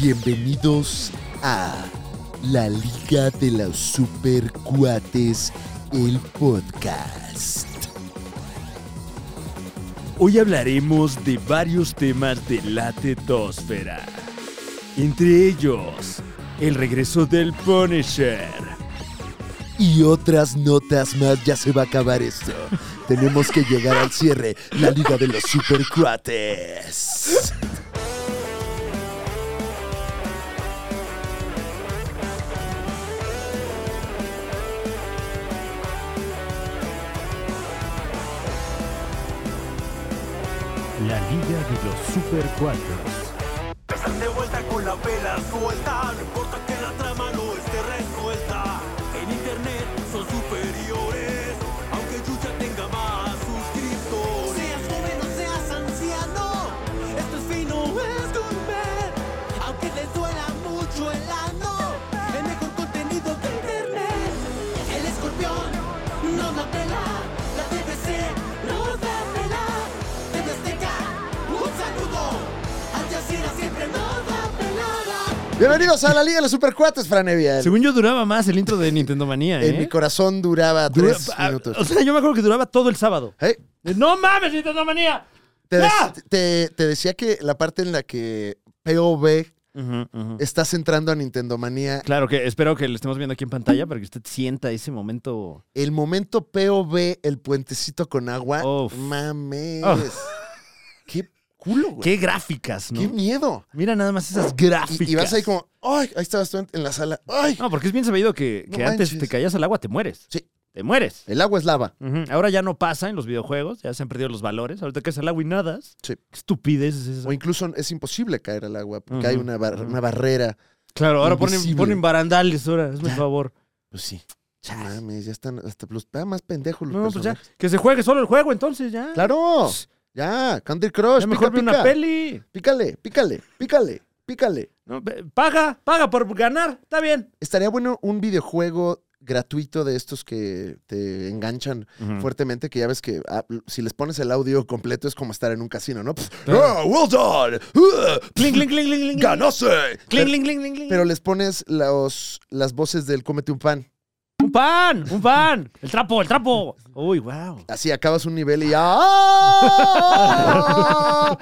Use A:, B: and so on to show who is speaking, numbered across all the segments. A: Bienvenidos a La Liga de los Supercuates, el podcast.
B: Hoy hablaremos de varios temas de la tetósfera. Entre ellos, el regreso del Punisher.
A: Y otras notas más, ya se va a acabar esto. Tenemos que llegar al cierre, la Liga de los Supercuates.
C: La Liga de los Super Cuatros.
D: Están de vuelta con la vela suelta, no importa que la trama no esté resuelta. En internet son superiores, aunque Yuya tenga más suscriptores. Seas joven o seas anciano, esto es fino, es comer. Aunque les duela mucho el ano, el mejor contenido de internet. El escorpión no la pela, la TVC no la pela. TV Azteca, un saludo, Al Jazeera siempre no la pelada.
A: Bienvenidos a La Liga de los Supercuates, Franevia.
B: Según yo duraba más el intro de Nintendo Manía, ¿eh?
A: En mi corazón duraba
B: Dura-
A: tres
B: ah,
A: minutos.
B: O sea, yo me acuerdo que duraba todo el sábado.
A: Hey,
B: Eh, ¡No mames, Nintendo Manía!
A: te, de-
B: ¡Ah!
A: te- te decía que la parte en la que POV
B: Ujú, ujú.
A: estás entrando a Nintendo Manía
B: Claro que espero que lo estemos viendo aquí en pantalla para que usted sienta ese momento.
A: El momento POV, el puentecito con agua.
B: Uf.
A: Mames.
B: Oh.
A: Qué culo, güey.
B: ¡Qué gráficas, no!
A: Qué miedo.
B: Mira nada más esas
A: Y,
B: gráficas.
A: y vas ahí como, ¡ay! Ahí estabas tú en, en la sala. ¡Ay!
B: No, porque es bien sabido que,
A: No
B: que antes
A: manches.
B: te caías al agua, te mueres.
A: Sí.
B: Te mueres.
A: El agua es lava.
B: Ujú. Ahora ya no pasa en los videojuegos, ya se han perdido los valores. Ahorita que es al agua y nadas.
A: Sí.
B: Qué estupidez es esa.
A: O incluso es imposible caer al agua porque
B: Ujú,
A: hay una, bar-
B: ujú.
A: una barrera.
B: Claro, ahora ponen,
A: invisible.
B: ponen barandales, ahora, hazme
A: Ya.
B: el favor.
A: Pues sí.
B: Chas.
A: Mames, ya están hasta los ah, más pendejos los
B: No, pues ya,
A: personajes.
B: que se juegue solo el juego entonces, ya.
A: ¡Claro!
B: Shh.
A: Ya, Candy Crush,
B: Ya
A: pica,
B: mejor ve una
A: pica.
B: peli.
A: Pícale, pícale, pícale, pícale.
B: No, pe- paga, paga por ganar, está bien.
A: Estaría bueno un videojuego gratuito de estos que te enganchan fuertemente, que ya ves que ah, si les pones el audio completo es como estar en un casino, ¿no? Pf,
B: Claro.
A: "Ah, well done. Ah,
B: Cling, cling, cling, cling, cling.
A: ¡Ganaste! Pero,
B: Cling, cling, cling, cling, cling.
A: pero les pones los, las voces del cómete un pan.
B: Un pan, un pan. El trapo, el trapo. Uy, wow.
A: Así acabas un nivel y ya. ¡Ah! ¡Ah!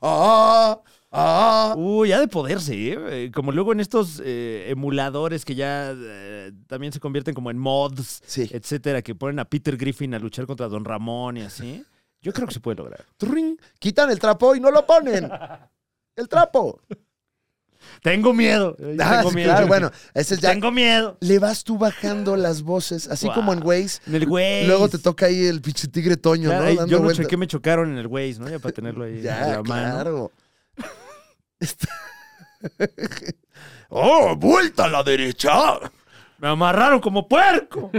A: ¡Ah! ¡Ah! ¡Ah!
B: Uy, ha de poderse, ¿eh? Eh, Como luego en estos eh, emuladores que ya eh, también se convierten como en mods,
A: Sí.
B: etcétera, que ponen a Peter Griffin a luchar contra Don Ramón y así. Yo creo que se puede lograr.
A: Tring. Quitan el trapo y no lo ponen. El trapo.
B: Tengo miedo. Yo
A: Ah,
B: tengo
A: sí,
B: miedo.
A: claro, bueno, ese es ya.
B: Tengo miedo.
A: Le vas tú bajando las voces, así
B: Guau.
A: como en Waze.
B: En el Waze.
A: Luego te toca ahí el pinche tigre Toño,
B: Claro, ahí
A: ¿no? Dando
B: yo no
A: vuelta.
B: chequé, me chocaron en el Waze, ¿no? Ya para tenerlo ahí
A: Ya,
B: en la mano.
A: claro.
D: ¡Oh, vuelta a la derecha!
B: Me amarraron como puerco.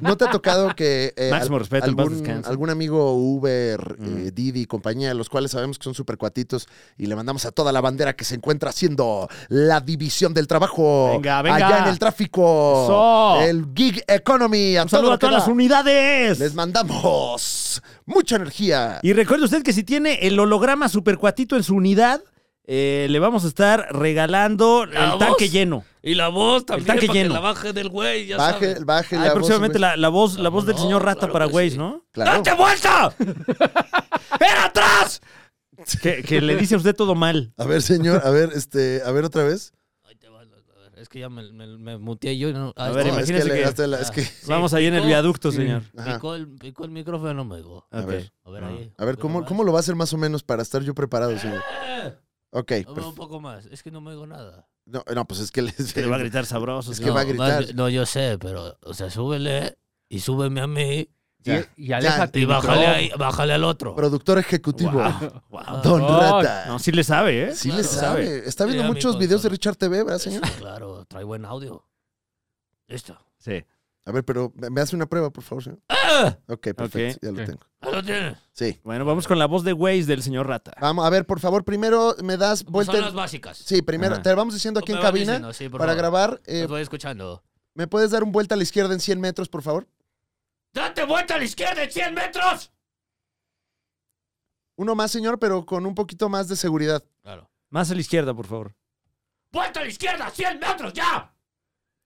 A: ¿No te ha tocado que eh,
B: Máximo respeto, en paz
A: algún,
B: descanse. Mm.
A: algún amigo Uber, eh, Didi y compañía, los cuales sabemos que son súper cuatitos, y le mandamos a toda la bandera que se encuentra haciendo la división del trabajo
B: Venga, venga.
A: allá en el tráfico,
B: Eso.
A: el gig economy, a
B: Un
A: todo
B: saludo
A: lo
B: a
A: que
B: todas las
A: da.
B: unidades.
A: Pues Les mandamos mucha energía.
B: Y recuerde usted que si tiene el holograma supercuatito en su unidad, eh, le vamos a estar regalando el
E: ¿La
B: tanque
E: voz?
B: lleno.
E: Y la voz también,
B: tanque
E: para que
B: lleno.
E: la baje del güey, ya
A: Baje,
E: sabes.
A: baje
B: Ay,
A: la voz,
B: próximamente
A: güey.
B: la, la voz, la voz del
E: no,
B: señor Rata
E: claro
B: para
E: que
B: Waze,
E: sí.
B: ¿no?
A: Claro.
E: ¡Date vuelta! ¡Era atrás!
B: Que, que le dice a usted todo mal.
A: A ver, señor, a ver, este, a ver otra vez.
E: Ahí te va, a ver, es que ya me, me, me muteé yo. y No, ah,
B: A ver,
A: No, es que
B: imagínese
A: le
B: que-
A: daste la- es que-
E: Sí,
B: Vamos ahí en el
E: picó,
B: viaducto, señor.
A: Ajá.
E: Picó el, picó el micrófono, me digo.
A: A
B: Ok.
A: ver.
E: A ver,
B: Ah.
E: ahí.
A: A ver,
E: un
A: ¿cómo,
E: poquito
A: ¿cómo lo va a hacer más o menos para estar yo preparado, señor?
E: más.
A: Ok.
E: A
A: perf-
E: ver, Un poco más, es que no me digo nada.
A: No, no, pues es que les...
B: Que le va a gritar sabroso.
A: Es
B: Es
A: que va a gritar.
E: No, yo sé, pero, o sea, súbele y súbeme a mí
A: Ya.
C: Y, y aléjate.
E: y bájale,
C: micrófono.
E: ahí, bájale al otro.
A: Productor ejecutivo.
E: Ah,
A: Don
C: Wow.
A: Rata.
B: No, sí le sabe, ¿eh?
A: sí
E: claro,
A: le sabe.
E: sabe.
A: Está viendo
E: Mira mi
A: muchos videos de
E: consola.
A: Richard TV, ¿verdad, señor?
E: Eso, pues, Claro, trae buen audio. Listo.
B: Sí.
A: A ver, pero me me hace una prueba, por favor, señor.
E: ¡Ah!
A: Ok, perfecto. Ya lo
B: Ok.
A: tengo.
E: Ahí Ah, lo tienes.
A: Sí.
B: Bueno, vamos con la voz de Waze del señor Rata.
A: Vamos, a ver, por favor, primero me das
E: Pues
A: vuelta...
E: son las
A: en-
E: básicas.
A: Sí, primero,
B: Ajá.
A: te vamos diciendo aquí en
E: Me van
A: cabina
E: diciendo, sí, por
A: para
E: favor.
A: grabar.
E: Los
A: eh,
E: voy escuchando.
A: ¿Me puedes dar un vuelta a la izquierda en 100 metros, por favor?
E: ¡Date vuelta a la izquierda en 100 metros!
A: Uno más, señor, pero con un poquito más de seguridad.
E: Claro.
B: Más a la izquierda, por favor.
E: ¡Vuelta a la izquierda! ¡100 metros ya!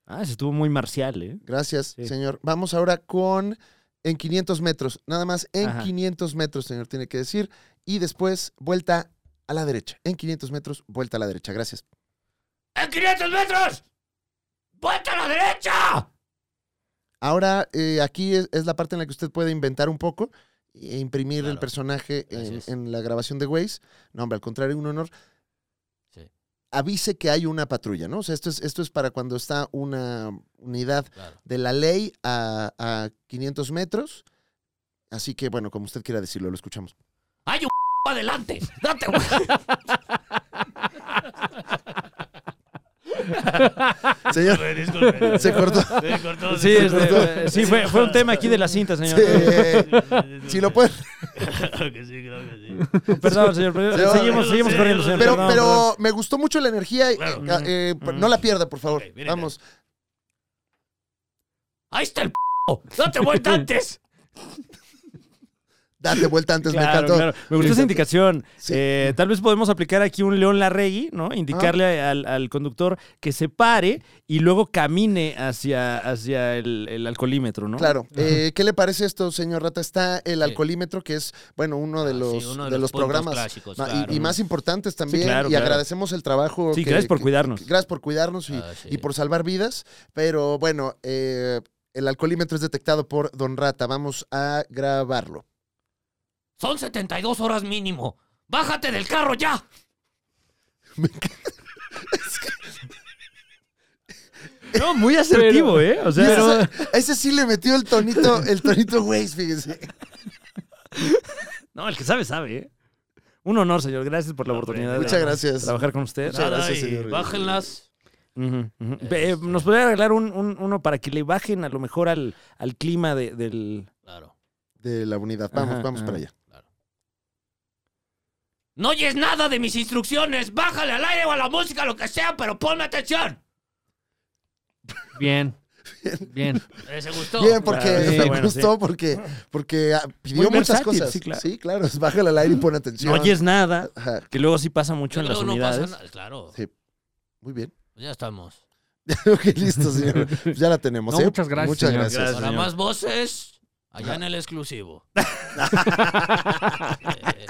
B: Ah, se estuvo muy marcial, ¿eh?
A: Gracias,
B: Sí.
A: señor. Vamos ahora con en 500 metros. Nada más en
B: Ajá.
A: 500 metros, señor, tiene que decir. Y después vuelta a la derecha. En 500 metros, vuelta a la derecha. Gracias.
E: ¡En 500 metros! ¡Vuelta a la derecha!
A: Ahora, eh, aquí es, es la parte en la que usted puede inventar un poco e imprimir el
E: Claro.
A: personaje en,
E: Gracias.
A: en la grabación de Waze. No, hombre, al contrario, un honor.
E: Sí.
A: Avise que hay una patrulla, ¿no? O sea, esto es, esto es para cuando está una unidad
E: Claro.
A: de la ley a, a 500 metros. Así que, bueno, como usted quiera decirlo, lo escuchamos.
E: ¡Hay un adelante! ¡Date, güey!
A: Señor,
F: Disculpe.
A: se cortó.
F: Se cortó.
B: Sí,
F: se
B: este,
F: cortó.
B: eh, sí, fue, fue un tema aquí de la cinta, señor.
A: Sí, sí lo puede.
F: Claro que sí, claro que sí.
B: Perdón, señor. pero
A: Señor.
B: seguimos seguimos corriendo, señor.
A: Pero,
B: perdón, perdón.
A: pero me gustó mucho la energía. y-
F: Claro.
A: eh, eh,
B: Mm.
A: No la pierda, por favor.
F: Ok, mírala.
A: Vamos.
E: ¡Ahí está el p! ¡Date vuelta antes!
A: Date vuelta antes, me
B: Claro,
A: encantó.
B: claro. Me gustó esa indicación.
A: Sí.
B: Eh, tal vez podemos aplicar aquí un León Larregui, ¿no? Indicarle
A: Ah.
B: al, al conductor que se pare y luego camine hacia, hacia el, el alcoholímetro, ¿no?
A: Claro. Eh, ¿Qué le parece esto, señor Rata? Está el alcoholímetro, que es, bueno, uno de
E: Ah, sí,
A: los,
E: uno
A: de
E: de
A: los,
E: los puntos
A: programas
E: clásicos,
A: ma- y-
E: claro.
A: y, más importantes también.
B: claro,
A: y
B: claro.
A: agradecemos el trabajo.
B: Sí,
A: que-
B: gracias por
A: que-
B: cuidarnos.
A: Gracias por cuidarnos y,
E: Ah, sí.
A: y por salvar vidas. Pero bueno, eh, el alcoholímetro es detectado por Don Rata. Vamos a grabarlo.
E: Son 72 horas mínimo. ¡Bájate del carro ya!
B: No, muy asertivo, ¿eh? O sea,
A: Y ese, ese sí le metió el tonito, el tonito Waze, fíjese.
B: no, el que sabe, sabe, ¿eh? Un honor, señor. Gracias por la oportunidad de
A: Muchas gracias.
B: trabajar con usted.
A: Muchas gracias,
F: Ay,
A: señor.
E: Bájenlas.
B: Ujú, ujú.
E: Eso
B: Eh,
E: sí.
B: Nos podría arreglar un- un- uno para que le bajen a lo mejor al, al clima de- del...
E: Claro.
A: De la unidad. Vamos,
B: Ajá,
A: vamos
B: ajá.
A: para allá.
E: No oyes nada de mis instrucciones. Bájale al aire o a la música, lo que sea, pero ponme atención.
F: Bien. Bien.
E: ¿Les Eh, gustó?
A: Bien, porque
B: Claro, sí,
A: me
B: bueno,
A: gustó, porque, porque ah, pidió muchas
B: versátil,
A: cosas. Sí,
B: sí,
A: claro.
B: claro.
A: es bájala al aire y pon atención.
B: No oyes nada,
A: Ajá,
B: que luego sí pasa mucho
E: Yo
B: en las
E: creo no pasa
B: unidades.
E: nada. Claro,
A: Sí. muy bien.
E: pues ya estamos.
A: ok, listo, señor. Pues ya la tenemos,
F: No,
A: ¿eh?
F: muchas gracias,
A: Muchas
F: señor.
A: gracias.
E: Para
B: señor.
E: más voces, allá en el exclusivo. Eh,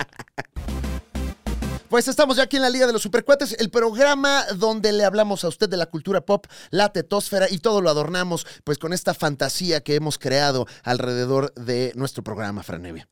A: Pues estamos ya aquí en la Liga de los Supercuates, el programa donde le hablamos a usted de la cultura pop, la tetósfera y todo lo adornamos pues con esta fantasía que hemos creado alrededor de nuestro programa, Franevia.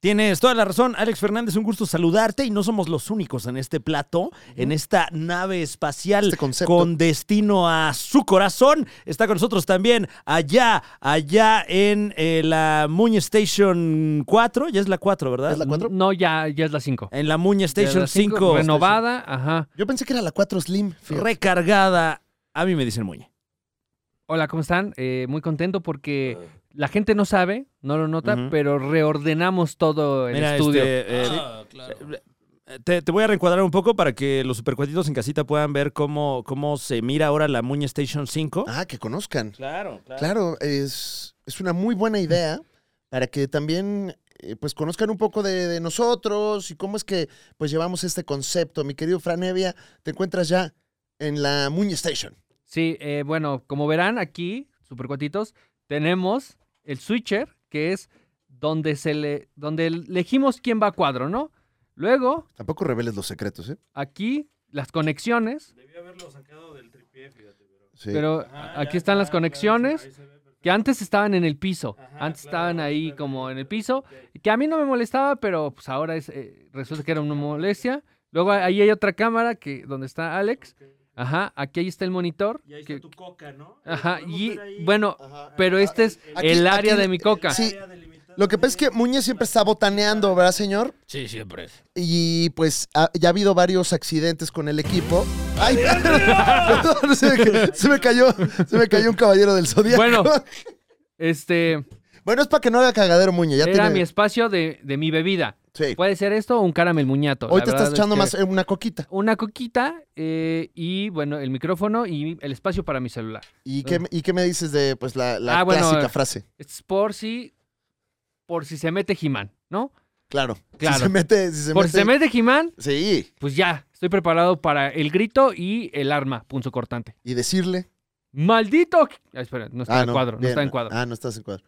B: Tienes toda la razón, Alex Fernández, un gusto saludarte y no somos los únicos en este plato, en esta nave espacial
A: Este concepto.
B: con destino a su corazón. Está con nosotros también allá, allá en eh, la Muñe Station 4, ya es la 4, ¿verdad?
A: ¿Es la 4?
F: No, ya, ya es la 5.
B: En la Muñe Station 5,
F: Renovada, ajá.
A: Yo pensé que era la 4 Slim. fíjate.
B: recargada. A mí me dicen Muñe.
F: Hola, ¿cómo están? Eh, muy contento porque la gente no sabe, no lo nota,
B: Ah. Ujú.
F: pero reordenamos todo el
B: Mira,
F: estudio.
B: este, eh,
E: ah, claro.
B: Te, te voy a reencuadrar un poco para que los supercuatitos en casita puedan ver cómo, cómo se mira ahora la Muñe Station 5.
A: Ah, que conozcan.
B: Claro, claro.
A: Claro, es, es una muy buena idea para que también eh, pues conozcan un poco de, de nosotros y cómo es que pues llevamos este concepto. Mi querido Fran Evia, te encuentras ya en la Muñe Station.
F: Sí, eh, bueno, como verán aquí, supercuatitos, tenemos el switcher, que es donde se le, donde elegimos quién va a cuadro, ¿no? Luego,
A: Tampoco reveles los secretos, ¿eh?
F: aquí las conexiones,
A: Sí.
F: pero aquí están las conexiones. Que antes estaban en el piso, antes estaban ahí como en el piso, que a mí no me molestaba, pero pues ahora es, eh, resulta que era una molestia. Luego ahí hay otra cámara que donde está Alex. Ajá, aquí ahí está el monitor. que-
B: coca, ¿no?
F: Ajá, y bueno, pero este es
A: Ah, Aquí-
F: el área
A: aquí-
F: de mi coca.
A: Sí, lo que pasa es que Muñe siempre está botaneando, ¿verdad, señor?
E: Sí, siempre.
A: Y pues ha- ya ha habido varios accidentes con el equipo. ¡Ay! perdón, se, me, ca- se me cayó, se me cayó un caballero del zodiaco.
F: Bueno. Este
A: Bueno, es para que no haga cagadero, Muñe. Ya
F: era
A: tiene...
F: mi espacio de, de mi bebida.
A: Sí.
F: Puede ser esto o un caramel muñato.
A: Hoy
F: La
A: te estás
F: verdad es
A: echando
F: que
A: más eh, una coquita.
F: Una coquita eh, y bueno, el micrófono y el espacio para mi celular.
A: ¿Y qué, y qué me dices de pues la, la
F: Ah, bueno,
A: clásica
F: eh.
A: frase?
F: Es por si. Por si se mete Jimán, ¿no?
A: Claro.
F: Claro.
A: Si se mete. Si se
F: Por
A: mete,
F: si se mete He-Man,
A: Sí.
F: pues ya, estoy preparado para el grito y el arma, punzo cortante.
A: Y decirle.
F: ¡Maldito! He- Ah, espera, no está
A: ah,
F: en
A: no,
F: cuadro, no
A: bien,
F: está en cuadro.
A: Ah, no estás en cuadro.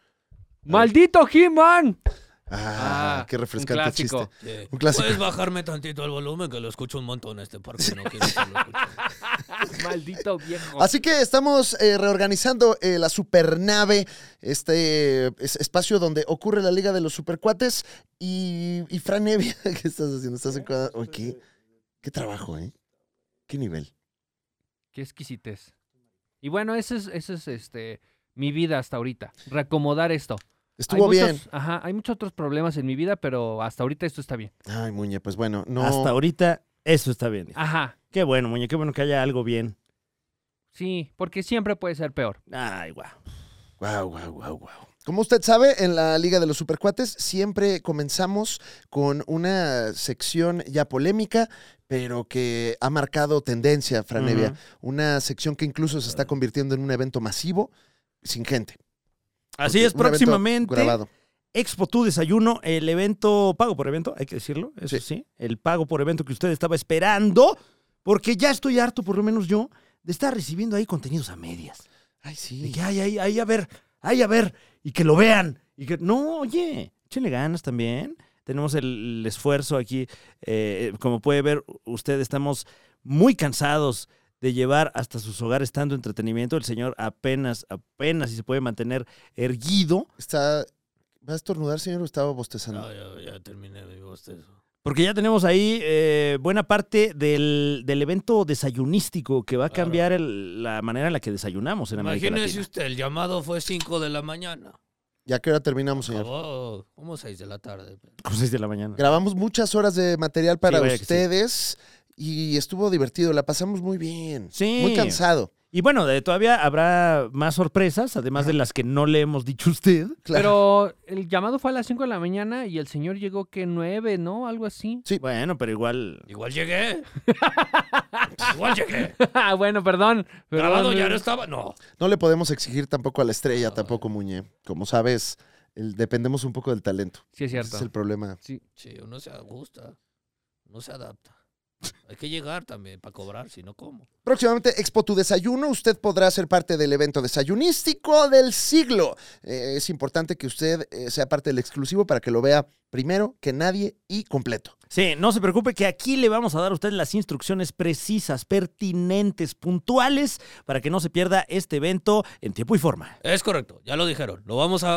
F: ¡Maldito He-Man!
A: Ah,
F: Ah,
A: qué
F: un
A: refrescante
F: clásico.
A: chiste.
E: Sí.
A: Un clásico.
E: Puedes bajarme tantito el volumen que lo escucho un montón este parque. No quiero que lo escuche.
F: ¡Maldito viejo!
A: Así que estamos eh, reorganizando eh, la supernave, este eh, es- espacio donde ocurre la Liga de los Supercuates. Y, y Fran Evia, ¿qué estás haciendo? ¿Estás en cuadro? Uy, qué, qué trabajo, ¿eh? ¿Qué nivel?
F: ¡Qué exquisitez! Y bueno, eso es, eso es este, mi vida hasta ahorita. Reacomodar esto. Hay
A: Estuvo bien.
F: muchos- ajá, hay muchos otros problemas en mi vida, pero hasta ahorita esto está bien.
A: Ay, Muñe, pues bueno, no.
B: Hasta ahorita, eso está bien.
F: Ajá,
B: Qué bueno, muñe, qué bueno que haya algo bien.
F: sí, porque siempre puede ser peor.
B: Ay, guau.
A: Wow, wow, wow, wow. Como usted sabe, en la Liga de los Supercuates siempre comenzamos con una sección ya polémica, pero que ha marcado tendencia, Fran Evia.
B: Ujú.
A: Una sección que incluso se está convirtiendo en un evento masivo sin gente.
B: Así
A: Porque
B: es,
A: un evento
B: próximamente.
A: Grabado.
B: Expo Tu Desayuno, el evento pago por evento, hay que decirlo, eso
A: Sí.
B: sí. el pago por evento que usted estaba esperando, porque ya estoy harto, por lo menos yo, de estar recibiendo ahí contenidos a medias.
A: Ay,
B: De
A: sí.
B: que, ay, ay, ay, a ver, ay, a ver, y que lo vean. Y que, no, oye, échenle ganas también. Tenemos el, el esfuerzo aquí. eh, como puede ver usted, estamos muy cansados de llevar hasta sus hogares tanto entretenimiento. El señor apenas, apenas, si se puede mantener erguido.
A: Está. ¿Va a estornudar, señor Gustavo bostezando?
E: No, Ah, ya, ya terminé mi bostezo.
B: Porque ya tenemos ahí eh, buena parte del, del evento desayunístico que va a
E: Claro.
B: cambiar el- la manera en la que desayunamos en América
E: Imagínese
B: Latina.
E: usted, el llamado fue 5 de la mañana.
A: ¿Ya que hora terminamos, señor?
E: Acabó como 6 de la tarde.
B: Como seis de la mañana.
A: Grabamos muchas horas de material para
B: vaya que sí.
A: ustedes y estuvo divertido. La pasamos muy bien.
B: Sí.
A: Muy cansado.
B: Y bueno, de- todavía habrá más sorpresas, además de las que no le hemos dicho a usted.
A: Claro.
F: Pero el llamado fue a las 5 de la mañana y el señor llegó que 9, ¿no? Algo así.
A: Sí.
B: Bueno, pero igual.
E: Igual llegué. Igual llegué.
F: Ah, bueno, perdón. perdón. eh.
E: Grabado ya no estaba. No.
A: No le podemos exigir tampoco a la estrella, tampoco, Muñe. Como sabes, el- dependemos un poco del talento.
F: Sí, es
A: Ese
F: cierto.
A: es el problema.
F: Sí.
E: Sí, uno se ajusta. Uno se adapta. Hay que llegar también para cobrar, si no, ¿cómo?
A: Próximamente, Expo Tu Desayuno, usted podrá ser parte del evento desayunístico del siglo. Eh, es importante que usted eh, sea parte del exclusivo para que lo vea primero que nadie y completo.
B: Sí, no se preocupe que aquí le vamos a dar a usted las instrucciones precisas, pertinentes, puntuales, para que no se pierda este evento en tiempo y forma.
E: Es correcto, ya lo dijeron. Lo vamos a,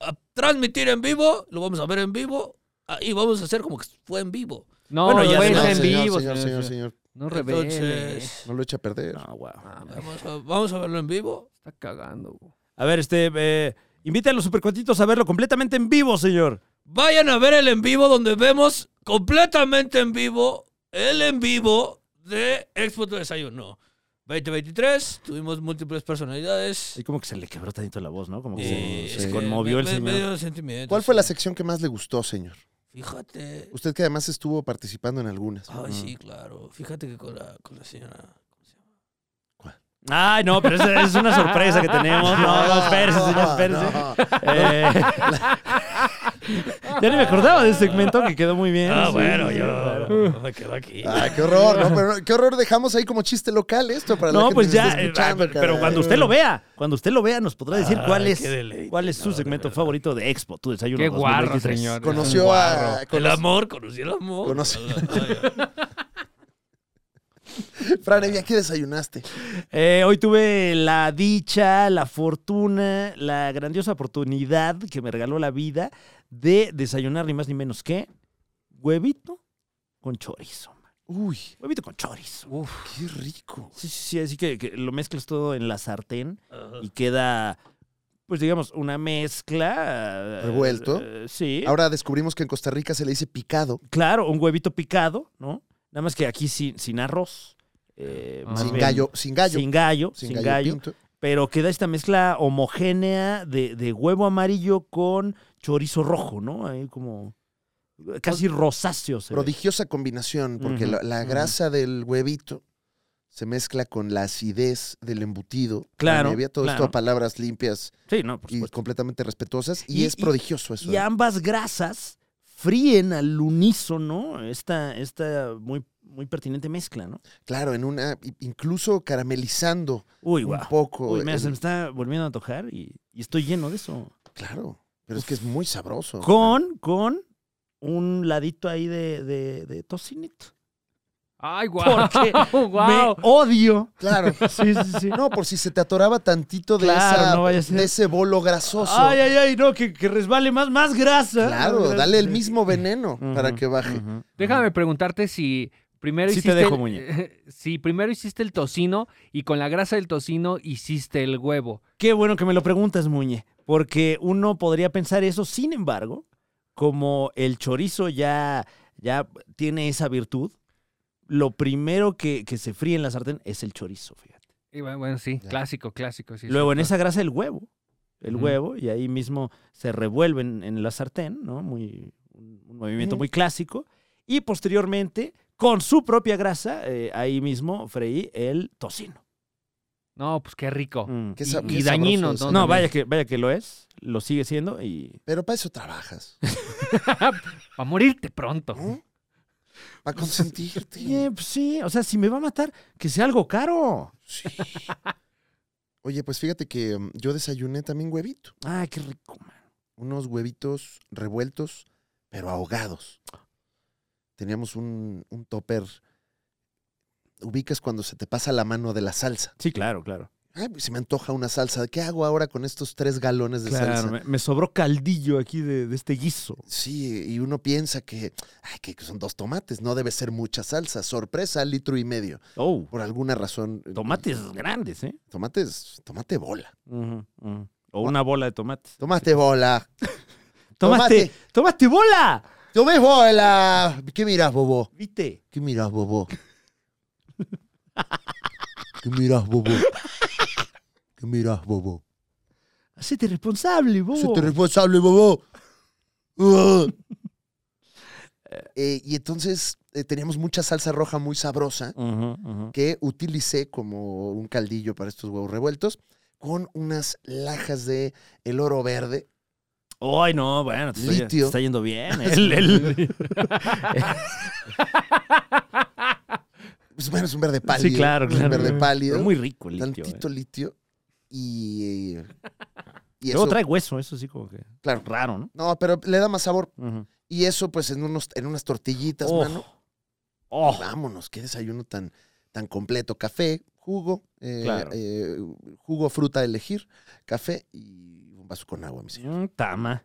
E: a transmitir en vivo, lo vamos a ver en vivo ah, y vamos a hacer como que fue en vivo.
F: No,
B: Bueno, ya
F: no es
B: se-
F: en
A: señor,
F: vivo.
A: señor, señor, señor.
F: No reveles.
E: Entonces,
A: No lo eche a perder.
B: No, wow.
E: ah, vamos a, vamos a verlo en vivo.
F: Está cagando. güey.
B: A ver, este. eh, invite a los supercuentitos a verlo completamente en vivo, señor.
E: Vayan a ver el en vivo donde vemos completamente en vivo el en vivo de Expo Tu Desayuno. 2023, tuvimos múltiples personalidades.
B: Y como que se le quebró tantito la voz, ¿no? Como que
E: Eh,
B: se,
E: es
B: se
E: que
B: conmovió
E: me-
B: el
E: me-
B: señor.
E: me dio sentimientos,
A: ¿Cuál fue la
E: sí.
A: sección que más le gustó, señor?
E: Fíjate.
A: Usted ah. que además estuvo participando en algunas.
E: Ay, sí, claro. Fíjate que con la, con la señora. ¿cómo se llama?
B: Ay, no, pero esa es una sorpresa que tenemos. No, no, espérese, señor, espérese.
A: Ah, no.
B: Eh, ya ni me acordaba de ese segmento que quedó muy bien.
E: Ah,
B: Sí,
E: bueno,
B: sí, claro.
E: yo me quedo aquí.
A: Ay, Ah, qué horror, ¿no? Pero no, qué horror dejamos ahí como chiste local esto para la
B: No,
A: gente
B: pues
A: que nos
B: ya,
A: está
B: eh,
A: escuchando,
B: pero pero
A: caray.
B: cuando usted lo vea, cuando usted lo vea, nos podrá decir
E: Ay,
B: cuál
E: qué
B: es,
E: deleite,
B: cuál es
E: no,
B: su
E: de
B: segmento
E: verdad.
B: favorito de Expo, tu desayuno.
F: Qué guarro,
B: 2023.
F: señor.
A: Conoció a.
E: El
A: cono-
E: amor, conocí el amor.
A: Conocí-
E: Ay,
A: Fran Evia, ¿qué desayunaste?
B: Eh, hoy tuve la dicha, la fortuna, la grandiosa oportunidad que me regaló la vida de desayunar ni más ni menos que huevito con chorizo. man.
A: Uy,
B: Huevito con chorizo.
A: qué rico.
B: Sí, sí, sí, así que, que lo mezclas todo en la sartén
E: ay.
B: y queda, pues digamos, una mezcla. eh,
A: Revuelto.
B: eh, sí.
A: Ahora descubrimos que en Costa Rica se le dice picado.
B: Claro, un huevito picado, ¿no? Nada más que aquí sin, sin arroz. eh,
F: Ah.
B: más
A: Sin
B: bien,
A: gallo, sin gallo.
B: Sin gallo,
A: sin
B: sin, gallo.
A: pinto.
B: Pero queda esta mezcla homogénea de, de huevo amarillo con chorizo rojo, ¿no? Ahí como casi rosáceo. se ve.
A: Prodigiosa combinación, porque
B: Ujú,
A: la, la
B: ujú.
A: grasa del huevito se mezcla con la acidez del embutido.
B: Claro,
A: Fran Evia, todo esto
B: claro.
A: a palabras limpias
B: Sí, no, por
A: y
B: supuesto.
A: completamente respetuosas. Y,
B: Y-
A: es
B: y-
A: prodigioso eso.
B: Y
A: ¿eh?
B: ambas grasas fríen al unísono esta, esta muy, muy pertinente mezcla, ¿no?
A: Claro, en una, i- incluso caramelizando
B: Uy,
A: un
B: guau.
A: poco.
B: Uy, mira,
A: el-
B: se me está volviendo a antojar y, y estoy lleno de eso.
A: Claro, pero es que es muy sabroso.
B: Con, con un ladito ahí de, de, de tocinito.
F: Ay, guau.
B: Porque
F: guau.
B: me odio.
A: Claro.
B: Sí, sí, sí.
A: No, por si se te atoraba tantito de,
B: Claro,
A: esa-
B: no vaya a ser.
A: de ese bolo grasoso.
B: Ay, ay, ay, no, que, que resbale más, más grasa. Más
A: Claro,
B: grasa.
A: dale el mismo veneno para que baje.
B: Ujú.
F: Déjame preguntarte si primero
B: Sí te
F: hiciste.
B: dejo,
F: el- si primero hiciste el tocino y con la grasa del tocino hiciste el huevo.
B: Qué bueno que me lo preguntas, Muñe, porque uno podría pensar eso, sin embargo, como el chorizo ya, ya tiene esa virtud, lo primero que, que se fríe en la sartén es el chorizo, fíjate.
F: Y bueno, bueno, sí,
A: Ya.
F: clásico, clásico. sí,
B: Luego en
F: sí.
B: esa grasa el huevo, el
F: Ujú.
B: huevo, y ahí mismo se revuelven en la sartén, ¿no? Muy, un un movimiento
A: Ujú.
B: muy clásico. Y posteriormente, con su propia grasa, eh, ahí mismo freí el tocino.
F: No, pues qué rico.
B: Mm.
A: Qué
F: Y-
A: sa-
F: y
A: qué sabroso
F: dañino,
A: eso
F: ¿no?
B: No,
A: también.
B: vaya que, vaya que lo es, lo sigue siendo y
A: Pero para eso trabajas,
F: Para morirte pronto.
A: ¿no? Para consentirte.
B: Oye, pues sí, o sea, si me va a matar, que sea algo caro.
A: Sí. Oye, pues fíjate que mm, yo desayuné también huevito.
B: Ay, qué rico, man.
A: Unos huevitos revueltos, pero ahogados. Teníamos un, un topper. Ubicas cuando se te pasa la mano de la salsa.
B: Sí, claro, claro.
A: Ay, pues se me antoja una salsa. ¿Qué hago ahora con estos tres galones de
B: Claro,
A: salsa?
B: me, me sobró caldillo aquí de, de este guiso.
A: Sí, y uno piensa que, ay, que son dos tomates, no debe ser mucha salsa. Sorpresa, litro y medio.
B: Oh,
A: Por alguna razón. eh,
B: tomates grandes, ¿eh?
A: Tomates, tomate bola.
B: Ujú, ujú. O una bola de tomates.
A: Tomate bola.
B: ¡Tomate! ¡Tomate bola!
A: Tomé bola. ¿Qué miras, bobo?
B: ¿Viste?
A: ¿Qué miras, bobo? ¿Qué miras, bobo? ¿Qué miras, bobo?
B: Hacete responsable, bobo.
A: ¡Sete responsable, bobo! Ah. Eh, y entonces eh, teníamos mucha salsa roja muy sabrosa.
B: Ujú, ujú.
A: que utilicé como un caldillo para estos huevos revueltos con unas lajas de el oro verde.
B: Ay, no, bueno, te, estoy- te
A: Litio.
B: está yendo bien. eh. El- el-
A: Pues bueno, es un verde pálido.
B: sí, claro,
A: es un
B: claro.
A: verde pálido.
B: Pero muy rico el litio.
A: tantito
B: ¿eh?
A: litio. Y, y
B: Luego
A: eso,
B: trae hueso, eso sí como que
A: claro.
B: raro, ¿no?
A: No, pero le da más sabor.
B: Ujú.
A: Y eso, pues, en, unos, en unas tortillitas,
B: Oh.
A: mano.
B: Oh.
A: Vámonos, qué desayuno tan, tan completo. Café, jugo, eh,
B: Claro.
A: eh, jugo, fruta a elegir, café y un vaso con agua, mi señor.
B: Mm, Tama.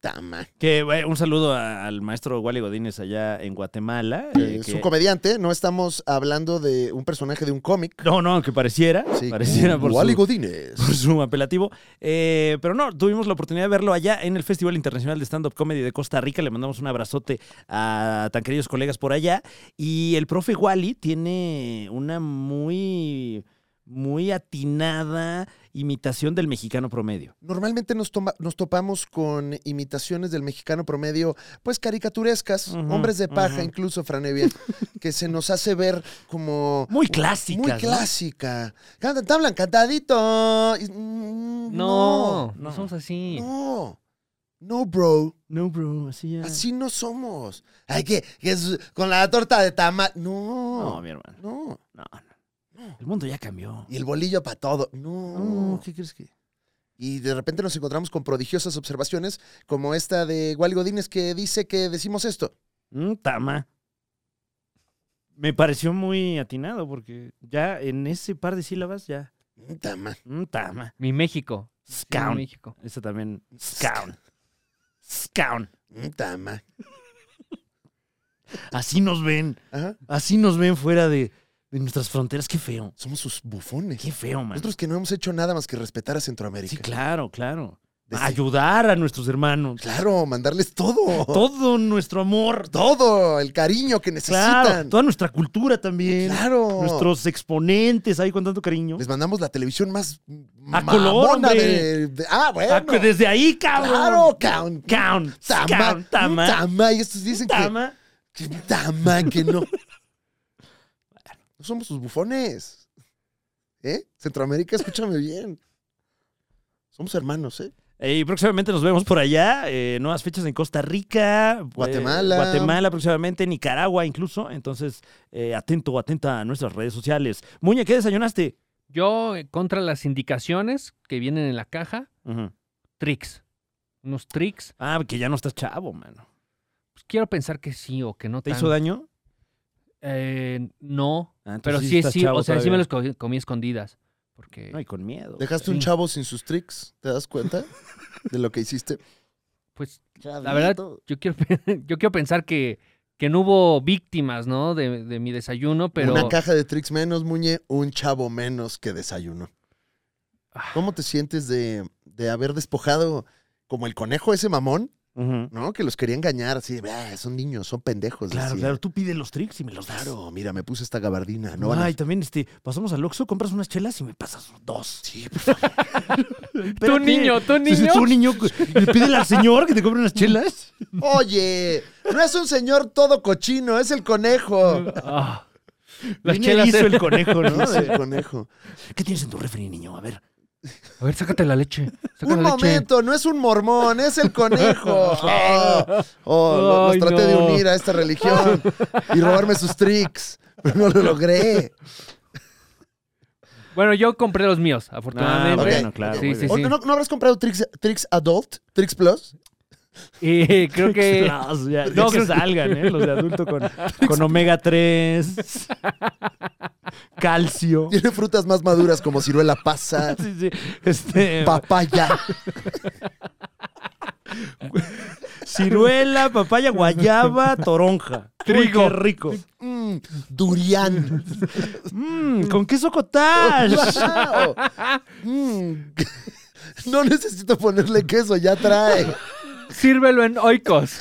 A: Tama.
B: Que eh, un saludo a- al maestro Wally Godínez allá en Guatemala. eh,
A: Eh, es
B: que-
A: un comediante, no estamos hablando de un personaje de un cómic.
B: no, no, que pareciera.
A: Sí,
B: pareciera por
A: Wally
B: su,
A: Godínez.
B: por su apelativo. Eh, pero no, tuvimos la oportunidad de verlo allá en el Festival Internacional de Stand-Up Comedy de Costa Rica. Le mandamos un abrazote a tan queridos colegas por allá. Y el profe Wally tiene una muy, muy atinada imitación del mexicano promedio.
A: Normalmente nos, toma- nos topamos con imitaciones del mexicano promedio, pues caricaturescas,
B: Ujú,
A: hombres de paja,
B: ujú.
A: incluso Franevia, que se nos hace ver como
B: Muy clásica.
A: muy clásica. Cantan, te hablan cantadito. Y, mm,
F: No, no,
B: no.
F: somos así.
A: no, no, bro.
B: No, bro, así ya.
A: Así no somos. Hay que, que es- con la torta de tamal. No,
B: No, mi hermano.
A: no.
B: No, no. El mundo ya cambió.
A: Y el bolillo para todo. No.
B: No, ¿qué crees que?
A: Y de repente nos encontramos con prodigiosas observaciones como esta de Wally Godínez que dice que decimos esto.
B: Mm, tama. Me pareció muy atinado porque ya en ese par de sílabas ya.
A: Mm, Tama.
B: Mm, tama.
F: Mi México. Sí, mi
B: Scown.
F: México.
B: Esa también. Scown. Scown.
A: mm, Tama.
B: Así nos ven.
A: Ajá.
B: Así nos ven fuera de, de nuestras fronteras. Qué feo.
A: Somos sus bufones.
B: Qué feo, man.
A: Nosotros que no hemos hecho nada más que respetar a Centroamérica.
B: Sí, claro, claro.
A: Desde-
B: Ayudar a nuestros hermanos.
A: Claro, mandarles todo. Todo.
B: Todo nuestro amor.
A: el cariño que
B: Claro.
A: necesitan.
B: Toda nuestra cultura también.
A: Claro.
B: Nuestros exponentes ahí con tanto cariño.
A: Les mandamos la televisión más
B: A color,
A: mamona
B: hombre.
A: de, de- Ah, bueno.
B: Ah, que desde ahí, cabrón.
A: Claro, caón.
B: Count.
A: Tama.
B: Count, Tama.
A: mm, Tama. Y estos dicen que
B: Tama.
A: Que tama, que no. No somos sus bufones. ¿Eh? Centroamérica, escúchame bien. Somos hermanos, ¿eh?
B: Eh, Y próximamente nos vemos por allá. eh, nuevas fechas en Costa Rica, eh,
A: Guatemala.
B: Guatemala próximamente, Nicaragua incluso. Entonces, eh, atento o atenta a nuestras redes sociales. Muña, ¿qué desayunaste?
F: Yo, eh, contra las indicaciones que vienen en la caja,
B: Ujú.
F: tricks. Unos tricks.
B: Ah, que ya no estás chavo, mano.
F: Pues quiero pensar que sí o que no
B: ¿Te
F: tanto.
B: hizo daño?
F: Eh, no,
B: Ah, entonces
F: pero sí,
B: estás
F: sí,
B: chavo
F: o sea, sí
B: todavía.
F: me los co- comí escondidas. Porque
B: No, y con miedo.
A: Dejaste
F: Sí.
A: un chavo sin sus tricks, ¿te das cuenta de lo que hiciste?
F: Pues la verdad, yo quiero, yo quiero pensar que, que no hubo víctimas, ¿no? De, de mi desayuno, pero...
A: Una caja de tricks menos, Muñe, un chavo menos que desayuno.
F: Ah.
A: ¿Cómo te sientes de, de haber despojado como el conejo ese mamón,
B: Ujú.
A: ¿no? Que los quería engañar, así, "Ah, son niños, son pendejos.
B: Claro,
A: decía.
B: claro, tú pides los tricks y me los das.
A: Claro, mira, me puse esta gabardina, no van a-
B: Ay, también este, pasamos al Oxxo, compras unas chelas y me pasas dos.
A: Sí, por favor.
F: ¡Tú
B: Espérate.
F: niño, tú
B: Sí, sí,
F: niño!
B: Tú niño, le pídele al señor que te compre unas chelas.
A: Oye, no es un señor todo cochino, es el conejo.
F: Ah, las
B: Las
F: chelas
B: hizo
F: eran-
B: el conejo,
A: ¿No?
B: ¿no?
A: El conejo.
B: ¿Qué tienes en tu refri, niño? A ver.
F: A ver, sácate la leche. saca
A: Un
F: la leche.
A: momento, no es un mormón, es el conejo. Oh, oh, lo-
F: Ay,
A: los traté de
F: no.
A: unir a esta religión y robarme sus tricks, pero no lo logré.
F: Bueno, yo compré los míos,
B: Ah,
F: afortunadamente.
A: bueno,
B: claro,
F: Sí,
B: muy
F: sí,
B: bien.
A: ¿O
F: sí.
A: Oh, ¿No, no habrás comprado tricks, tricks Adult, Tricks Plus?
F: Y creo que...
B: Las, ya,
F: No,
B: no, que
F: creo-
B: salgan, ¿eh? Los de adulto con, con omega 3, calcio.
A: Tiene frutas más maduras como ciruela pasa,
B: Sí, sí. Este,
A: papaya.
B: ciruela, papaya, guayaba, toronja. Trigo. qué rico.
A: Mm, durian.
B: Mmm, con queso cottage.
A: ¡Guau! Mm. No necesito ponerle queso, ya trae.
F: Sírvelo en oikos.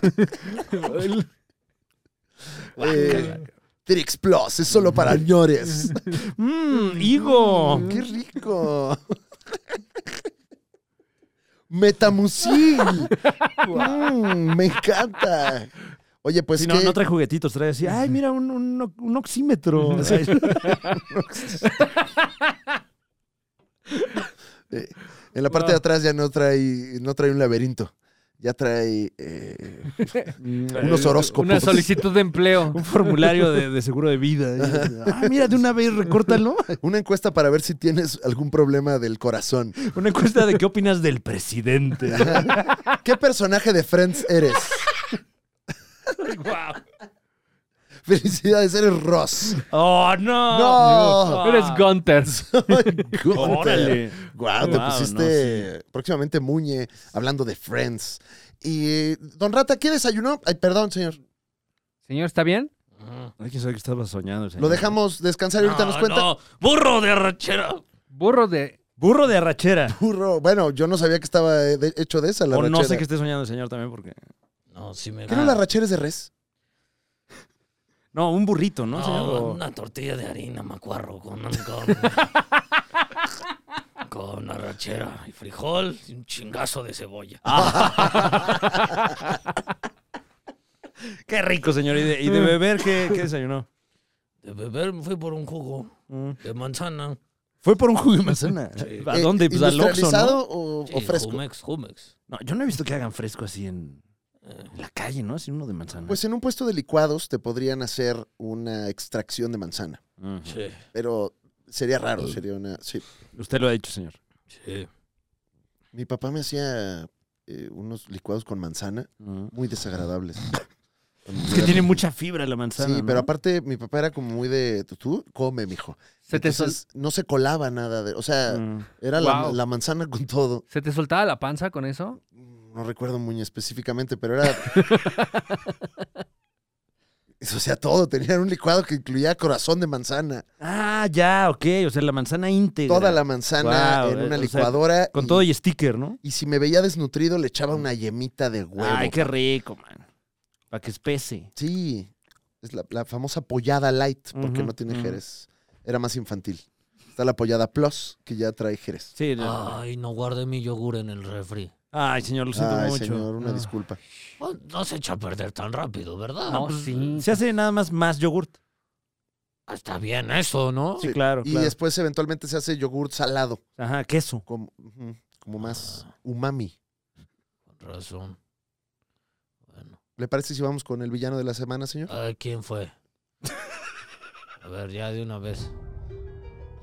A: Eh, Trix Plus, es solo para ñores. Oh.
B: Mmm, higo.
A: ¡Qué rico! Metamucil. Mm, me encanta. Oye, pues
B: Si no,
A: ¿qué?
B: no trae juguetitos, trae así, ay, mira, un, un- un oxímetro. Ay,
A: Eh, en la parte de atrás ya no trae, no trae un laberinto. Ya trae eh, unos horóscopos.
F: Una solicitud de empleo.
B: un formulario de, de seguro de vida. Ah, mira, de una vez recórtalo.
A: Una encuesta para ver si tienes algún problema del corazón.
B: Una encuesta de qué opinas del presidente.
A: ¿Qué personaje de Friends eres?
F: Guau.
A: Felicidades, eres Ross.
B: ¡Oh, no!
A: No.
B: Ah,
F: Eres Gunter.
B: ¡Órale!
A: Guau, te
B: Guau, no,
A: pusiste próximamente Muñe hablando de Friends. Y Don Rata, ¿qué desayunó? Ay, perdón, señor.
F: Señor, ¿está bien?
B: Ay, quién sabe que estaba soñando. el señor.
A: Lo dejamos descansar y ahorita nos cuenta.
E: no, burro de arrachera.
F: Burro de...
B: Burro de arrachera.
A: Burro. Bueno, yo no sabía que estaba eh, de- hecho de esa la
B: o
A: rachera.
B: no sé Ah. que esté soñando el señor también porque...
E: No, sí me
A: ¿Qué no la rachera es de res?
B: No, un burrito, ¿no,
E: No,
B: señor? Oh, O-
E: una tortilla de harina, macuarro, con, con, con arrachera y frijol y un chingazo de cebolla.
B: ¡Qué rico, señor! ¿Y de, y de beber qué, qué desayunó?
E: De beber me fui por un jugo
B: Mm.
E: de manzana.
B: Fue por un jugo de manzana.
E: Sí.
B: ¿A dónde?
A: Eh,
B: Pues al Oxxo, ¿no?
A: ¿Industrializado Ah, o,
E: Sí,
A: o fresco?
E: Jumex, Jumex.
B: No, yo no he visto que hagan fresco así en,
E: Eh,
B: en la calle, ¿no? Así uno de manzana.
A: Pues en un puesto de licuados te podrían hacer una extracción de manzana.
B: Ujú.
E: sí,
A: Pero sería raro, sería una. Sí.
B: Usted lo ha dicho, señor.
E: sí.
A: Mi papá me hacía eh, unos licuados con manzana
B: Ujú.
A: muy desagradables.
B: Es que tiene mucha fibra la manzana.
A: Sí,
B: ¿no?
A: pero aparte mi papá era como muy de tú, tú come, mijo.
F: Se te, sol-
A: Entonces no se colaba nada de, o sea,
B: Ujú.
A: era la,
F: Wow.
A: la manzana con todo.
F: ¿Se te soltaba la panza con eso?
A: No recuerdo muy específicamente, pero era O sea, todo, tenían un licuado que incluía corazón de manzana,
B: Ah, ya, ok. O sea, la manzana íntegra.
A: toda la manzana
B: Wow,
A: en
B: eh,
A: una
B: o sea,
A: licuadora
B: Con
A: y,
B: todo y sticker, ¿no?
A: y si me veía desnutrido le echaba una yemita de huevo.
B: Ay, qué rico, man. Para que espese.
A: Sí. Es la, la famosa pollada light, porque
B: Ujú,
A: no tiene
B: ujú.
A: jerez. Era más infantil. Está la pollada plus, que ya trae jerez.
B: Sí. no.
E: Ay, no guardé mi yogur en el refri.
B: Ay, señor, lo siento
A: Ay,
B: mucho.
A: señor, una
B: Ah.
A: disculpa.
E: Pues, No se echa a perder tan rápido, ¿verdad? Pues,
F: No, sí.
B: Se hace nada más más yogurt.
E: ah, Está bien eso, ¿no?
B: Sí, claro,
A: Y
B: claro.
A: después eventualmente se hace yogur salado,
B: Ajá, queso. Ah.
A: como, ujú, como más umami.
E: Razón. Bueno.
A: ¿Le parece si vamos con el villano de la semana, señor?
B: Ah.
E: A ver quién fue. A ver, ya de una vez.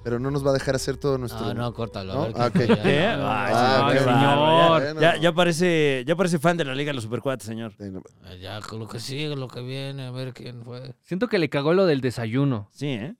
A: Pero no nos va a dejar hacer todo nuestro.
E: Ah, no, córtalo.
A: ¿No?
E: A ver
A: Ah,
E: quién fue,
A: ok.
E: ya.
B: ¿Eh? Ay,
A: Ah,
B: señor, qué
A: ok.
B: bárbaro.
A: Bueno.
B: Ya, ya- ya parece, ya parece fan de la Liga de los Supercuates, señor.
A: Eh, no.
E: Eh, Ya, con lo que sigue, lo que viene, a ver quién fue.
F: Siento que le cagó lo del desayuno.
B: Sí, ¿eh?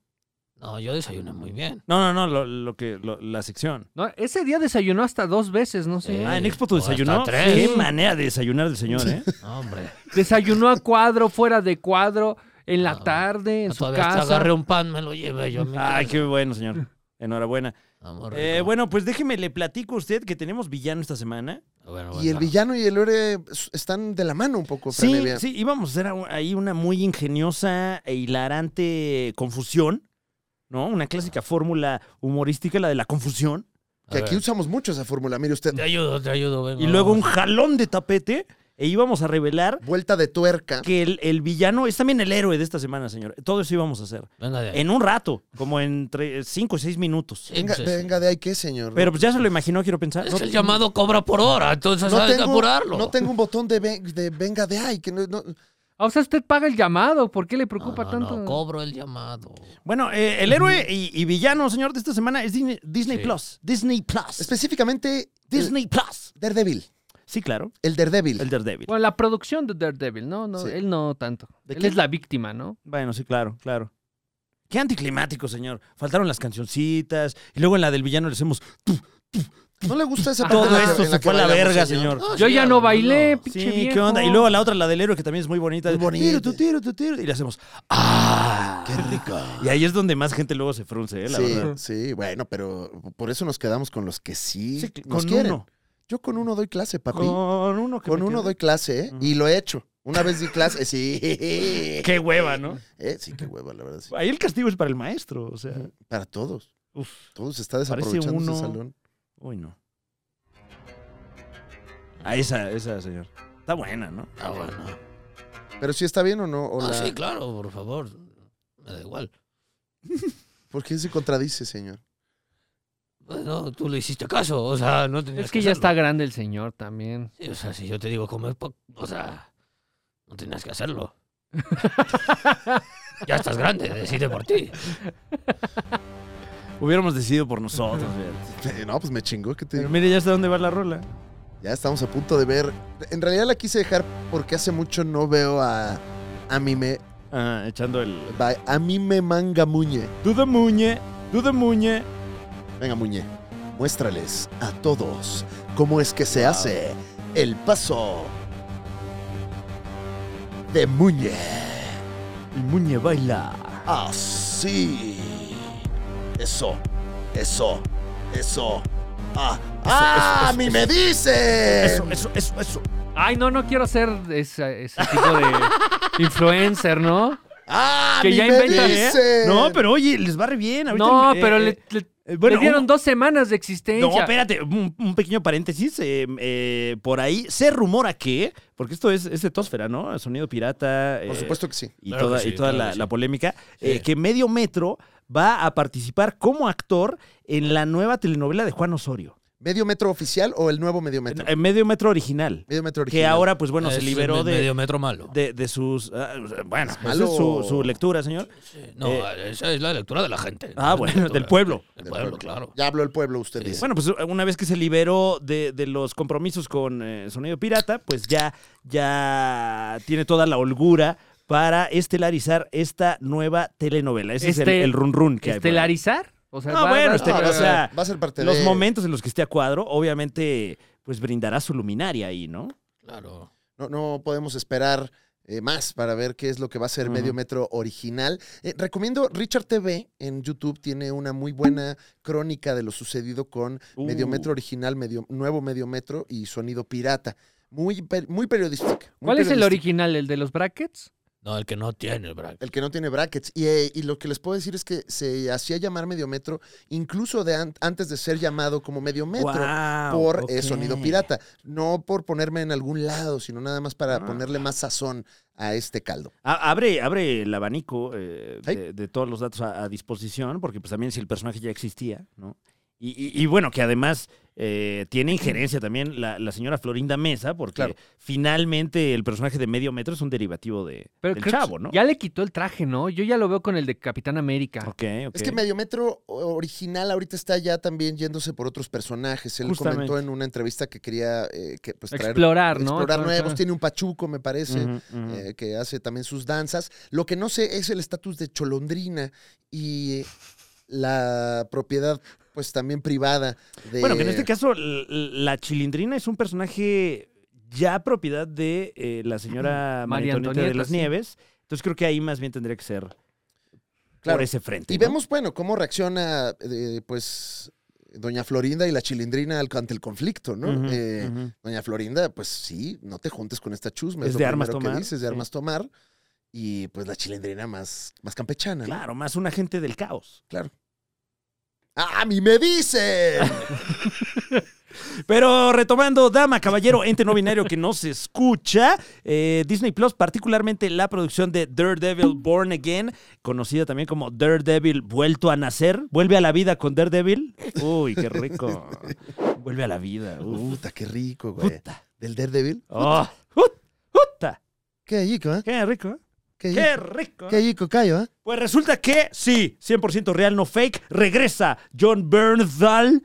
E: No, yo desayuné muy bien.
B: No, no, no, lo, lo que, lo- la sección.
F: No, ese día desayunó hasta dos veces, no sé.
E: Sí.
B: Ah, en Expo
E: O
B: tu
E: hasta
B: desayunó.
E: tres.
B: Qué manera de desayunar el señor, ¿eh?
E: No, hombre.
F: Desayunó a cuadro, fuera de cuadro, en la
E: No,
F: tarde, en su
E: Ah, Todavía hasta
F: casa.
E: agarré un pan, me lo llevé yo a mi
B: Ay,
E: casa.
B: qué bueno, señor. Enhorabuena.
E: Amor,
B: Eh,
E: rico.
B: bueno, pues déjeme, le platico a usted que tenemos villano esta semana.
E: Ah, Bueno,
A: Y el
E: bueno.
A: villano y el héroe s- están de la mano un poco, Fran
B: Ah, Sí,
A: Evia.
B: sí, íbamos a hacer a- ahí una muy ingeniosa e hilarante confusión, ¿no? Una clásica fórmula humorística, la de la confusión.
E: A
A: Que aquí
E: ver.
A: usamos mucho esa fórmula. Mire usted,
E: Te ayudo, te ayudo, venga.
B: Y luego un
E: vamos.
B: jalón de tapete e íbamos a revelar
A: vuelta de tuerca.
B: que el, el villano es también el héroe de esta semana, señor. Todo eso íbamos a hacer.
E: Venga de ahí.
B: En un rato, como entre 5 o 6 minutos.
E: Sí,
A: Venga,
E: pues,
A: venga de ahí, ¿qué, señor?
B: Pero pues ya se lo imaginó, quiero pensar.
E: Es
B: No-
E: que el llamado cobra por hora, entonces hay que apurarlo.
A: no tengo un botón de, ven- de venga de ahí. Que no- no-
F: Ah, o sea, usted paga el llamado. ¿Por qué le
E: No,
F: preocupa
E: no,
F: tanto?
E: no, cobro el llamado.
B: Bueno, eh, el héroe y, y villano, señor, de esta semana es Disney, Disney
E: Sí.
B: Plus. Disney Plus.
A: Específicamente, Disney.
B: Disney Plus.
A: Daredevil.
B: Sí, claro.
A: El Daredevil.
B: El Daredevil.
F: Bueno, la producción de Daredevil, ¿no? no
A: Sí.
F: Él no tanto.
B: ¿De
F: Él
B: qué?
F: es la víctima, ¿no?
B: Bueno, sí, claro, claro. Qué anticlimático, señor. Faltaron las cancioncitas y luego en la del villano le hacemos
A: ¿No le gusta esa parte
B: todo
A: en la que-
B: esto
A: en la
B: se
A: que
B: fue a la
A: bailamos, Ah,
B: verga, señor.
F: Yo
E: Ah, sí,
F: ya no
E: no,
F: bailé,
E: no.
F: pinche
B: Sí,
F: viejo.
B: qué onda. Y luego la otra, la del héroe, que también es muy bonita.
A: Muy bonita.
B: Tiro, tu, tiro, tu, tiro. Y le hacemos ¡Ah! ¡Qué rico! Y ahí es donde más gente luego se frunce, ¿eh? La
A: Sí,
B: verdad.
A: sí, bueno, pero por eso nos quedamos con los que sí,
B: Sí,
A: nos
B: con
A: quieren.
B: uno.
A: Yo con uno doy clase, papi. Con,
B: Con uno que me
A: uno
B: quede.
A: doy clase, ¿eh? Y lo he hecho. Una vez di clase, sí.
B: Qué hueva, ¿no?
A: Eh, sí, qué hueva, la verdad. sí.
B: Ahí el castigo es para el maestro, o sea.
A: Para todos.
B: Uf.
A: Todos se está
B: Parece
A: desaprovechando
B: uno-
A: ese salón.
B: Uy, no. Ah, esa, esa, señor. Está buena, ¿no?
E: Ah, bueno.
A: Pero si está bien o no. O
E: Ah,
A: la-
E: sí, claro, por favor. Me da igual.
A: ¿Por qué se contradice, señor?
E: Bueno, Pues tú le hiciste caso, o sea, no tenías
F: Es que ya está
E: hacerlo.
F: grande el señor también.
E: Sí, o sea, si yo te digo comer, po- o sea, no tenías que hacerlo. ya estás grande, decide por ti.
B: Hubiéramos decidido por nosotros. fíjate.
A: Eh, No, pues me chingó que te
B: Pero
A: digo.
B: mire ya hasta dónde va la rola.
A: Ya estamos a punto de ver. En realidad la quise dejar porque hace mucho no veo a anime,
B: Ah, echando el...
A: a anime manga muñe.
B: Duda Muñe, Duda Muñe.
A: Venga, Muñe, muéstrales a todos cómo es que se hace el paso de Muñe.
B: Y Muñe baila.
A: Así. Eso, eso, eso. Ah, ah, a mí me dice.
B: Eso,
E: Em,
B: eso, eso, eso.
F: Ay, no, no quiero ser esa- ese tipo de influencer, ¿no?
A: Ah, a
F: Que
A: mí
F: ya
A: me
F: inventan, ¿eh?
A: dice.
B: No, pero oye, les va re bien. Ahorita,
F: No,
B: eh,
F: pero le,
B: eh,
F: le-
B: eh, bueno,
F: le dieron
B: un-
F: dos semanas de
B: No,
F: existencia.
B: espérate, un, un pequeño paréntesis. eh, eh, por ahí se rumora que, porque esto es, es de Tósfera, ¿no? Sonido pirata.
A: Por
B: eh,
A: supuesto que sí.
B: y
E: Claro
B: toda,
E: que sí,
B: y toda
E: claro
B: la,
E: que sí.
B: la polémica,
E: Sí.
B: eh, que Medio Metro va a participar como actor en la nueva telenovela de Juan Osorio.
A: ¿Medio metro oficial o el nuevo medio
B: En,
A: metro?
B: en Medio Metro original,
A: Medio metro
B: Que
A: original.
B: ahora, pues bueno, se
E: Es
B: liberó
E: me-
B: de,
E: Medio metro malo.
B: de, de sus. ah, bueno, esa
A: malo.
B: es su, su lectura, señor.
E: Sí, no,
B: eh,
E: esa es la lectura de la gente.
B: Ah,
E: Es mi
B: bueno,
E: lectura.
B: del pueblo.
E: Del pueblo, claro.
A: Ya habló el pueblo, usted
E: Sí.
A: dice.
B: Bueno, pues una vez que se liberó de, de los compromisos con eh, Sonido Pirata, pues ya, ya tiene toda la holgura para estelarizar esta nueva telenovela. Ese es el,
F: Este-
B: el run run que hay por ahí.
F: ¿Estelarizar? O sea,
B: No, bueno, este-
A: Ah,
B: o
A: va a ser-
B: sea,
A: va a ser parte
B: Los
A: de-
B: momentos en los que esté a cuadro, obviamente, pues brindará su luminaria ahí, ¿no?
E: Claro.
A: No, no podemos esperar eh, más para ver qué es lo que va a ser
B: Ujú.
A: Medio Metro original. Eh, recomiendo Richard TV en YouTube, tiene una muy buena crónica de lo sucedido con
B: Uh.
A: Medio Metro original, medio, nuevo Medio Metro y Sonido Pirata. Muy, pe- muy periodística. muy
F: ¿Cuál es el
A: periodística.
F: original? ¿El de los brackets?
E: No, el que no tiene el bracket.
A: El que no tiene brackets. Y, eh, y lo que les puedo decir es que se hacía llamar Medio Metro incluso de an- antes de ser llamado como Medio Metro.
B: Guau,
A: por eh,
B: Ah, ok.
A: sonido pirata. No por ponerme en algún lado, sino nada más para
B: Ah.
A: ponerle más sazón a este caldo.
B: A- abre, abre el abanico eh,
A: Sí.
B: de, de todos los datos a, a disposición, porque pues también si el personaje ya existía, ¿no? Y, y- y bueno, que además eh, tiene injerencia también la, la señora Florinda Mesa, porque
A: Claro.
B: finalmente el personaje de medio metro es un derivativo de,
F: Pero
B: del
F: creo que
B: chavo, ¿no?
F: Ya le quitó el traje, ¿no? Yo ya lo veo con el de Capitán América.
B: Ok, ok.
A: Es que Mediometro original ahorita está ya también yéndose por otros personajes. Él
B: Justamente.
A: comentó en una entrevista que quería eh, que, pues, traer-
F: Explorar, ¿no?
A: explorar
F: Entonces,
A: nuevos. Tiene un pachuco, me parece.
B: Ujú, ujú.
A: eh, que hace también sus danzas. Lo que no sé es el estatus de Cholondrina y la propiedad, pues también privada de.
B: Bueno, que en este caso l- l- la chilindrina es un personaje ya propiedad de eh, la señora María
F: María
B: Antonieta, de
F: Antonieta,
B: las
F: sí.
B: Nieves. Entonces creo que ahí más bien tendría que ser
A: Claro.
B: por ese frente.
A: Y
B: ¿no?
A: vemos, bueno, cómo reacciona, eh, pues, Doña Florinda y la Chilindrina al- ante el conflicto, ¿no?
B: Ujú,
A: Eh,
B: ujú.
A: Doña Florinda, pues sí, no te juntes con esta chusma.
B: Es
A: lo
B: de armas
A: primero que
B: tomar,
A: dices, de
B: sí.
A: armas tomar. Y pues la Chilindrina más, más campechana. ¿no?
B: Claro, más un agente del caos.
A: ¡Ah, a mí me dice!
B: Pero retomando, dama, caballero, ente no binario que no se escucha, eh, Disney Plus, particularmente la producción de Daredevil Born Again, conocida también como Daredevil Vuelto a Nacer, vuelve a la vida con Daredevil. Uy, qué rico. vuelve a la vida. uf.
A: Puta, qué rico, güey.
B: Puta.
A: Del Daredevil.
B: Oh, ut, uta.
A: Qué rico, ¿eh?
B: Qué rico. ¿eh?
A: Qué
B: Qué
A: rico,
B: rico.
A: qué rico, callo, ¿eh?
B: Pues resulta que sí, 100% real, no fake. Regresa John Bernthal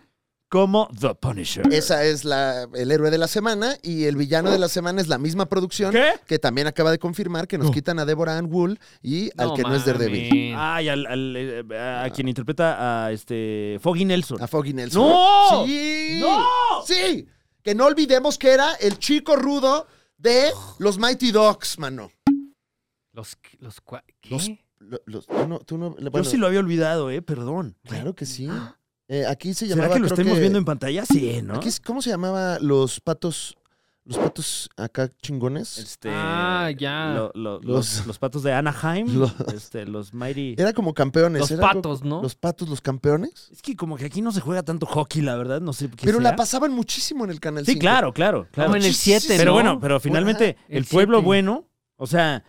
B: como The Punisher.
A: Esa es la, el héroe de la semana y el villano de la semana es la misma producción
B: ¿Qué?
A: que también acaba de confirmar que nos quitan a Deborah Ann Wool y al que no es Daredevil.
F: mames.
B: Ay, al, al, eh, a, a quien interpreta a este Foggy Nelson.
A: A Foggy Nelson.
B: ¡No!
A: ¡Sí!
B: ¡No!
A: ¡Sí! Que no olvidemos que era el chico rudo de los Mighty Dogs, mano.
F: Los, los cua- ¿qué?
A: Los- Lo- los- tú no- tú no- bueno,
B: Yo sí lo había olvidado, eh, perdón.
A: Claro que sí. Eh, aquí se
B: ¿Será
A: llamaba.
B: que lo
A: creo
B: estemos viendo en pantalla? Sí, ¿no?
A: aquí es- ¿Cómo se llamaba los patos? Los patos acá chingones.
B: Este,
F: Ah, ya.
B: lo- lo- los,
A: Los-
B: los patos de Anaheim.
A: Los-
B: este, los Mighty.
A: Era como campeones.
F: Los
A: era algo-
F: patos, ¿no?
A: Los patos, los campeones.
B: Es que como que aquí no se juega tanto hockey, la verdad, no sé qué
A: Pero la
B: sea.
A: pasaban muchísimo en el canal.
B: Sí,
A: cinco.
B: claro, claro, claro.
F: Como en el 7,
B: Pero
F: ¿no?
B: bueno, pero finalmente el,
F: el
B: pueblo
F: siete.
B: bueno, o sea,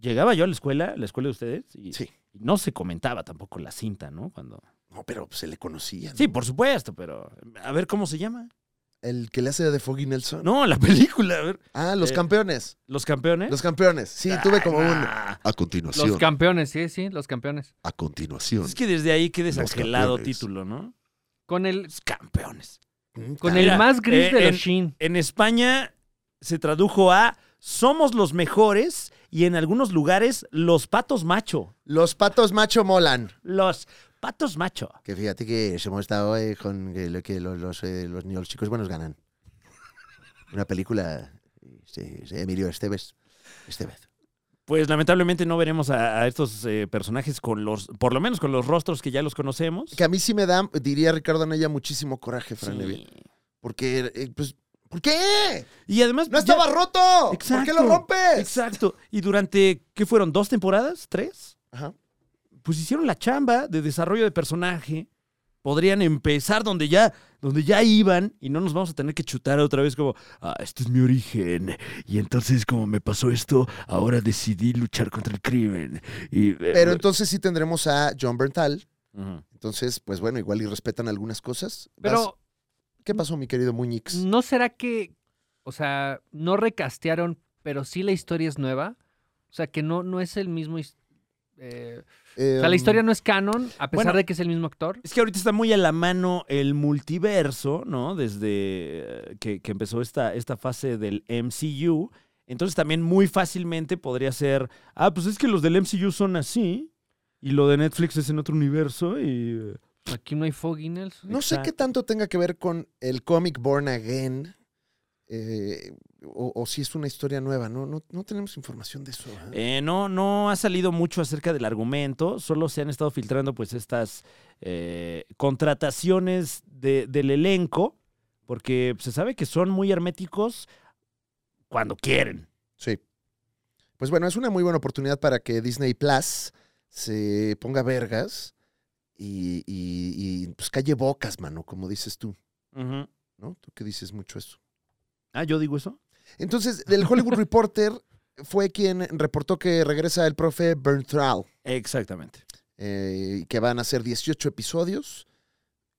B: llegaba yo a la escuela, la escuela de ustedes, y
A: Sí.
B: y no se comentaba tampoco la cinta, ¿no? Cuando.
A: No, pero se le conocía. ¿no?
B: Sí, por supuesto, pero a ver cómo se llama.
A: El que le hace de Foggy Nelson.
B: No, la película, a ver.
A: Ah, los
B: Eh,
A: campeones.
B: Los campeones.
A: Los campeones. Sí, tuve como uno.
B: Ah,
A: A
F: Los
A: continuación.
F: campeones, sí, sí, los campeones.
A: a continuación.
B: es que desde ahí qué desangelado
A: campeones.
B: título, ¿no?
F: Con el,
B: Los campeones.
F: mm, con
B: Mira,
F: el más gris
B: eh,
F: de
B: en-
F: los Shin.
B: En España se tradujo a Somos los mejores y en algunos lugares los patos macho.
A: Los patos macho molan.
B: Los patos macho.
A: Que fíjate que hemos estado eh, con que, lo- que los, los, eh, los, niños- los chicos buenos ganan. Una película este, de Emilio Esteves. Estevez.
B: Pues lamentablemente no veremos a, a estos eh, personajes con los, por lo menos con los rostros que ya los conocemos.
A: Que a mí sí me da, diría Ricardo Anaya, muchísimo coraje, Fran Evia.
B: Sí.
A: Porque, eh, pues, ¿por qué?
B: Y además.
A: ¡No
B: ya-
A: estaba roto! ¿Por qué
B: Exacto,
A: lo rompes?
B: Exacto. Y durante, ¿qué fueron? ¿Dos temporadas? ¿Tres?
A: Ajá.
B: Pues hicieron la chamba de desarrollo de personaje. Podrían empezar donde ya, donde ya iban y no nos vamos a tener que chutar otra vez como, ah, este es mi origen. Y entonces como me pasó esto, ahora decidí luchar contra el crimen. Y, eh,
A: Pero entonces sí tendremos a John Berntal.
B: Ujú.
A: Entonces, pues bueno, igual y respetan algunas cosas. Vas-
F: Pero, Mm,
A: ¿Qué pasó, mi querido Muñix?
F: ¿no será que, o sea, no recastearon, pero sí la historia es nueva? O sea, que no, no es el mismo... his- eh, o
A: Em,
F: sea, la historia no es canon, a pesar
B: bueno.
F: de que es el mismo actor.
B: Es que ahorita está muy a la mano el multiverso, ¿no? Desde eh, que, que empezó esta, esta fase del MCU. Entonces también muy fácilmente podría ser, ah, pues es que los del MCU son así y lo de Netflix es en otro universo y... eh,
F: Aquí no hay Foggy Nelson.
A: No sé qué
B: Exacto.
A: tanto tenga que ver con el cómic Born Again. eh, o, o si es una historia nueva, ¿no? No, no tenemos información de eso. ¿ah?
B: Eh, no, no ha salido mucho acerca del argumento, solo se han estado filtrando pues estas eh, contrataciones de- del elenco, porque se sabe que son muy herméticos cuando quieren.
A: Sí. Pues bueno, es una muy buena oportunidad para que Disney Plus se ponga vergas y, y- y, pues calle bocas, mano, como dices tú, ¿no? Tú que dices mucho eso.
B: Ah, yo digo eso.
A: Entonces, del Hollywood Reporter fue quien reportó que regresa el profe Bernthal.
B: Exactamente.
A: eh, que van a ser 18 episodios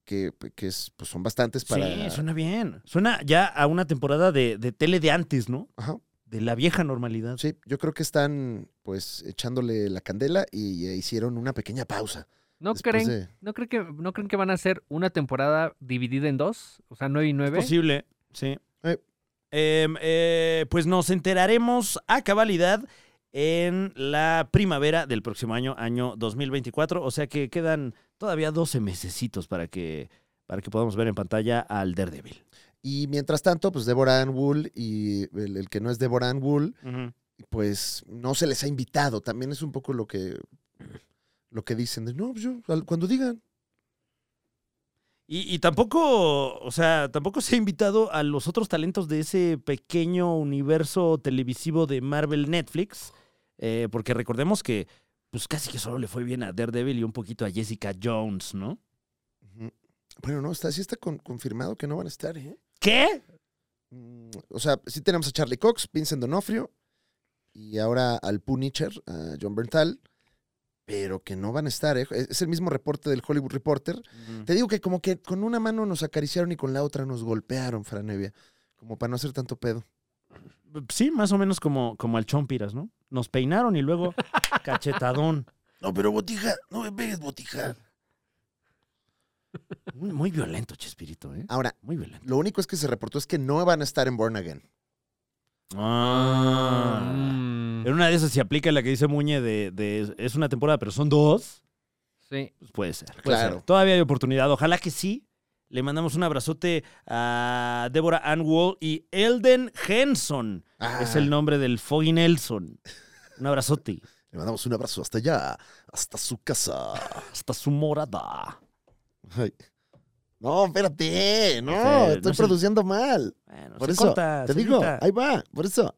A: que, que es, pues son bastantes para...
B: Sí, suena bien. Suena ya a una temporada de, de tele de antes, ¿no?
A: Ajá.
B: De la vieja normalidad.
A: Sí, yo creo que están pues echándole la candela y eh, hicieron una pequeña pausa.
F: ¿No
A: después
F: creen,
A: de-
F: ¿no, creen que, ¿No creen que van a hacer una temporada dividida en dos? O sea, nueve y
B: Es
F: nueve.
B: posible, sí.
A: Eh.
B: Em, eh, pues nos enteraremos a cabalidad en la primavera del próximo año, año 2024. O sea que quedan todavía 12 mesecitos para que, para que podamos ver en pantalla al Daredevil.
A: Y mientras tanto, pues Deborah Ann Wool y el, el que no es Deborah Ann Wool, pues no se les ha invitado. También es un poco lo que lo que dicen de no, pues, yo, al- cuando digan.
B: Y, y tampoco, o sea, tampoco se ha invitado a los otros talentos de ese pequeño universo televisivo de Marvel Netflix, eh, porque recordemos que pues casi que solo le fue bien a Daredevil y un poquito a Jessica Jones, ¿no?
A: Ujú. Bueno, no, está, sí está con- confirmado que no van a estar, ¿eh?
B: ¿Qué?
A: Mm, O sea, sí tenemos a Charlie Cox, Vincent D'Onofrio y ahora al Punisher, a John Berntal, pero que no van a estar, ¿eh? Es es el mismo reporte del Hollywood Reporter. Te digo que como que con una mano nos acariciaron y con la otra nos golpearon, Franevia, como para no hacer tanto pedo.
B: Sí, más o menos como, como al Chompiras, ¿no? Nos peinaron y luego cachetadón.
A: No, pero botija, no me pegues botija.
B: Muy, muy violento, Chespirito, ¿eh?
A: Ahora,
B: Muy violento.
A: lo único es que se reportó es que no van a estar en Born Again.
B: Ah.
F: Mm,
B: En una de esas se aplica la que dice Muñe de, de es una temporada, pero son dos.
F: sí.
B: Pues puede ser. puede
A: Claro.
B: ser. Todavía hay oportunidad. Ojalá que sí. Le mandamos un abrazote a Débora Ann Wall y Elden Henson.
A: Ah,
B: Es el nombre del Foggy Nelson. Un abrazote.
A: Le mandamos un abrazo hasta allá, hasta su casa.
B: Hasta su morada.
A: Ay. No, espérate, no,
B: Ese, no
A: estoy
B: es el-
A: produciendo mal.
B: Bueno,
A: Por
B: se
A: eso,
B: corta,
A: te
B: se
A: digo,
B: quita.
A: ahí va, por eso.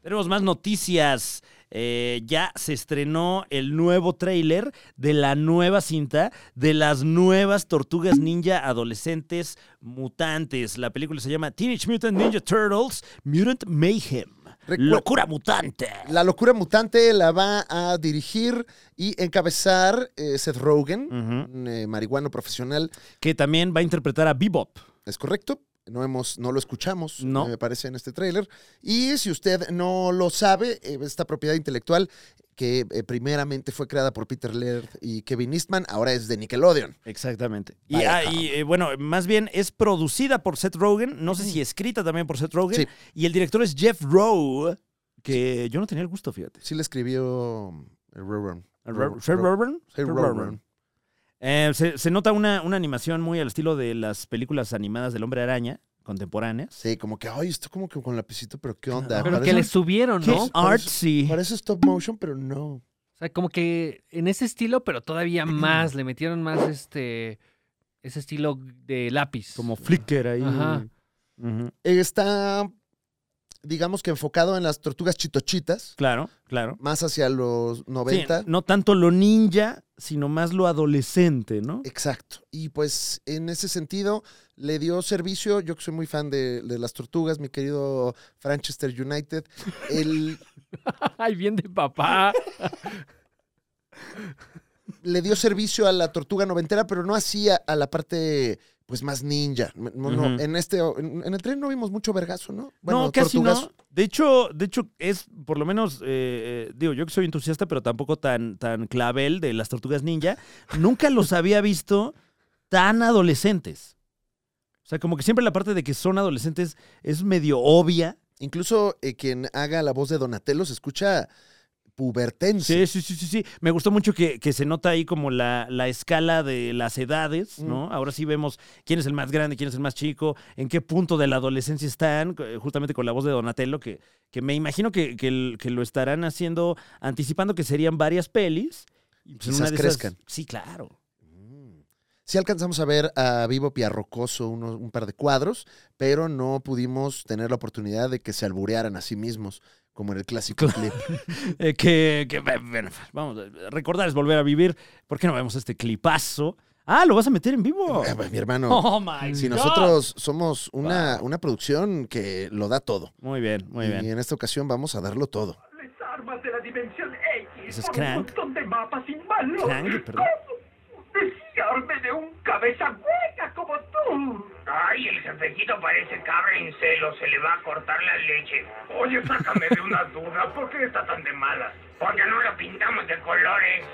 B: Tenemos más noticias. Eh, ya se estrenó el nuevo tráiler de la nueva cinta de las nuevas tortugas ninja adolescentes mutantes. La película se llama Teenage Mutant Ninja Turtles Mutant Mayhem.
A: Recu-
B: Locura mutante.
A: La locura mutante la va a dirigir y encabezar eh, Seth Rogen,
F: Mm.
B: Ujú.
A: un eh, marihuano profesional.
B: Que también va a interpretar a Bebop.
A: ¿Es correcto? No, hemos, no lo escuchamos,
B: No.
A: me parece, en este tráiler. Y si usted no lo sabe, eh, esta propiedad intelectual que eh, primeramente fue creada por Peter Laird y Kevin Eastman, ahora es de Nickelodeon.
B: Exactamente. Y,
A: Vaya.
B: ah, y, eh, bueno, más bien es producida por Seth Rogen, no sé si escrita también por Seth Rogen.
A: Sí.
B: Y el director es Jeff Rowe, que yo no tenía el gusto, fíjate.
A: Sí le escribió eh, Rogen.
B: Ro-
A: Rogen.
B: Seth Rogen.
A: Seth
B: Seth
A: Rogen.
B: Rogen. Eh, se, se nota una, una animación muy al estilo de las películas animadas del Hombre Araña contemporáneas.
A: Sí, como que, ay, esto como que con lapicito, pero ¿qué onda?
F: Pero que
A: Parece-
F: le subieron,
B: Qué
F: ¿no? O
B: artsy.
A: Parece stop motion, pero no.
F: sea, como que en ese estilo, pero todavía
B: Mm.
F: más. Le metieron más este. Ese estilo de lápiz.
B: Como flicker ahí.
F: Ajá.
B: Ujú.
A: Está, digamos que enfocado en las tortugas chitochitas,
B: Claro, claro.
A: más hacia los
B: Sí,
A: 90.
B: no tanto lo ninja, sino más lo adolescente, ¿no?
A: Exacto. Y pues en ese sentido le dio servicio. Yo que soy muy fan de, de las tortugas, mi querido Manchester United. el-
F: Ay, bien de papá.
A: le dio servicio a la tortuga noventera, pero no hacía a la parte pues más ninja. No, no,
B: Ujú.
A: en este en, en el tren no vimos mucho vergazo, ¿no?
B: no, casi
A: tortugazo.
B: no. De hecho, de hecho, es por lo menos, eh, eh, digo, yo que soy entusiasta, pero tampoco tan, tan clavel de las tortugas ninja, nunca los había visto tan adolescentes. O sea, como que siempre la parte de que son adolescentes es medio obvia.
A: Incluso eh, quien haga la voz de Donatello se escucha pubertense.
B: Sí, sí, sí, sí, sí. Me gustó mucho que, que se nota ahí como la, la escala de las edades,
A: Mm.
B: ¿no? Ahora sí vemos quién es el más grande, quién es el más chico, en qué punto de la adolescencia están, eh, justamente con la voz de Donatello, que, que me imagino que, que el- que lo estarán haciendo, anticipando que serían varias pelis. Y pues en
A: Quizás
B: una de esas-
A: crezcan.
B: sí, claro.
A: Mm. Sí alcanzamos a ver a Vivo Piarrocoso unos, un par de cuadros, pero no pudimos tener la oportunidad de que se alburearan a sí mismos, como en el clásico clip.
B: Eh, que, que, bueno, vamos, eh, recordar es volver a vivir. ¿Por qué no vemos este clipazo? Ah, lo vas a meter en vivo.
A: Eh, Mi hermano,
B: Oh my
A: si
B: God.
A: nosotros somos una, una producción que lo da todo.
B: Muy bien, muy
A: y
B: bien.
A: en esta ocasión vamos a darlo todo.
G: Las armas de la dimensión
B: Eso
G: X
B: es
G: por un
B: Krang.
G: montón de mapas sin valor.
B: Krang, perdón.
G: ¿Cómo? Decía enorme de un cabeza hueca como tú.
H: Ay, el jefecito parece cabra en celo, se le va a cortar la leche. Oye, sácame de una duda, ¿por qué está tan de malas? Porque no lo pintamos de colores.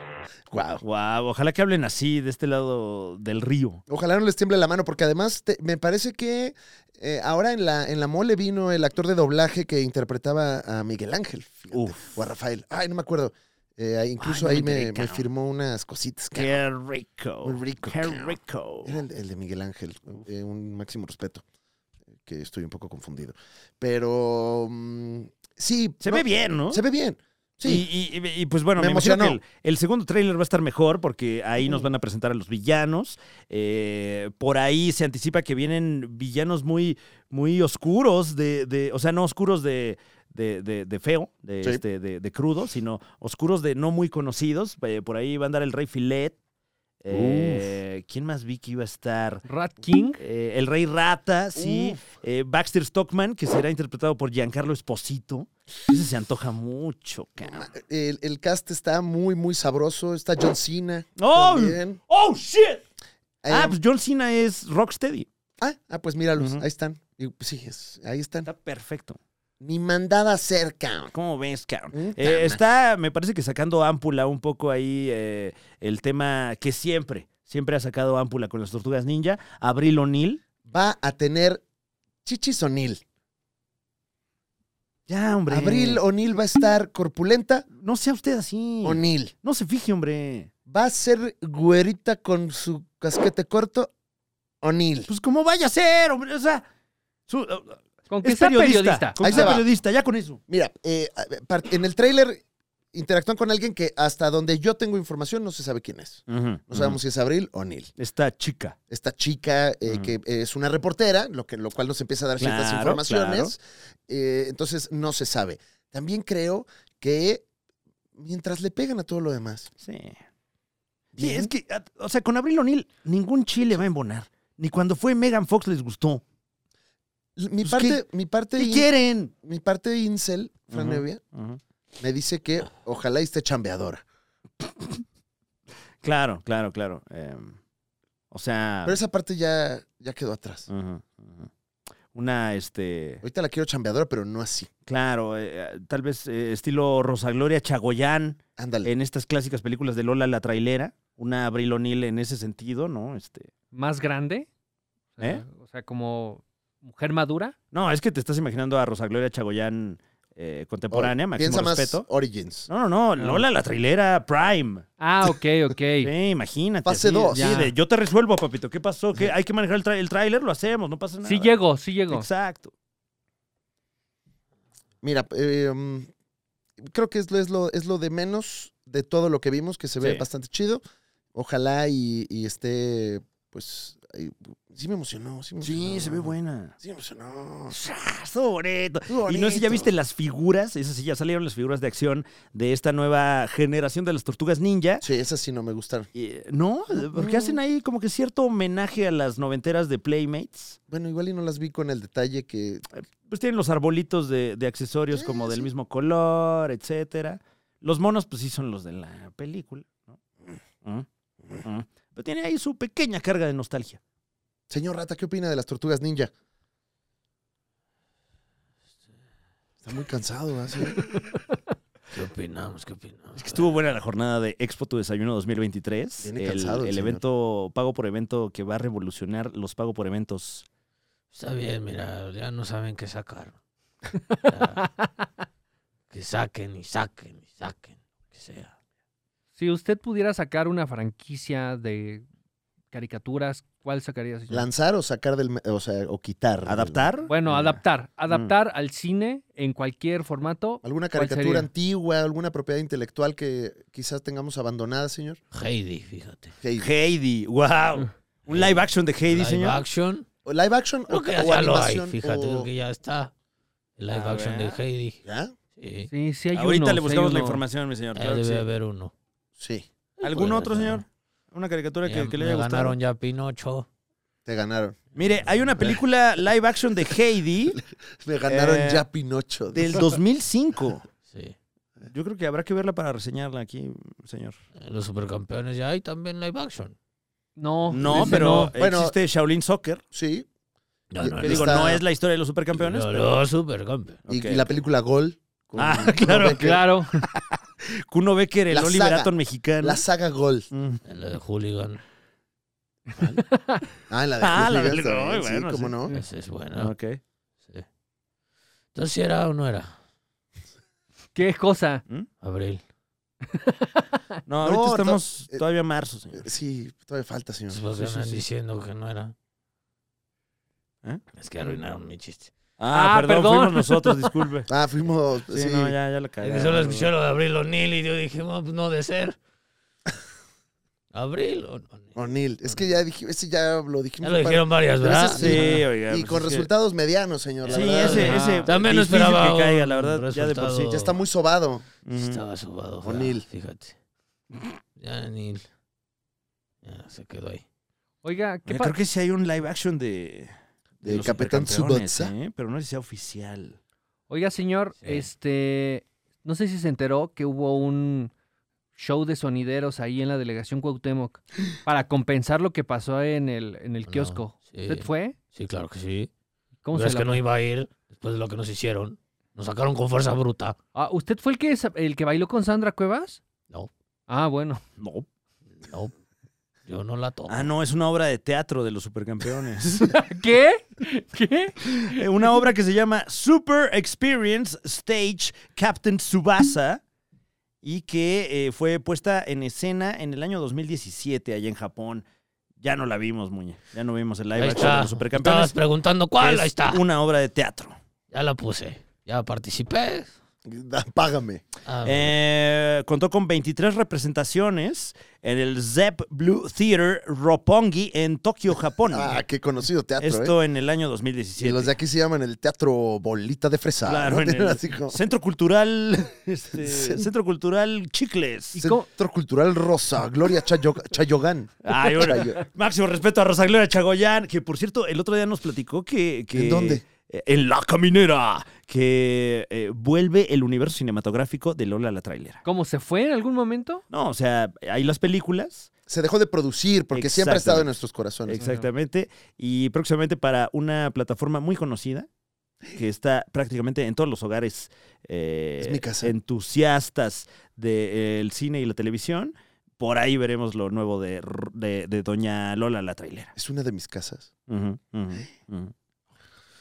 A: Wow.
B: Wow, ojalá que hablen así, de este lado del río.
A: Ojalá no les tiemble la mano, porque además te- me parece que eh, ahora en la, en la mole vino el actor de doblaje que interpretaba a Miguel Ángel fíjate,
B: Uf.
A: o a Rafael. Ay, no me acuerdo. Eh, ahí- incluso
B: Ay, no
A: ahí
B: me
A: me,
B: enteré,
A: me
B: cabrón.
A: firmó unas cositas. cabrón.
B: Qué rico.
A: Muy rico,
B: Qué
A: cabrón.
B: rico.
A: Era el, el de Miguel Ángel, eh, un máximo respeto, eh, que estoy un poco confundido. Pero mm, sí.
B: Se
A: no,
B: ve bien, ¿no?
A: Se ve bien. Sí.
B: Y, y- y- y, pues bueno,
A: Me
B: me, imagino
A: emocionó.
B: que el, el segundo tráiler va a estar mejor porque ahí nos van a presentar a los villanos. Eh, por ahí se anticipa que vienen villanos muy, muy oscuros, de, de- o sea, no oscuros de, de, de- de feo, de,
A: Sí.
B: este, de, de crudo, sino oscuros de no muy conocidos. Eh, por ahí va a andar el Rey Filet. Eh, ¿Quién más vi que iba a estar?
F: Rat King.
B: Eh, el Rey Rata, sí. Eh, Baxter Stockman, que será interpretado por Giancarlo Esposito. Ese se antoja mucho, cabrón.
A: El, el cast está muy, muy sabroso. Está John Cena.
B: ¡Oh!
A: también.
B: ¡Oh, shit!
A: Eh,
B: ah, pues John Cena es Rocksteady.
A: ah, ah, pues míralos.
B: Ujú.
A: Ahí están. Y, pues, sí, es- ahí están.
B: Está perfecto.
A: Ni mandada cerca.
B: ¿Cómo ves, cabrón?
A: Puta
B: Eh,
A: madre.
B: está, me parece que sacando Ámpula un poco ahí eh, el tema que siempre, siempre ha sacado Ámpula con las Tortugas Ninja. Abril O'Neill.
A: Va a tener Chichis O'Neill.
B: Ya, hombre.
A: Abril O'Neill va a estar corpulenta.
B: No sea usted así.
A: O'Neill.
B: No se fije, hombre.
A: Va a ser güerita con su casquete corto. O'Neill.
B: Pues como vaya a ser, hombre. O sea, su-
F: Con que
B: es
F: sea periodista.
B: periodista. Con
A: Ahí
B: que
A: te
B: sea
A: va.
B: periodista, ya con eso.
A: Mira, eh, a ver, par- en el tráiler interactúan con alguien que hasta donde yo tengo información no se sabe quién es. No sabemos si es Abril o Neil.
B: Esta chica.
A: Esta chica eh,
B: Ujú.
A: que eh, es una reportera, lo, que, lo cual nos empieza a dar ciertas
B: Mm. Claro,
A: informaciones. Eh, entonces no se sabe. También creo que mientras le pegan a todo lo demás.
B: Sí. Sí,
A: bien,
B: es que, a- o sea, con Abril O'Neill ningún chile va a embonar. Ni cuando fue Megan Fox les gustó.
A: mi,
B: pues,
A: parte, mi parte,
B: ¿Qué
A: in-
B: quieren?
A: mi parte incel, Fran
B: Ujú.
A: Evia, me dice que ojalá y esté chambeadora.
B: Claro, claro, claro. Eh, o sea,
A: Pero esa parte ya, ya quedó atrás.
B: ujú, ujú. una, este,
A: Ahorita la quiero chambeadora, pero no así.
B: claro, eh, tal vez eh, estilo Rosa Gloria Chagoyán
A: Ándale.
B: en estas clásicas películas de Lola la trailera. Una Abril O'Neill en ese sentido, ¿no? Este,
F: Más grande. O sea,
B: ¿Eh?
F: o sea, como mujer madura.
B: no, es que te estás imaginando a Rosa Gloria Chagoyán eh, contemporánea,
A: Ahora,
B: máximo
A: Piensa más
B: respeto.
A: Origins.
B: No, no, no, Lola la trailera Prime.
F: Ah, ok, ok.
B: Sí, imagínate.
A: Fase
B: así,
A: dos.
B: sí,
F: Ya.
B: de, yo te resuelvo, papito. ¿Qué pasó? ¿Qué, hay que manejar el, tra- el tráiler, lo hacemos, no pasa nada.
F: Sí llego, sí llego.
B: Exacto.
A: Mira, eh, mm, creo que es, lo- es lo, es lo de menos de todo lo que vimos, que se ve
B: Sí.
A: bastante chido. Ojalá y, y esté, pues, ahí- sí me emocionó. Sí, me
B: Sí,
A: emocionó.
B: se ve buena.
A: Sí me emocionó.
B: Estuvo bonito.
A: Estuvo
B: Y no sé si ya
A: bonito.
B: viste las figuras, esas sí ya salieron las figuras de acción de esta nueva generación de las tortugas ninja.
A: Sí, esas sí no me gustaron.
B: Y, eh, no, porque hacen ahí como que cierto homenaje a las noventeras de Playmates.
A: Bueno, igual y no las vi con el detalle que...
B: Pues tienen los arbolitos de, de accesorios
A: Sí,
B: como del
A: sí.
B: mismo color, etcétera. Los monos, pues sí son los de la película, ¿no? Ujú, ujú. Pero tiene ahí su pequeña carga de nostalgia.
A: Señor Rata, ¿qué opina de las tortugas ninja? Está muy cansado, ¿eh? Sí.
E: ¿Qué opinamos? ¿Qué opinamos?
B: Es que estuvo buena la jornada de Expo Tu Desayuno 2023.
A: Viene
B: el
A: cansado el
B: el
A: señor.
B: evento pago por evento que va a revolucionar los pago por eventos.
E: Está bien, mira, ya no saben qué sacar. Ya. que saquen y saquen y saquen, que sea.
F: Si usted pudiera sacar una franquicia de caricaturas, ¿cuál sacaría? señor?
A: Lanzar o sacar del... me- O sea, o quitar. del-
B: ¿Adaptar?
F: Bueno,
B: Eh,
F: adaptar. Adaptar al cine en cualquier formato.
A: ¿Alguna
F: ¿Cuál
A: caricatura
F: sería?
A: antigua, alguna propiedad intelectual que quizás tengamos abandonada, señor?
E: Heidi, fíjate.
A: Hey,
B: Heidi, wow. Un live action de Heidi,
E: Ah. live
B: señor.
E: action.
A: ¿o ¿Live action
E: Creo
A: o,
E: que ya,
A: o
E: ya lo hay,
A: animación?
E: fíjate,
A: o-
E: creo que ya está. El live
B: A
E: action
B: ver.
E: de Heidi.
A: Oh, ¿Ya?
E: Sí.
F: Sí, sí hay
B: Ahorita le
F: uno, sí hay
B: buscamos la
F: uno.
B: información, mi señor.
E: Ya
B: claro que
E: debe
B: sí.
E: haber uno. Eh,
A: Sí,
B: ¿Algún
E: Puede
B: otro,
E: ser.
B: señor? ¿Una caricatura
E: Ya
B: que, que le
E: me
B: haya gustado?
E: ganaron ya Pinocho.
A: te ganaron.
B: Mire, hay una película live action de Heidi
A: Me ganaron
B: Eh,
A: ya Pinocho.
B: del 2005.
E: Sí.
B: Yo creo que habrá que verla para reseñarla aquí, señor.
E: Los supercampeones ya hay también live action.
F: No.
B: No,
F: ese
B: pero
A: no. Bueno,
B: existe Shaolin Soccer.
A: Sí.
E: No,
A: Y-
E: no,
A: pero
B: Que
E: no.
B: digo,
A: está-
B: no es la historia de los supercampeones.
E: No,
B: pero-
E: no, supercampeón.
A: Y,
B: Ok.
A: y la película Gol. con-
B: Ah,
A: con
B: claro,
A: Becker.
F: Claro.
B: Kuno Becker, el
A: La
B: Oliver
A: saga.
B: Atom mexicano.
A: La saga Gol.
B: Mm.
E: La de Hooligan.
A: Ah, en la de
B: Ah,
A: Cruz
B: la de
A: Ligas
B: Cruz,
A: también,
B: no,
A: sí,
B: bueno,
A: cómo
B: sí.
A: no.
E: Esa es buena.
B: Ah, ok.
E: Entonces, ¿sí era o no era?
F: ¿Qué cosa?
E: Abril.
B: No, ahorita
A: No, to-
B: estamos
A: eh,
B: todavía en marzo, señor.
A: Sí, todavía falta, señor.
E: Entonces, ¿por qué
B: sí,
E: andan
B: sí.
E: diciendo que no era?
B: ¿Eh?
E: Es que arruinaron mi chiste.
B: Ah,
F: Ah,
B: perdón,
F: perdón.
B: fuimos nosotros, disculpe.
A: Ah, fuimos.
B: Sí,
A: Sí,
B: no, ya, ya la caí.
E: Es que solo escuché lo de Abril O'Neill y yo dije, no, pues no de ser. Abril O'Neill.
A: O'Neill. Es que ya, dij- ese ya lo dijimos.
E: Ya lo
A: un par-
E: dijeron varias,
A: Pero
E: ¿verdad?
A: ese
B: Sí, oiga.
A: Y
B: pues
A: con
B: es que-
A: resultados medianos, señor. la
B: Sí,
A: verdad.
B: ese,
E: Ajá.
B: ese.
E: También no
B: difícil
E: esperaba
B: que caiga, la
E: un
B: verdad, ya de por sí.
E: resultado.
A: Ya está muy sobado.
E: Sí,
B: Ujú.
E: Estaba subado. fea,
A: O'Neill.
E: Fíjate. Ya O'Neill. Ya se quedó ahí.
F: Oiga, ¿qué
B: Oiga,
F: pasa?
B: Eh, creo que sí hay un live action de.
A: De
B: los
A: Capitán
B: supercampeones,
A: Tsubasa.
B: ¿eh? Pero no sé si sea oficial.
F: Oiga, señor,
E: Sí.
F: este, no sé si se enteró que hubo un show de sonideros ahí en la delegación Cuauhtémoc para compensar lo que pasó en el, en el
E: No,
F: kiosco.
E: sí.
F: ¿Usted fue?
E: Sí, claro que sí.
F: ¿Cómo
E: Pero
F: se
E: es
F: la
E: que no
F: pasó?
E: iba a ir después de lo que nos hicieron. Nos sacaron con fuerza bruta.
F: Ah, ¿Usted fue el que, sa- el que bailó con Sandra Cuevas?
E: No.
F: Ah, bueno.
B: No.
E: No. Yo no la tomo.
B: Ah, no, es una obra de teatro de los supercampeones.
F: ¿Qué? ¿Qué?
B: Eh, una obra que se llama Super Experience Stage Captain Tsubasa y que eh, fue puesta en escena en el año 2017 allá en Japón. Ya no la vimos, Muñe. Ya no vimos el live
E: Ahí
B: action de
E: está.
B: los
E: Estabas
B: supercampeones.
E: preguntando cuál.
B: Es
E: Ahí está.
B: Una obra de teatro.
E: Ya la puse. Ya participé.
A: Da- Págame.
E: Ah,
B: Eh, contó con 23 representaciones en el Zepp Blue Theater Roppongi en Tokio, Japón.
A: Ah, qué conocido teatro, ¿eh?
B: Esto en el año
A: Y
B: 2017.
A: los de aquí se llaman el teatro bolita de fresa.
B: Claro,
A: ¿no?
B: en el-
A: Así como-
B: Centro Cultural. este,
A: Cent-
B: Centro Cultural Chicles.
F: ¿Y cómo?
A: Centro Cultural Rosa, Gloria Chayo- Chayogán.
B: Ay, bueno,
A: Chayo-
B: máximo respeto a Rosa Gloria Chagoyán, que por cierto, el otro día nos platicó que. que-
A: ¿En dónde?
B: eh, En La Caminera, que eh, vuelve el universo cinematográfico de Lola la Trailera.
F: ¿Cómo se fue en algún momento?
B: No, o sea, hay las películas,
A: Se dejó de producir porque siempre ha estado en
B: Exactamente.
A: nuestros corazones.
B: Exactamente. Y próximamente para una plataforma muy conocida que está prácticamente en todos los hogares eh,
A: Es mi casa.
B: entusiastas del cine y la televisión. Por ahí veremos lo nuevo de, R- de, de Doña Lola la trailera.
A: Es una de mis casas.
B: Ujú, ujú, ujú.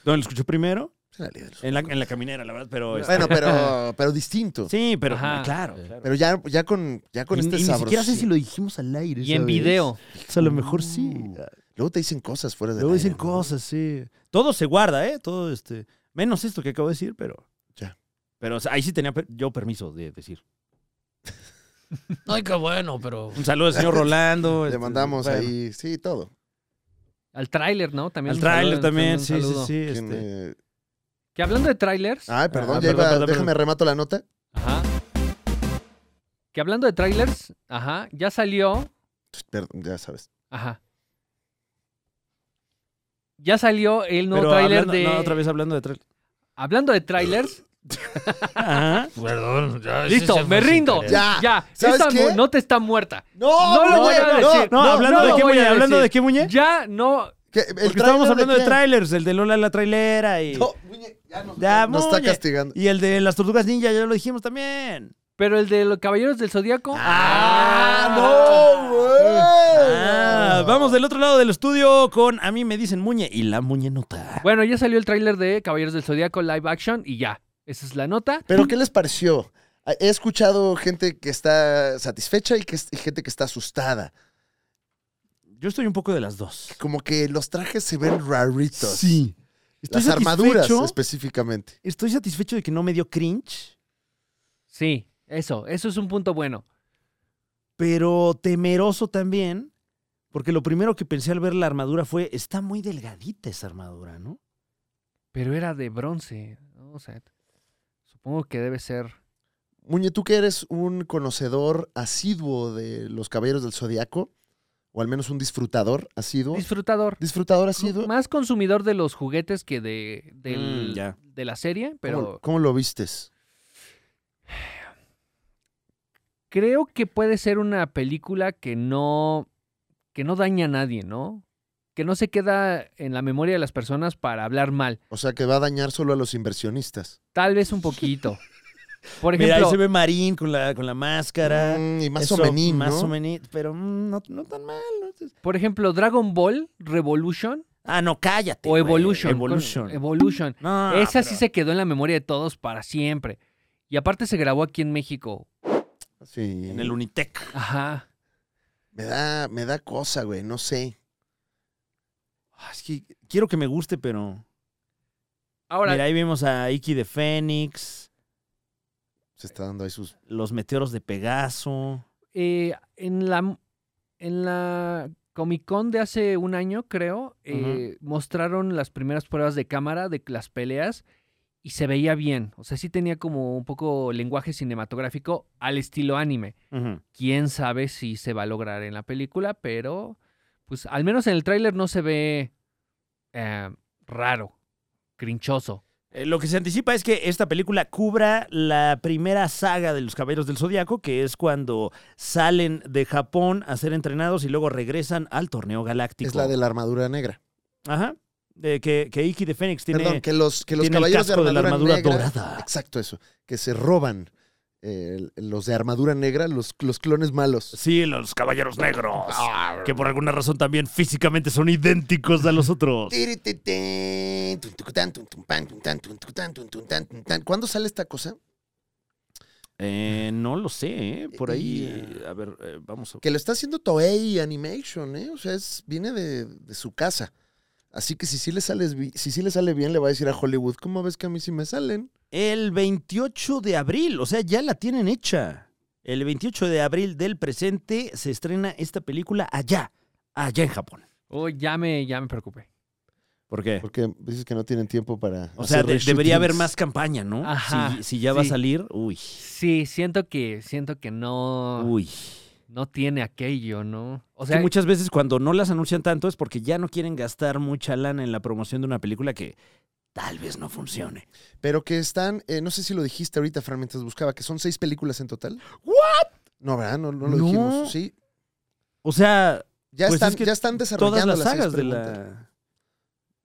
B: ¿Dónde lo escuchó primero?
A: Es la ley de los-
B: En la, en la caminera, la verdad, pero... este,
A: Bueno, pero, pero distinto.
B: sí, pero
F: Ajá.
B: claro.
E: Sí.
B: claro.
A: Pero ya, ya con, ya con
B: Y-
A: este
B: y ni
A: sabor.
B: siquiera sé si lo dijimos al aire.
F: Y en
B: ¿sabes?
F: video.
B: O sea, a lo mejor sí.
A: Uh. Luego te dicen cosas fuera de
B: Luego dicen cosas, sí. Todo se guarda, ¿eh? Todo este. Menos esto que acabo de decir, pero.
A: Ya.
B: Pero o sea, ahí sí tenía per- yo permiso de decir.
E: Ay, qué bueno, pero.
B: Un saludo al señor Rolando.
A: Le
B: este,
A: mandamos
B: bueno,
A: ahí, sí, todo.
F: Al tráiler, ¿no? También
B: Al
F: un
B: tráiler
F: saludo,
B: también,
F: un
B: sí, sí,
F: saludo.
B: sí.
A: ¿Quién,
B: este.
A: eh?
F: Que hablando de trailers,
A: Ay, perdón,
B: Ah,
A: ya
B: perdón,
A: iba-
B: perdón,
A: déjame
B: perdón.
A: remato la nota.
F: ajá. Que hablando de trailers, ajá, ya salió
A: Perdón, ya sabes.
F: Ajá. Ya salió el nuevo
B: Pero
F: tráiler
B: hablando,
F: de...
B: no, otra vez hablando de tráiler.
F: Hablando de trailers,
B: Ajá.
E: Perdón. ya, ese se
F: listo,
E: fue
F: me
E: sin
F: rindo.
E: querer.
A: Ya,
F: Ya,
A: ¿sabes
F: esa
A: qué?
F: mu- no te está muerta.
A: No,
F: No lo voy a
A: no,
F: decir.
B: No,
F: No,
B: hablando
F: no
B: de
F: lo
B: qué
F: voy a
B: muñe, hablando de
F: decir.
B: qué muñe.
F: Ya no...
A: ¿Qué? ¿El
B: Porque
A: tráiler
B: estábamos hablando de,
A: qué?
B: trailers, el de Lola la trailera y.
A: No, Oh, Muñe, ya no.
B: Ya,
A: nos está
B: Muñe.
A: castigando.
B: Y el de las tortugas ninja, ya lo dijimos también.
F: Pero el de los Caballeros del Zodíaco...
A: ¡Ah, no, güey!
B: Ah, vamos del otro lado del estudio con A mí me dicen Muñe y la Muñe nota.
F: Bueno, ya salió el tráiler de Caballeros del Zodíaco live action y ya. Esa es la nota.
A: ¿Pero qué les pareció? Ah, He escuchado gente que está satisfecha y, que, y gente que está asustada.
B: Yo estoy un poco de las dos.
A: Como que los trajes se ven raritos.
B: Estoy
A: Las armaduras
B: satisfecho-
A: específicamente.
B: Estoy satisfecho de que no me dio cringe,
F: Sí, eso, eso es un punto bueno.
B: pero temeroso también, porque lo primero que pensé al ver la armadura fue, está muy delgadita esa armadura, ¿no?
F: Pero era de bronce. ¿no? O sea, supongo que debe ser...
A: Muñe, tú que eres un conocedor asiduo de los caballeros del zodiaco, o al menos un disfrutador asiduo.
F: Disfrutador.
A: disfrutador asiduo.
F: Más consumidor de los juguetes que de, del-
B: Mm, ya.
F: de la serie, pero
A: ¿Cómo, cómo lo vistes?
F: creo que puede ser una película que no que no daña a nadie, ¿no? Que no se queda en la memoria de las personas para hablar mal.
A: O sea, que va a dañar solo a los inversionistas.
F: Tal vez un poquito. Por
B: Mira, ahí
F: ejemplo,
B: se ve Marín con la, con la máscara.
A: Mm, y más
B: Eso,
A: o menos, ¿no?
B: Más o menos, pero mm, no, no tan mal. ¿no? Entonces-
F: por ejemplo, Dragon Ball Revolution
B: Ah, no, cállate.
F: o
B: güey.
F: Evolution. con-
B: Evolution.
F: Evolution.
B: No,
F: Esa sí
B: Ah, pero-
F: se quedó en la memoria de todos para siempre. Y aparte se grabó aquí en México.
A: Sí.
B: En el Unitec.
F: Ajá.
A: Me da, me da cosa, güey, no sé.
B: Ah, Es que quiero que me guste, pero.
F: Ahora,
B: Mira, ahí vimos a Iki de Fénix,
A: Se está dando ahí sus.
B: los meteoros de Pegaso.
F: eh, en la en la Comic Con de hace un año, creo, eh, mostraron las primeras pruebas de cámara de las peleas y se veía bien. O sea, sí tenía como un poco lenguaje cinematográfico al estilo anime.
B: Ujú.
F: quién sabe si se va a lograr en la película, pero pues al menos en el tráiler no se ve eh, raro, crinchoso.
B: Eh, lo que se anticipa es que esta película cubra la primera saga de los Caballeros del Zodiaco, que es cuando salen de Japón a ser entrenados y luego regresan al torneo galáctico.
A: Es la de la armadura negra.
B: Ajá. De que, que Iki de Fénix tiene.
A: Perdón, que los, que los
B: tiene el
A: caballeros de
B: casco
A: armadura,
B: de la armadura
A: negra-
B: dorada.
A: Exacto, eso. Que se roban eh, los de armadura negra, los, los clones malos.
B: Sí, los caballeros negros.
A: Ah,
B: Que por alguna razón también físicamente son idénticos a los otros.
A: Tirititén, tuntucután, tuntumpan, tuntan, tuntucután, tuntuntán, tuntan. ¿Cuándo sale esta cosa?
B: Eh, no lo sé, ¿eh? por ahí.
A: Y-
B: eh, A ver, eh, vamos a.
A: Que lo está haciendo Toei Animation, ¿eh? O sea, es, viene de, de su casa. Así que si sí, le sales bi- si sí le sale bien, le va a decir a Hollywood, ¿cómo ves que a mí sí me salen?
B: El 28 de abril, o sea, ya la tienen hecha. El 28 de abril del presente se estrena esta película allá, allá en Japón.
F: Oh, ya me, ya me preocupé.
B: ¿Por qué?
A: Porque dices que no tienen tiempo para.
B: O sea,
A: hacer
B: de-
A: reshootings.
B: debería haber más campaña, ¿no?
F: Ajá,
B: si, si ya va
F: sí.
B: a salir, uy,
F: Sí, siento que, siento que no,
B: uy.
F: no tiene aquello, ¿no? O
B: Que
F: Ah. sea,
B: muchas veces cuando no las anuncian tanto es porque ya no quieren gastar mucha lana en la promoción de una película que tal vez no funcione.
A: Pero que están, eh, no sé si lo dijiste ahorita, Fran, mientras buscaba, que son seis películas en total.
B: ¿What?
A: No, ¿verdad? No, no lo
B: No.
A: dijimos. Sí.
B: O sea,
A: Ya,
B: Pues
A: están,
B: es que
A: ya están desarrollando
B: todas las
A: seis
B: sagas de
A: preguntas.
B: la,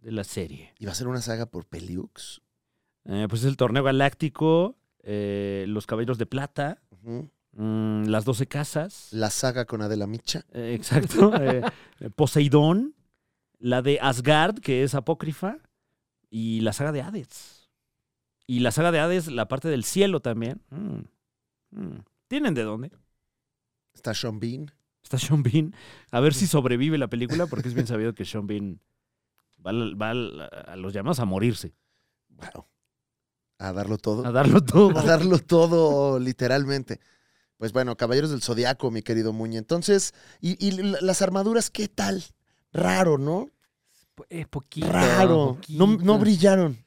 B: de la serie.
A: ¿Y va a ser una saga por Peliux?
B: Eh, pues es el torneo galáctico, eh, los caballeros de plata,
A: Ujú.
B: mm, las doce casas,
A: La saga con Adela Micha.
B: eh, exacto, eh, Poseidón, la de Asgard, que es apócrifa, y la saga de Hades. Y la saga de Hades, la parte del cielo también. Mm, mm. ¿Tienen de dónde?
A: Está Sean Bean.
B: Está Sean Bean. A ver si sobrevive la película, porque es bien sabido que Sean Bean va, al- va al- a los llamados a morirse,
A: Wow. A darlo todo.
B: a darlo todo.
A: a darlo todo, literalmente. Pues bueno, Caballeros del Zodiaco, mi querido Muñe. Entonces, ¿y, y la- las armaduras qué tal? Raro, ¿no?
F: eh, poquito.
A: Raro. No, no
F: poquito.
A: brillaron.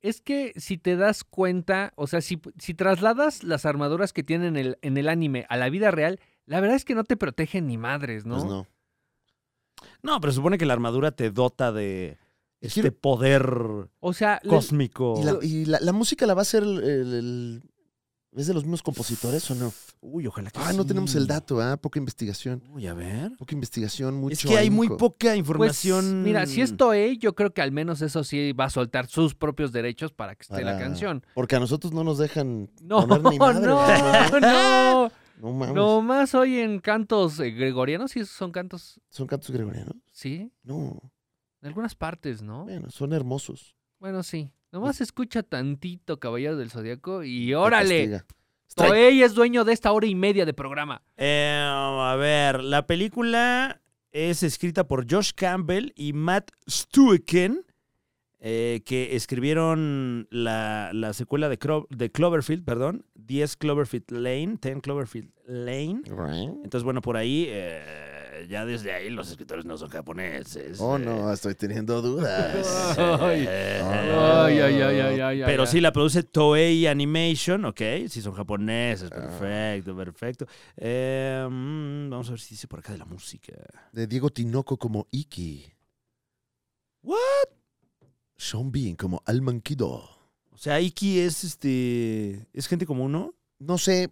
F: Es que si te das cuenta, o sea, si, si trasladas las armaduras que tienen en el, en el anime a la vida real, la verdad es que no te protegen ni madres, ¿no?
A: Pues no.
B: No, pero supone que la armadura te dota de
A: Y
B: este
A: quiero-
B: poder
F: O sea, pues, la-
B: cósmico.
A: ¿Y, la, y la- la música la va a hacer el, el- ¿Es de los mismos compositores o no?
B: Uy, ojalá que
A: Ah, no
B: sí.
A: tenemos el dato, ¿ah? Poca investigación.
B: Uy, a ver.
A: Poca investigación, mucho.
B: Es que hay muy
A: ahínco.
B: poca
F: Pues,
B: información.
F: mira, si esto es, yo creo que al menos eso sí va a soltar sus propios derechos para que esté la
A: Para-
F: canción.
A: Porque a nosotros no nos dejan
F: No,
A: poner ni madre,
F: no, no.
A: No mames.
F: Nomás oyen cantos eh, gregorianos, y son cantos,
A: ¿Son cantos gregorianos?
F: sí,
A: No.
F: en algunas partes, ¿no?
A: Bueno, son hermosos.
F: Bueno, sí.
B: Pues
F: Nomás escucha tantito Caballero del Zodíaco y
A: Te
F: órale.
A: castiga. Strike.
F: Toei es dueño de esta hora y media de programa.
B: Eh, a ver, la película es escrita por Josh Campbell y Matt Stueken, eh, que escribieron la, la secuela de, Cro- de Cloverfield, perdón, 10 Cloverfield Lane, 10 Cloverfield Lane.
A: Right.
B: Entonces, bueno, por ahí, eh, ya desde ahí los escritores no son japoneses.
A: Oh,
B: eh,
A: no, estoy teniendo dudas.
F: Ay,
B: eh,
F: ay, ay, ay, ay, ay,
B: Pero
F: ay.
B: sí la produce Toei Animation, ok. Sí son japoneses,
A: Ah.
B: perfecto, perfecto. Eh, mm, vamos a ver si dice por acá de la música.
A: De Diego Tinoco como Iki.
B: ¿What?
A: Sean Bean como Al Manquido.
B: O sea, Iki es este. ¿Es gente como uno?
A: e, No sé,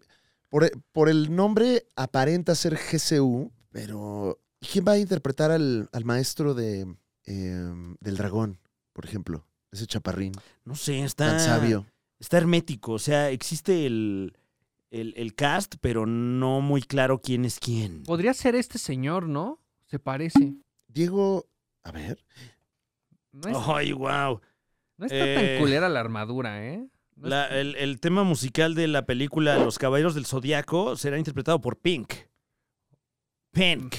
A: por, por el nombre aparenta ser GCU, Pero, ¿y ¿quién va a interpretar al, al maestro de, eh, del dragón, por ejemplo? Ese chaparrín
B: No sé, está.
A: tan sabio.
B: Está hermético. O sea, existe el, el, el cast, pero no muy claro quién es quién.
F: Podría ser este señor, ¿no? Se parece.
A: Diego, a ver,
F: No, es-
B: Ay, wow.
F: no está
B: eh,
F: tan culera la armadura, ¿eh? No
B: La-
F: es-
B: el, el tema musical de la película Los Caballeros del Zodiaco será interpretado por Pink. Pink.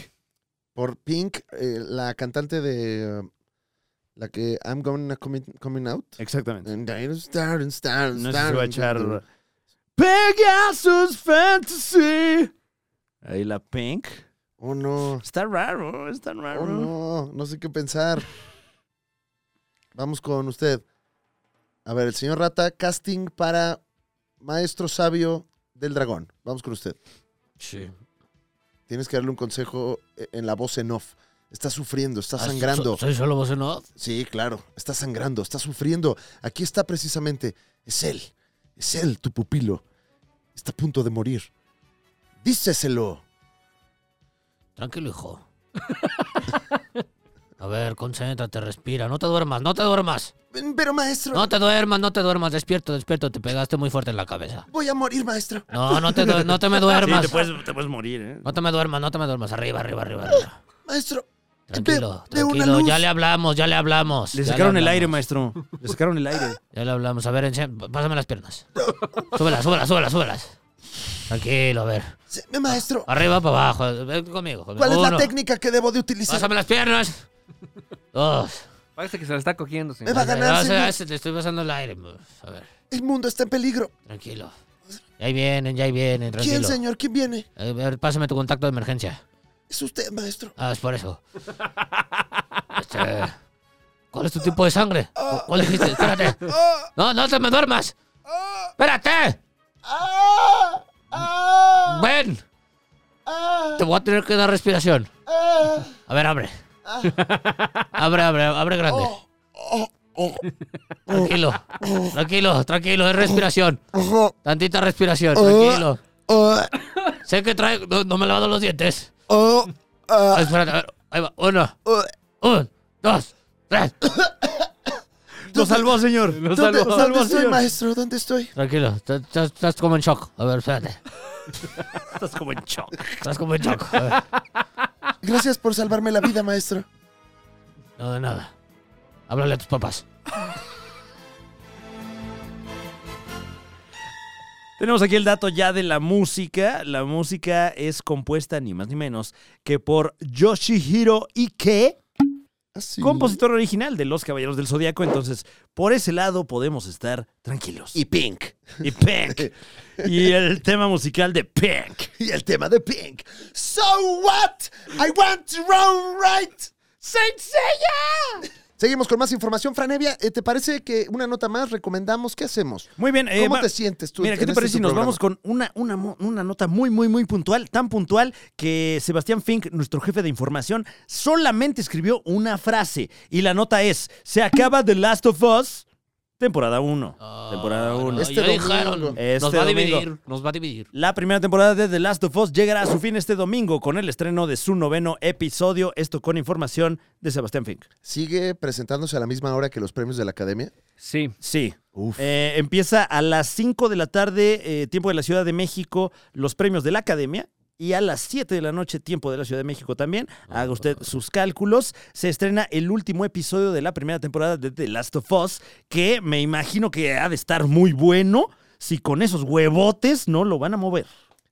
A: por Pink, eh, la cantante de eh, la que I'm Gonna Coming, coming Out.
B: Exactamente.
A: And I don't start and start and
B: No sé si se va a
A: start and-
B: echar. Pegasus Fantasy. Ahí la Pink.
A: Oh no,
B: Está raro, está
A: oh
B: raro.
A: no, no sé qué pensar. Vamos con usted. A ver, el señor Rata, casting para Maestro Sabio del Dragón. Vamos con usted.
E: Sí.
A: Tienes que darle un consejo eh, en la voz en off. Está sufriendo,
E: Ah,
A: está sangrando.
E: ¿Soy solo vos en off?
A: Sí, claro, está sangrando, está sufriendo. Aquí está precisamente. Es él, es él, tu pupilo. Está a punto de morir. Díceselo.
E: Tranquilo, hijo. A ver, concéntrate, respira. No te duermas, no te duermas.
A: Pero maestro,
E: No te duermas, no te duermas. Despierto, despierto. Te pegaste muy fuerte en la cabeza.
A: voy a morir, maestro.
E: No, no te, du- no te me
B: Sí,
E: duermas.
B: te puedes, te puedes morir, ¿eh?
E: No te me duermas, no te me duermas. Arriba, arriba, arriba. arriba.
A: Maestro,
E: Tranquilo,
A: Ve- ve una
E: tranquilo.
A: luz.
E: Ya le hablamos, ya le hablamos.
B: Le
E: Ya
B: sacaron el
E: hablamos,
B: aire, maestro. Le sacaron el aire.
E: Ya le hablamos. A ver, ense- pásame las piernas. Súbelas, súbelas, súbelas, súbelas. Tranquilo, a ver.
A: sí, maestro,
E: Arriba para abajo. Ven conmigo.
A: ¿cuál es la
E: Uno.
A: técnica que debo de utilizar?
E: Pásame las piernas. Dos.
F: Parece que se la está cogiendo,
A: Me
F: señor.
A: va a ganar,
E: No,
A: señor.
E: se- se- te estoy pasando el aire. pues. A ver,
A: El mundo está en peligro.
E: tranquilo. Ya ahí vienen, ya ahí vienen, tranquilo.
A: ¿Quién, señor? ¿Quién viene?
E: A ver, pásame tu contacto de emergencia.
A: Es usted, maestro.
E: Ah, es por eso. Este, ¿Cuál es tu tipo de sangre? ¿Cu- ¿Cuál dijiste? Espérate. No, no te me duermas. Espérate. Ven. Te voy a tener que dar respiración. A ver, abre. Abre, abre, abre grande. Tranquilo, tranquilo, tranquilo, es respiración.
A: Ojo. oh,
E: Tantita respiración, tranquilo. Sé que trae. No, no me he lavado los dientes.
A: oh,
E: Ah, espérate, a ver, ahí va. Uno, un, dos, tres.
B: Lo salvó, señor. Lo
A: ¿Dónde,
B: salvó,
A: dónde
B: salvó,
A: estoy,
B: señor.
A: maestro? ¿Dónde estoy?
E: Tranquilo, t- t- estás como en shock. A ver, espérate.
B: Estás como en shock.
E: Estás como en shock. A ver,
A: Gracias por salvarme la vida, maestro.
E: no, de nada. Háblale a tus papás.
B: Tenemos aquí el dato ya de la música. La música es compuesta ni más ni menos que por Yoshihiro Ike,
A: Así.
B: compositor original de Los Caballeros del Zodiaco. Entonces, por ese lado podemos estar tranquilos.
A: Y Pink.
B: Y Pink. y el tema musical de Pink.
A: Y el tema de Pink. So what? I want to run right. Saint Seiya. Seguimos con más información. Franevia, eh, ¿te parece que una nota más recomendamos? ¿Qué hacemos?
B: Muy bien. eh,
A: ¿Cómo
B: va-
A: te sientes tú?
B: Mira, ¿qué
A: en
B: te
A: este
B: parece si
A: tu
B: nos
A: programa?
B: vamos con una, una, mo- una nota muy, muy, muy puntual? Tan puntual que Sebastián Fink, nuestro jefe de información, solamente escribió una frase. Y la nota es: Se acaba The Last of Us, temporada 1. temporada 1.
A: Este
E: ya
A: domingo.
E: dijeron. nos
B: Este
E: va a
B: domingo.
E: dividir. Nos va a dividir.
B: La primera temporada de The Last of Us llegará a su fin este domingo con el estreno de su noveno episodio. Esto con información de Sebastián Fink.
A: ¿Sigue presentándose a la misma hora que los premios de la academia?
F: Sí.
B: Sí.
A: Uf.
B: Eh, empieza a las 5 de la tarde, eh, tiempo de la Ciudad de México, los premios de la Academia. Y a las 7 de la noche, tiempo de la Ciudad de México también.
E: Ah,
B: Haga usted sus cálculos. Se estrena el último episodio de la primera temporada de The Last of Us, que me imagino que ha de estar muy bueno. Si con esos huevotes no lo van a mover.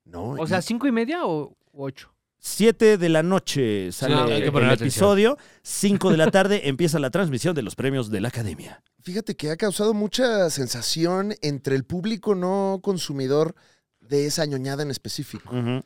A: No.
F: O
A: y-
F: sea, cinco y media o o ocho.
B: 7 de la noche sale
E: hay que
B: el
E: ponerle atención.
B: episodio. 5 de la tarde empieza la transmisión de los premios de la Academia.
A: fíjate que ha causado mucha sensación entre el público no consumidor de esa ñoñada en específico.
B: Ujú.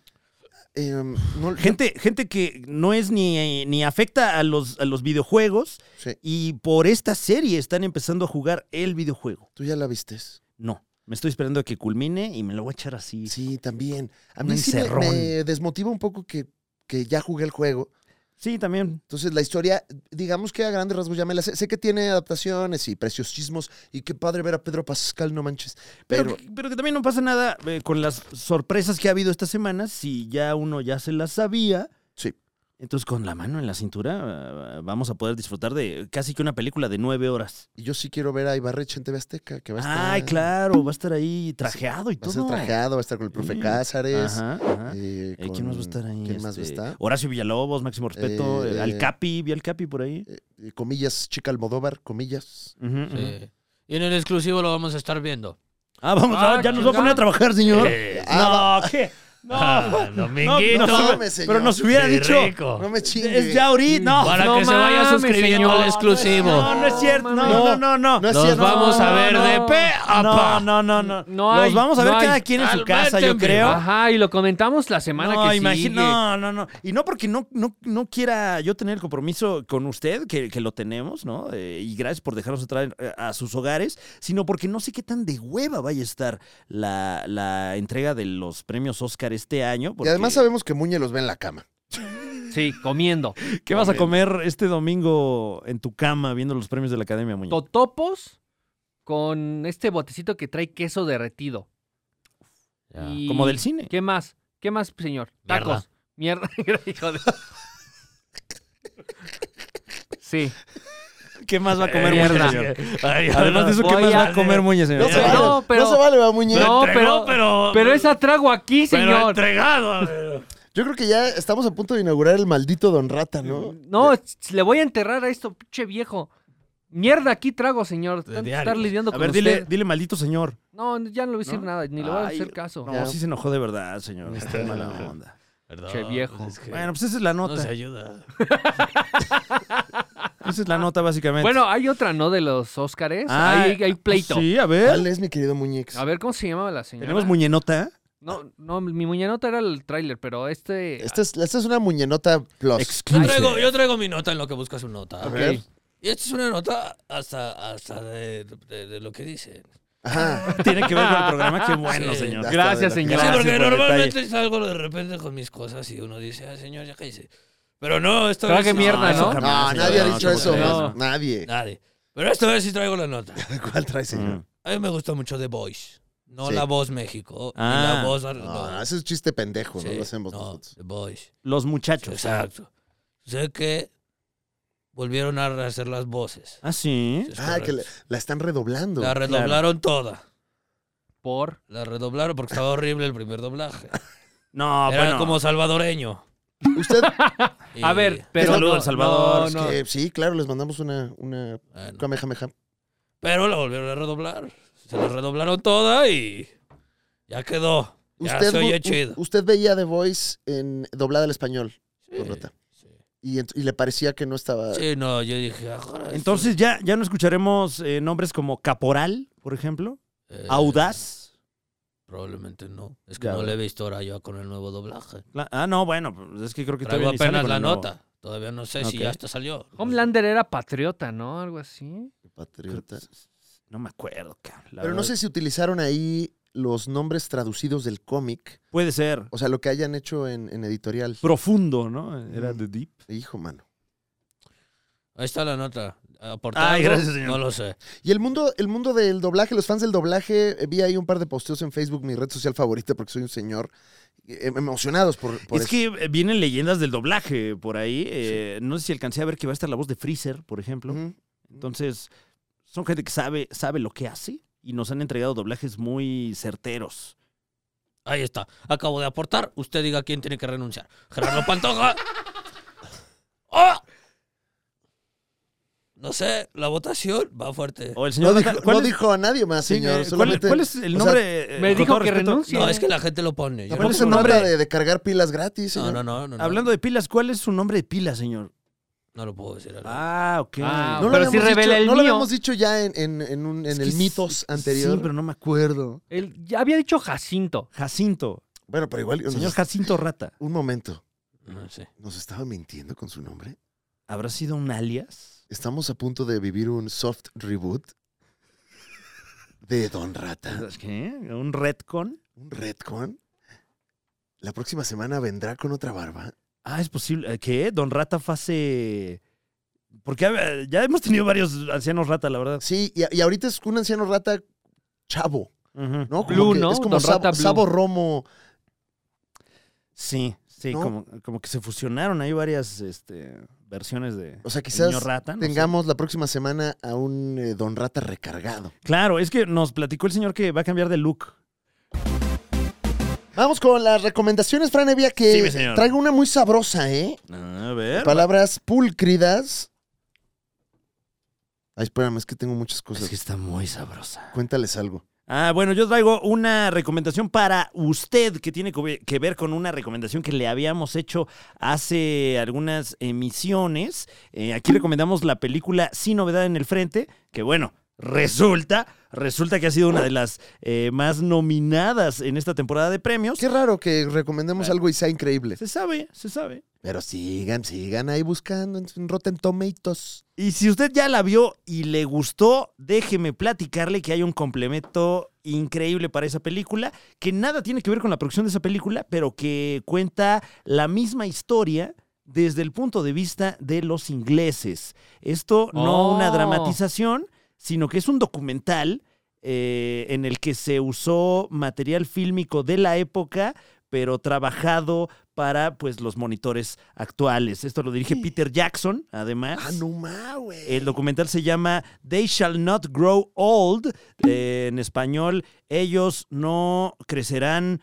A: Eh, no-
B: Gente, gente que no es ni, ni afecta a los, a los videojuegos
A: Sí,
B: y por esta serie están empezando a jugar el videojuego.
A: tú ya la vistes.
B: No, me estoy esperando a que culmine y me lo voy a echar así. Sí,
A: Sí, también. A
B: Un
A: mí sí me,
B: encerrón.
A: me desmotiva un poco que, que ya jugué el juego.
B: también.
A: Entonces, la historia, digamos que a grandes rasgos ya me la sé. Sé que tiene adaptaciones y preciosismos y qué padre ver a Pedro Pascal, no manches.
B: Pero,
A: Pero,
B: que, pero que también no pasa nada eh, con las sorpresas que ha habido esta semana. Si ya uno ya se las sabía,
A: Sí.
B: Entonces, con la mano en la cintura, ah, vamos a poder disfrutar de casi que una película de nueve horas.
A: Y yo sí quiero ver a Ibarreche en TV Azteca, que va a estar.
B: Ay, claro, va a estar ahí trajeado y
A: Va a
B: todo.
A: ser trajeado, va a estar con el profe
B: Sí.
A: Cázares.
B: Mm, Ajá, ajá.
A: eh,
B: Eh, ¿Quién más va a
A: con-
B: estar ahí?
A: ¿Quién más va a
B: Este,
A: estar?
B: Horacio Villalobos, Máximo Respeto,
A: Eh,
B: eh, Al Capi, vi al Capi por ahí.
A: Eh, comillas, chica Almodóvar, comillas.
B: Ujú, ujú.
E: Sí. Y en el exclusivo lo vamos a estar viendo.
B: Ah, vamos,
F: Ah,
B: ah, ya nos va a
F: chingada.
B: poner a trabajar, señor.
E: Eh,
A: Ah,
B: no, ¿qué? No,
E: Ah,
B: no,
E: dominguito.
A: Tome, señor.
B: pero nos hubiera
E: Qué
B: dicho.
E: rico.
A: No me chingue.
B: Es ya ahorita. No,
E: Para
F: No
E: que se vaya
F: mames,
E: suscribiendo
F: señor.
E: al exclusivo.
B: no, no es cierto. No, no,
A: mames.
B: no, no.
A: No es
E: Nos
A: cierto.
E: vamos a ver
F: no,
E: de
F: no.
E: pe a
B: No,
E: pa.
B: no, no, no.
F: No hay,
B: Los vamos a ver
F: no hay.
B: cada quien en su
E: Al
B: casa, yo
E: Benton,
B: creo.
F: Ajá, y lo comentamos la semana
B: No,
F: que
B: imagi-
F: sigue.
B: no, no, no. Y no porque no, no, no quiera yo tener el compromiso con usted, que, que lo tenemos, ¿no? Eh, y gracias por dejarnos entrar eh, a sus hogares, sino porque no sé qué tan de hueva vaya a estar la, la entrega de los premios Oscar este año.
A: Y
B: porque-
A: además sabemos que Muñe los ve en la cama.
F: Sí, comiendo.
B: ¿Qué vas a comer este domingo en tu cama viendo los premios de la Academia, Muñoz?
F: Totopos con este botecito que trae queso derretido. Y-
B: Como del cine.
F: ¿Qué más? ¿Qué más, señor?
E: Mierda.
F: Tacos. Mierda. hijo de- Sí.
B: ¿Qué más va a comer
F: Mierda.
B: Muñoz, señor? Eh, Además de eso, ¿qué
F: Voy
B: más
F: a-
B: va a comer Muñoz, señor?
A: No se
E: Eh,
A: vale,
F: no,
A: no,
F: pero-
A: se vale, va Muñe.
F: No,
E: entregó,
F: pero-
E: pero.
F: Pero esa trago aquí,
E: pero
F: señor.
E: entregado.
A: Yo creo que ya estamos a punto de inaugurar el maldito Don Rata, ¿no?
F: No, ch- le voy a enterrar a esto, pinche viejo. Mierda, aquí trago, señor.
E: De
F: Tanto
E: diario.
F: estar lidiando
B: A
F: con
B: ver, dile,
F: usted.
B: dile maldito señor.
F: No, ya no le voy a decir
B: ¿No?
F: nada, ni le voy a
B: Ay,
F: hacer caso.
B: No,
A: Ya.
B: sí se enojó de verdad, señor. Está mala onda.
E: Perdón,
F: Che, viejo.
E: es que
B: Bueno, pues esa es la
E: no
B: nota.
E: se ayuda.
B: Esa es la nota, básicamente.
F: Bueno, hay otra, ¿no? De los Óscares.
B: Ah,
F: hay, hay pleito.
B: Sí, a ver.
A: ¿Cuál es, mi querido Muñex?
F: A ver, ¿cómo se llamaba la señora?
B: Tenemos muñenota.
F: No, no, mi muñenota era el tráiler, pero este...
A: Esta es, esta es una muñenota plus.
E: Yo
B: Exclusive.
E: traigo, yo traigo mi nota en lo que busca su nota.
A: A ver.
E: Y esta es una nota hasta, hasta de, de- de lo que dice.
A: Ajá.
B: Tiene que ver con el programa. Qué bueno,
E: Sí.
B: señor.
A: Hasta
F: Gracias,
A: de la-
F: señor.
E: sí,
B: Gracias
E: porque
B: por el
E: normalmente salgo de repente con mis cosas y uno dice, ah, señor, ya cállese. Pero no, esto
F: Traje mierda,
E: eso
F: ¿no?
E: jamás.
A: No,
B: señor,
A: nadie ha
B: no,
A: dicho
B: ¿cómo
A: eso.
B: crees?
F: No.
A: Nadie.
E: Nadie. Pero esta vez sí traigo la nota.
A: ¿Cuál trae, señor?
B: Mm.
E: A mí me gusta mucho The Voice. No
A: Sí.
E: la voz México. ni
B: Ah.
E: la voz.
A: No,
E: no.
A: ese es chiste pendejo, no
E: Sí,
A: lo hacemos
E: no,
A: nosotros.
E: The Voice.
B: Los muchachos.
E: Exacto. Sé que volvieron a rehacer las voces.
B: Ah, sí.
E: Es
A: Ah, que la,
E: correcto.
A: la están redoblando.
E: la redoblaron toda.
F: Por...
E: La redoblaron porque estaba horrible el primer doblaje.
B: No,
E: Era
B: Ah, bueno.
E: como salvadoreño.
A: Usted,
B: eh,
E: Y-
F: A ver, pero...
B: Saludos,
F: no,
B: El Salvador,
F: no, no.
A: que sí, claro, les mandamos una, una
E: Bueno,
A: Kamehameha.
E: pero la volvieron a redoblar. Se la redoblaron toda y ya quedó. Ya
A: Usted,
E: se
A: bu-
E: oye
A: u-
E: chido.
A: usted veía The Voice en doblada al español, don Rata,
E: Sí,
A: y, ent- y le parecía que no estaba.
E: Sí, no, yo dije, ah, joder, esto-
B: Entonces ya, ya no escucharemos eh, nombres como Caporal, por ejemplo.
E: Eh,
B: Audaz.
E: Probablemente no. Es que
B: Ya
E: no
B: ves.
E: le he visto ahora yo con el nuevo doblaje.
B: La- ah, no, bueno, pues es que creo que
E: Traigo
B: todavía ni sale
E: apenas
B: con
E: la
B: el nuevo.
E: nota. Todavía no sé si
B: Ok.
E: ya hasta salió.
F: Homelander era patriota, ¿no? Algo así.
A: Patriota.
B: No me acuerdo, cabrón. La
A: Pero no
B: verdad-
A: sé si utilizaron ahí los nombres traducidos del cómic,
B: Puede ser.
A: o sea, lo que hayan hecho en, en editorial.
B: Profundo, ¿no? Era The Deep.
A: Hijo, mano.
E: Ahí está la nota. ¿Aportar
B: Ay,
E: algo?
B: gracias, señor.
E: No lo sé.
A: Y el mundo, el mundo del doblaje, los fans del doblaje, eh, vi ahí un par de posteos en Facebook, mi red social favorita, porque soy un señor, eh, emocionados por, por
B: es
A: eso.
B: que eh, vienen leyendas del doblaje por ahí. eh, No sé si alcancé a ver que va a estar la voz de Freezer, por ejemplo.
A: Ujú.
B: Entonces, son gente que sabe, sabe lo que hace y nos han entregado doblajes muy certeros.
E: Ahí está. Acabo de aportar. Usted diga quién tiene que renunciar. Gerardo Pantoja. ¡Oh! No sé, la votación va fuerte.
B: O el señor.
A: No, dijo,
B: ¿cuál
A: no
B: es-
A: dijo a nadie más,
B: sí, eh,
A: señor.
B: ¿cuál-
A: solamente-
B: ¿Cuál es el
A: o sea,
B: nombre? eh,
F: me
B: con
F: dijo
B: todo
F: que
B: respeto?
F: renuncie.
E: No, es que la gente lo pone. Yo
A: ¿Cuál
B: ¿Cuál
A: es
B: es
A: su
B: su
A: nombre
B: nombre?
A: de, de cargar pilas gratis?
E: no,
A: señor?
E: no, no, no, no.
B: Hablando de pilas, ¿cuál es su nombre de pila, señor?
E: No lo puedo decir. ahora.
B: Ah, ok.
F: Ah,
A: No lo
F: Pero sí
A: habíamos
F: revela
A: dicho-
F: el
A: no lo
F: mío.
A: habíamos dicho ya en, en- en un- en
B: Es que
A: el
B: sí,
A: mitos anterior.
B: Sí, pero no me acuerdo.
F: Él ya había dicho Jacinto.
B: Jacinto.
A: Bueno, pero igual. nos-
B: Señor Jacinto Rata.
A: Un momento.
E: No sé.
A: ¿Nos estaba mintiendo con su nombre?
B: ¿Habrá sido un alias?
A: Estamos a punto de vivir un soft reboot de Don Rata.
B: ¿Sabes ¿Qué? ¿Un retcon?
A: ¿Un retcon? La próxima semana vendrá con otra barba.
B: Ah, es posible. Eh, ¿Qué? Don Rata fase. Porque eh, ya hemos tenido varios ancianos rata, la verdad.
A: Sí, y, y ahorita es un anciano rata chavo, ¿no?
B: Ujú.
A: Como
F: Blue,
A: que
F: ¿no?
A: Es como
F: Don
A: Sabo,
F: Rata Blue.
A: Sabo Romo.
B: Sí, sí,
A: ¿No?
B: como, como que se fusionaron. Hay varias este, versiones de
A: O sea,
B: El
A: quizás
B: Niño Rata. no sé.
A: Tengamos la próxima semana a un eh, Don Rata recargado.
B: Claro, es que nos platicó el señor que va a cambiar de look.
A: Vamos con las recomendaciones, Fran Evia, que
B: Sí, mi señor.
A: traigo una muy sabrosa, ¿eh?
B: A ver.
A: Palabras pulcridas. Ay, espérame, es que tengo muchas
B: Es
A: cosas.
B: que está muy sabrosa.
A: Cuéntales algo.
B: Ah, bueno, yo traigo una recomendación para usted que tiene que ve- que ver con una recomendación que le habíamos hecho hace algunas emisiones. Eh, aquí recomendamos la película Sin Novedad en el Frente, que bueno, resulta, resulta que ha sido una de las eh, más nominadas en esta temporada de premios.
A: Qué raro que recomendemos algo y sea increíble.
B: Se sabe, se sabe.
A: Pero sigan, sigan ahí buscando en en Rotten Tomatoes.
B: Y si usted ya la vio y le gustó, déjeme platicarle que hay un complemento increíble para esa película, que nada tiene que ver con la producción de esa película, pero que cuenta la misma historia desde el punto de vista de los ingleses. Esto no
F: Oh.
B: una dramatización, sino que es un documental eh, en el que se usó material fílmico de la época, pero trabajado para pues, los monitores actuales. Esto lo dirige Peter Jackson, además.
A: Ah, no ma, güey.
B: El documental se llama They Shall Not Grow Old. Eh, en español, ellos no crecerán,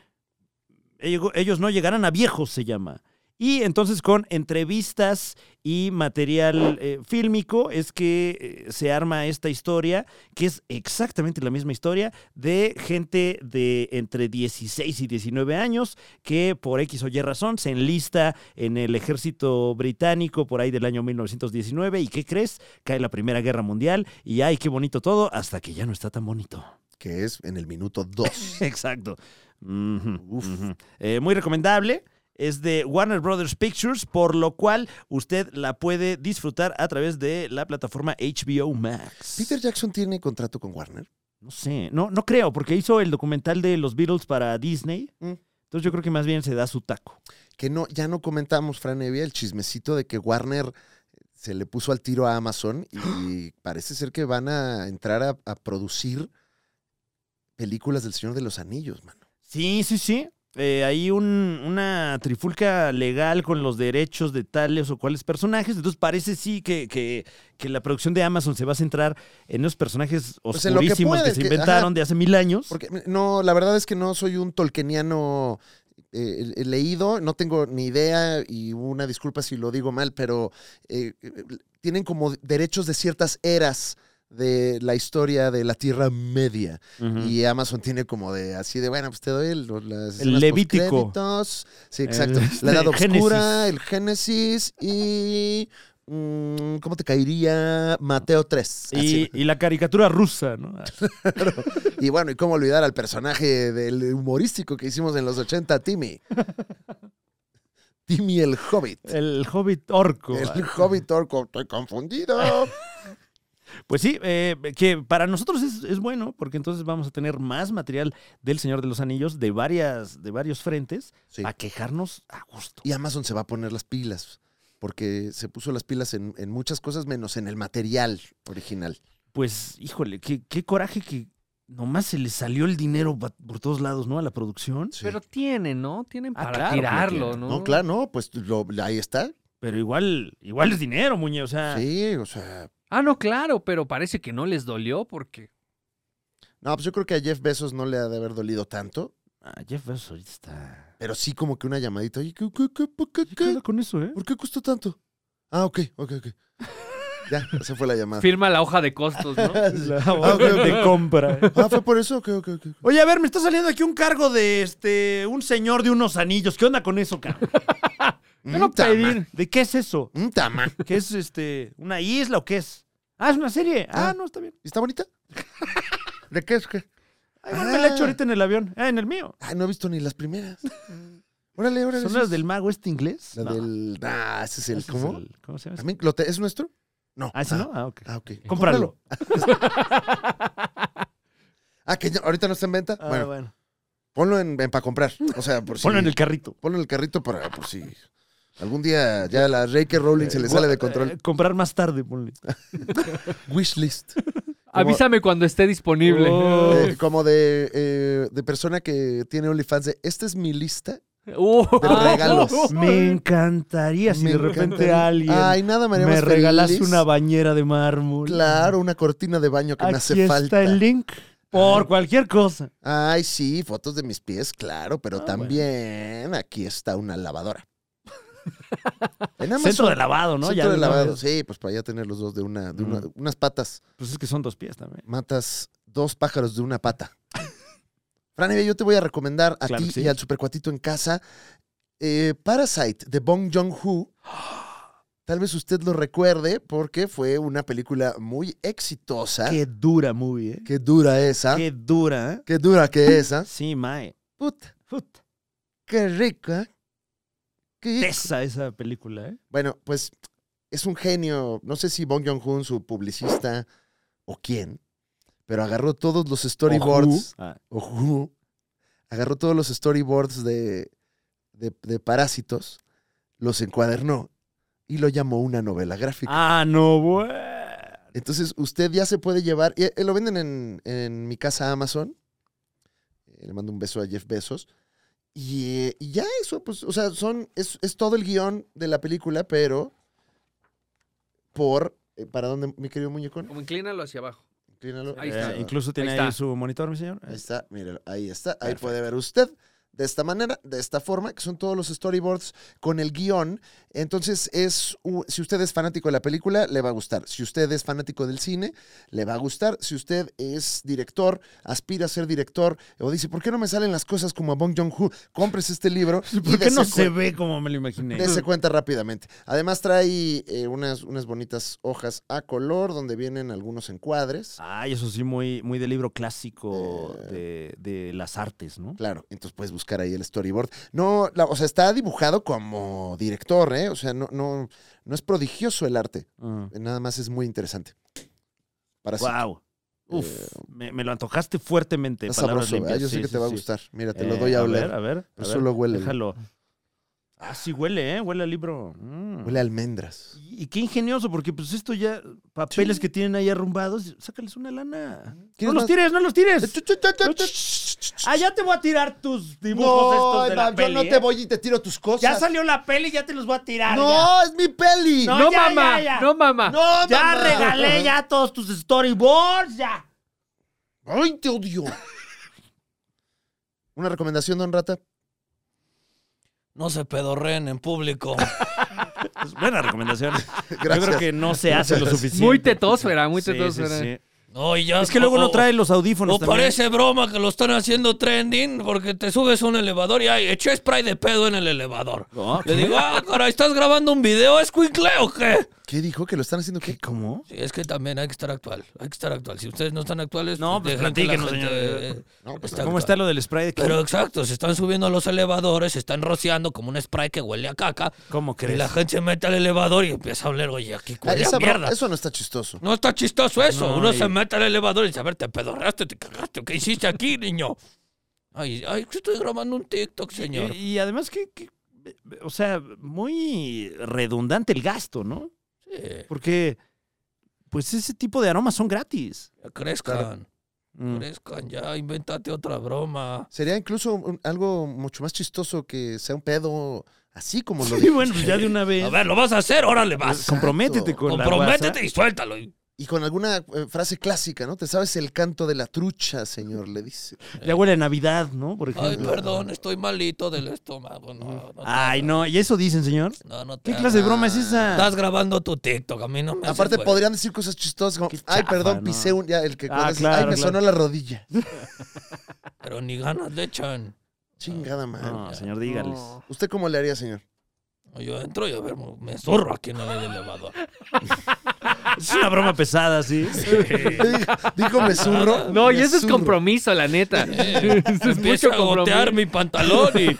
B: ello- ellos no llegarán a viejos, se llama. Y entonces con entrevistas y material eh, fílmico es que eh, se arma esta historia, que es exactamente la misma historia, de gente de entre 16 y 19 años que por X o Y razón se enlista en el ejército británico por ahí del año 1919 y ¿qué crees? Cae la Primera Guerra Mundial y ay, qué bonito todo, hasta que ya no está tan bonito.
A: Que es en el minuto 2.
B: Exacto. Ujú,
A: Uf.
B: ujú. Eh, muy recomendable. Es de Warner Brothers Pictures, por lo cual usted la puede disfrutar a través de la plataforma HBO Max.
A: Peter Jackson tiene contrato con Warner.
B: No sé, no, no creo, porque hizo el documental de los Beatles para Disney.
A: Mm.
B: Entonces yo creo que más bien se da su taco.
A: Que no, ya no comentamos, Fran Evia, el chismecito de que Warner eh, se le puso al tiro a Amazon y, y parece ser que van a entrar a, a producir películas del Señor de los Anillos, mano.
B: Sí, sí, sí. Eh, hay un- una trifulca legal con los derechos de tales o cuales personajes. Entonces parece sí que, que- que la producción de Amazon se va a centrar en los personajes
A: Pues en lo que
B: oscurísimos que,
A: puede,
B: se
A: que-
B: inventaron
A: ajá.
B: de hace mil años.
A: Porque no, la verdad es que no soy un tolkeniano eh, eh, leído, no tengo ni idea y una disculpa si lo digo mal, pero eh, eh, tienen como derechos de ciertas eras de la historia de la Tierra Media.
B: Ujú.
A: Y Amazon tiene como de así de, bueno, pues te doy el, las
B: El
A: escenas
B: Levítico.
A: postcréditos. Sí, exacto.
B: El, este,
A: la Edad
B: Génesis.
A: Oscura, el Génesis y... mm, ¿Cómo te caería Mateo 3?
B: Y, y la caricatura rusa, ¿no?
A: Y bueno, ¿y cómo olvidar al personaje del humorístico que hicimos en los 80, Timmy? Timmy el Hobbit.
B: El hobbit orco.
A: El Hobbit orco, estoy confundido.
B: Pues sí, eh, que para nosotros es, es bueno, porque entonces vamos a tener más material del Señor de los Anillos de, varias, de varios frentes
A: Sí.
B: a quejarnos a gusto.
A: Y Amazon se va a poner las pilas, porque se puso las pilas en, en muchas cosas menos en el material original.
B: pues, híjole, qué, qué coraje que nomás se le salió el dinero pa- por todos lados, ¿no? A la producción.
A: Sí.
F: Pero tienen, ¿no? Tienen
B: Ah,
F: para
B: claro que
F: tirarlo,
B: tienen.
F: ¿no?
A: No, claro, no, pues lo- ahí está.
B: Pero igual, igual es dinero, muñe. O sea,
A: Sí, o sea.
F: Ah, no, claro, pero parece que no les dolió porque...
A: No, pues yo creo que a Jeff Bezos no le ha de haber dolido tanto,
B: ah, Jeff Bezos ahorita está.
A: pero sí como que una llamadita. Oye, ¿qué, qué, qué, por qué,
B: ¿Qué,
A: qué?
B: onda con eso, eh?
A: ¿Por qué costó tanto? Ah, ok, ok, ok. Ya, esa fue la llamada.
F: Firma la hoja de costos, ¿no?
B: La
A: ok, ok.
B: de compra. eh.
A: Ah, fue por eso, ok, ok, ok.
B: Ah, Oye, a ver, me está saliendo aquí un cargo de este un señor de unos anillos. ¿Qué onda con eso, cabrón?
F: Yo no pedí.
B: ¿De qué es eso?
A: Un tama.
B: ¿Qué es este una isla o qué es? Ah, es una serie. Ah,
A: Ah.
B: no, está bien.
A: ¿Está bonita? ¿De qué es que?
B: Ah, igual me la
A: Ah.
B: echo ahorita en el avión. Ah, en el mío.
A: Ay, no he visto ni las primeras. Mm. Órale, órale.
B: ¿Son
A: sí.
B: las del mago este inglés?
A: La
B: No.
A: del. Ah, ese es el.
B: Ese es
A: ¿Cómo?
B: el- ¿Cómo se llama?
A: ¿También? ¿Lo te- ¿Es nuestro? No.
B: Ah, ¿sí no? Ah, ok.
A: Ah, ok.
B: Cómpralo.
A: Ah, que ya- ahorita no está en venta.
B: Ah,
A: bueno, pues
B: bueno,
A: ponlo en, para comprar. O sea, por si.
B: Ponlo en el carrito.
A: ponlo en el carrito para. Por si. Algún día ya la J.K. Rowling se le sale de control.
B: Eh, comprar más tarde, ponle.
A: Wishlist.
F: Avísame cuando esté disponible.
B: Oh.
A: Eh, como de, eh, de persona que tiene OnlyFans de esta es mi lista
F: Uh,
A: De regalos.
B: Me encantaría si
A: Me
B: de repente
A: encantaría.
B: alguien
A: Ay, nada, me haría
B: me
A: más
B: regalase
A: feliz.
B: una bañera de mármol.
A: Claro, una cortina de baño que
B: Aquí
A: me hace
B: está
A: falta. Ah.
B: el link. Por cualquier cosa.
A: Ay, sí, fotos de mis pies, claro,
B: Ah,
A: pero también aquí está una lavadora. En Amazon,
B: Centro de lavado, ¿no?
A: centro
B: Ya
A: de
B: una
A: lavado,
B: vez.
A: sí, pues para ya tener los dos de una, de una-
B: Mm.
A: unas patas.
B: Pues es que son dos pies también.
A: Matas dos pájaros de una pata. Franevia, yo te voy a recomendar a
B: Claro
A: ti
B: que sí.
A: y al supercuatito en casa eh, Parasite de Bong Joon-ho. Tal vez usted lo recuerde porque fue una película muy exitosa.
B: Qué dura movie, ¿eh?
A: Ah. Qué ¿Ah? dura esa.
B: Qué dura, ¿eh?
A: Qué dura que esa.
B: Sí, mae.
A: Puta.
B: Puta.
A: Qué rica.
B: Tesa esa película, ¿eh?
A: Bueno, pues es un genio. No sé si Bong Joon-ho, su publicista o quién, pero agarró todos los storyboards.
B: Ojú. Ah,
A: O Who, Agarró todos los storyboards de, de- de Parásitos, los encuadernó y lo llamó una novela gráfica.
B: Ah, no, bueno. Ah.
A: Entonces usted ya se puede llevar. y, eh, lo venden en, en mi casa Amazon. Eh, le mando un beso a Jeff Bezos. Y, eh, y ya eso, pues, o sea, son, es, es todo el guión de la película, pero por. eh, ¿Para dónde, mi querido muñecón?
F: como inclínalo hacia abajo.
A: Inclínalo.
F: Ahí está.
B: Eh, incluso tiene
F: Ahí
B: ahí,
F: está.
B: su monitor, mi señor.
A: Ahí está, mírelo, ahí está, ahí puede ver usted. De esta manera, de esta forma, que son todos los storyboards con el guión. Entonces, es, u- si usted es fanático de la película, le va a gustar. Si usted es fanático del cine, le va a gustar. Si usted es director, aspira a ser director, o dice, ¿por qué no me salen las cosas como a Bong Joon-ho? Compres este libro. y
B: Pues, ¿Por qué
A: dese
B: no
A: cuen-
B: se ve como me lo imaginé?
A: Dese cuenta rápidamente. Además, trae eh, unas, unas bonitas hojas a color donde vienen algunos encuadres.
B: Ay, eso sí, muy, muy de libro clásico de, de las artes, ¿no?
A: Claro, entonces puedes buscar ahí el storyboard. No, la- o sea, está dibujado como director, ¿eh? O sea, no, no, no es prodigioso el arte,
B: Ah.
A: nada más es muy interesante. Para sí.
B: Wow. Uf, me, me lo antojaste fuertemente.
A: Eh, Está
B: palabras
A: sabroso, ¿verdad?
B: limpias.
A: Yo sé
B: Sí,
A: que
B: sí,
A: te va a
B: sí.
A: gustar. Mira, te
B: Eh,
A: lo doy a oler.
B: ver, a ver. a
A: Pero
B: ver,
A: solo huélelo.
B: Déjalo. Ah, sí, huele, ¿eh? Huele a libro. Mm.
A: Huele a almendras.
B: Y y qué ingenioso, porque pues esto ya, papeles que tienen ahí arrumbados, sácales una lana. No
A: ¿Quieres
B: los
A: más?
B: tires, no los tires.
A: No,
B: Ah, ya te voy a tirar tus dibujos estos de la
A: Iván, yo
B: peli,
A: no
B: ¿eh?
A: te voy y te tiro tus cosas.
B: Ya salió la peli, ya te los voy a tirar. ya.
A: No, es mi peli.
B: No,
F: No,
B: ya,
F: mamá,
B: ya, ya.
F: no mamá.
A: no
B: Ya
A: mamá.
B: regalé ya todos tus storyboards, ya.
A: Ay, te odio. Una recomendación, don Rata.
E: No se pedorren en público.
B: Es Pues, buena recomendación.
A: Gracias.
B: Yo creo que no se hace lo suficiente.
F: Muy tetósfera, muy
B: Sí,
F: tetósfera.
B: sí, sí.
E: No, y ya-
B: Es que luego
E: o-
B: no trae los audífonos
E: O
B: también.
E: parece broma que lo están haciendo trending porque te subes a un elevador y ay, eché spray de pedo en el elevador.
B: Ah,
E: Le digo, ah, caray, ¿estás grabando un video? ¿Es o qué?
A: ¿Qué dijo? ¿Que lo están haciendo qué?
B: ¿Qué? ¿Cómo?
E: Sí, es que también hay que estar actual. Hay que estar actual. Si ustedes no están actuales,
B: No, pues,
E: dejen que la
B: platíquenos,
E: gente,
B: señor.
E: eh,
A: No, pues,
E: esté
B: ¿Cómo está
E: actual.
B: lo del spray de
E: Pero exacto, se están subiendo a los elevadores, se están rociando como un spray que huele a caca.
B: ¿Cómo
E: Y
B: crees?
E: la gente se mete al elevador y empieza a oler, oye, aquí
A: Ah,
E: huele
A: esa
E: a
A: bro-
E: mierda.
A: eso no está chistoso.
E: No está chistoso eso.
B: No,
E: Uno
B: y-
E: se mete al elevador y dice, a ver, te pedorraste, te cagaste, ¿qué hiciste aquí, niño? Ay, ay, que estoy grabando un TikTok, señor.
B: Y, y además que, que- o sea, muy redundante el gasto, ¿no?
E: Sí,
B: Porque, pues ese tipo de aromas son gratis.
E: ya crezcan,
B: Mm.
E: crezcan, ya, invéntate otra broma.
A: Sería incluso un- algo mucho más chistoso que sea un pedo así como lo
B: Sí,
A: dijo.
B: bueno, pues ya de una vez.
E: A ver, ¿lo vas a hacer? Órale, vas.
A: Exacto.
B: comprométete con la
E: Comprométete
B: raza.
E: y suéltalo. Y-
A: Y con alguna eh, frase clásica, ¿no? Te sabes el canto de la trucha, señor, le dice.
B: Ya huele a Navidad, ¿no? Por ejemplo.
E: Ay, perdón, estoy malito del estómago. No, no te
B: Ay,
E: hagas.
B: no. ¿Y eso dicen, señor?
E: No, no te
B: ¿Qué
E: hagas.
B: clase de broma es esa?
E: Estás grabando tu TikTok, a mí no me haces,
A: Aparte,
E: güey.
A: podrían decir cosas chistosas como,
B: Qué
A: ay,
B: chafa,
A: perdón,
B: ¿no?
A: pisé un... Ya, el que...
B: Ah,
A: cuando dices, ay,
B: claro,
A: me
B: claro.
A: sonó la rodilla.
E: Pero ni ganas le echan.
A: Chingada madre.
B: No, señor, dígales.
F: No.
A: ¿Usted cómo le haría, señor?
E: Yo entro y a ver, me zurro aquí en el elevador.
B: Es una broma pesada, sí.
A: Dijo- Dijo, me zurro.
F: No, y
A: me
F: eso es
A: zurro.
F: compromiso, la neta. Eso es
E: Empiezo
F: mucho
E: a gotear
F: compromiso.
E: mi pantalón y...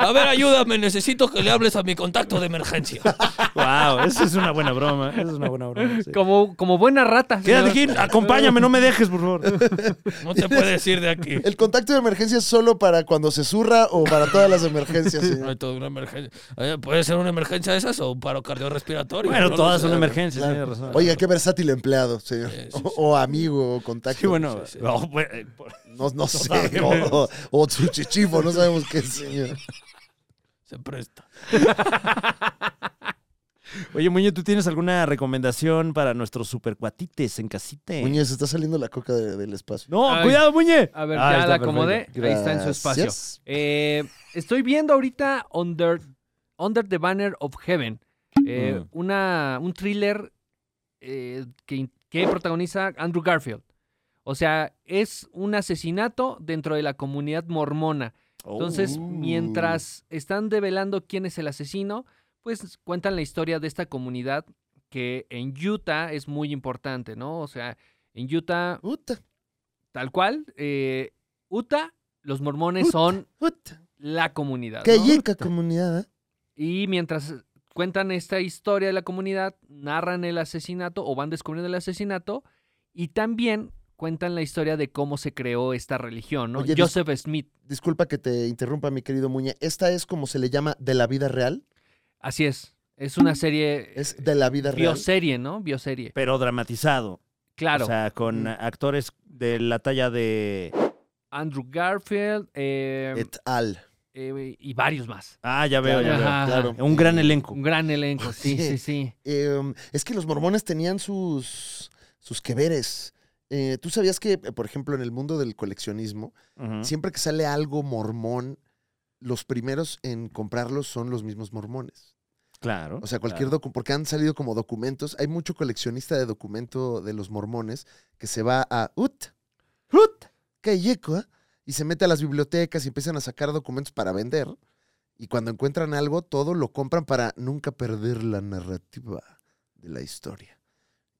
E: A ver, ayúdame, necesito que le hables a mi contacto de emergencia.
B: Wow, eso es una buena broma. Eso es una buena broma. sí.
F: Como, como buena rata.
B: Quédate
F: señor.
B: aquí, acompáñame, no me dejes, por favor.
E: No te puedes ir de aquí.
A: El contacto de emergencia es solo para cuando se zurra o para todas las emergencias,
E: No
A: señor.
E: hay toda una emergencia. Eh, Puede ser una emergencia de esas o un paro cardiorrespiratorio.
B: Bueno,
E: no lo
B: todas
E: sé.
B: son emergencias, tiene razón.
A: Oiga, qué versátil empleado, señor. O, o amigo, o contacto.
B: Sí, bueno. no, bueno, eh, por-
A: No, no sé. O, o- o su chichifo, no sabemos qué es, señor.
E: Se presta.
B: Oye, Muñe, ¿tú tienes alguna recomendación para nuestros supercuatites en casite?
A: Muñe, se está saliendo la coca de- del espacio.
B: No,
F: Ay.
B: cuidado, Muñe.
F: A ver,
B: Ah,
F: ya
B: está
F: la acomodé. Ahí está en su espacio.
A: Gracias.
F: Eh, estoy viendo ahorita Under, Under the Banner of Heaven, eh, una, un thriller eh, que, que protagoniza Andrew Garfield. O sea, es un asesinato dentro de la comunidad mormona. Entonces,
A: Oh.
F: mientras están develando quién es el asesino, pues cuentan la historia de esta comunidad que en Utah es muy importante, ¿no? O sea, en Utah,
A: Uta,
F: tal cual, eh, Utah, los mormones
A: Utah.
F: son
A: uta.
F: la comunidad.
A: Qué
F: ¿no?
A: yica comunidad, ¿eh?
F: Y mientras cuentan esta historia de la comunidad, narran el asesinato o van descubriendo el asesinato y también cuentan la historia de cómo se creó esta religión, ¿no?
A: Oye, dis-
F: Joseph Smith,
A: Disculpa que te interrumpa, mi querido Muñe. Esta es como se le llama de la vida real.
F: así es. Es una serie,
A: Uh.
F: eh,
A: Es de la vida real.
F: bioserie, ¿no? Bioserie.
B: Pero dramatizado.
F: Claro.
B: O sea, con actores de la talla de.
F: Andrew Garfield eh,
A: Et al.
F: eh, y varios más.
B: Ah, ya veo, ya veo.
F: Ajá.
A: Claro.
B: Un gran elenco.
F: Un gran elenco, sí,
A: Oye.
F: sí, sí.
A: Eh, es que los mormones tenían sus, sus que veres. Eh, ¿Tú sabías que, eh, por ejemplo, en el mundo del coleccionismo,
B: Ujú.
A: siempre que sale algo mormón, los primeros en comprarlos son los mismos mormones?
B: Oh, Claro.
A: O sea, cualquier docu- porque han salido como documentos. Hay mucho coleccionista de documento de los mormones que se va a ut, ut, qué yeco, ¿eh? y se mete a las bibliotecas y empiezan a sacar documentos para vender. Y cuando encuentran algo, todo lo compran para nunca perder la narrativa de la historia.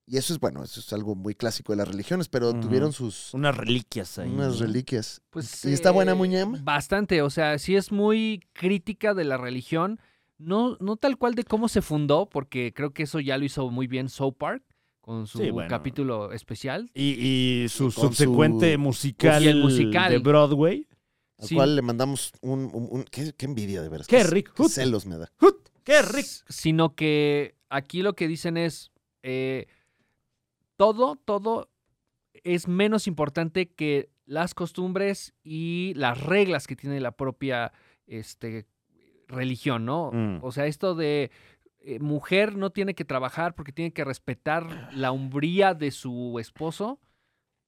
A: Y eso es, bueno, eso es algo muy clásico de las religiones, pero
B: Ujú.
A: tuvieron sus
B: Unas reliquias ahí.
A: unas
B: ¿no?
A: reliquias.
F: Pues,
A: ¿Y está buena,
F: eh,
A: Muñem?
F: Bastante, o sea, sí es muy crítica de la religión, no, no tal cual de cómo se fundó, porque creo que eso ya lo hizo muy bien South Park con su
B: Sí, bueno.
F: capítulo especial.
B: Y, y su
A: Con
B: subsecuente
A: su-
B: musical,
F: Y el musical.
B: de Broadway.
A: Al
F: Sí.
A: cual le mandamos un... un- un- qué, qué envidia, de veras.
B: Qué
A: c-
B: rico.
A: Qué celos me da.
B: ¡Ut! ¡Qué rico!
F: S- Sino que aquí lo que dicen es, eh, todo, todo es menos importante que las costumbres y las reglas que tiene la propia este, religión, ¿no?
B: Mm.
F: O sea, esto de eh, mujer no tiene que trabajar porque tiene que respetar la umbría de su esposo,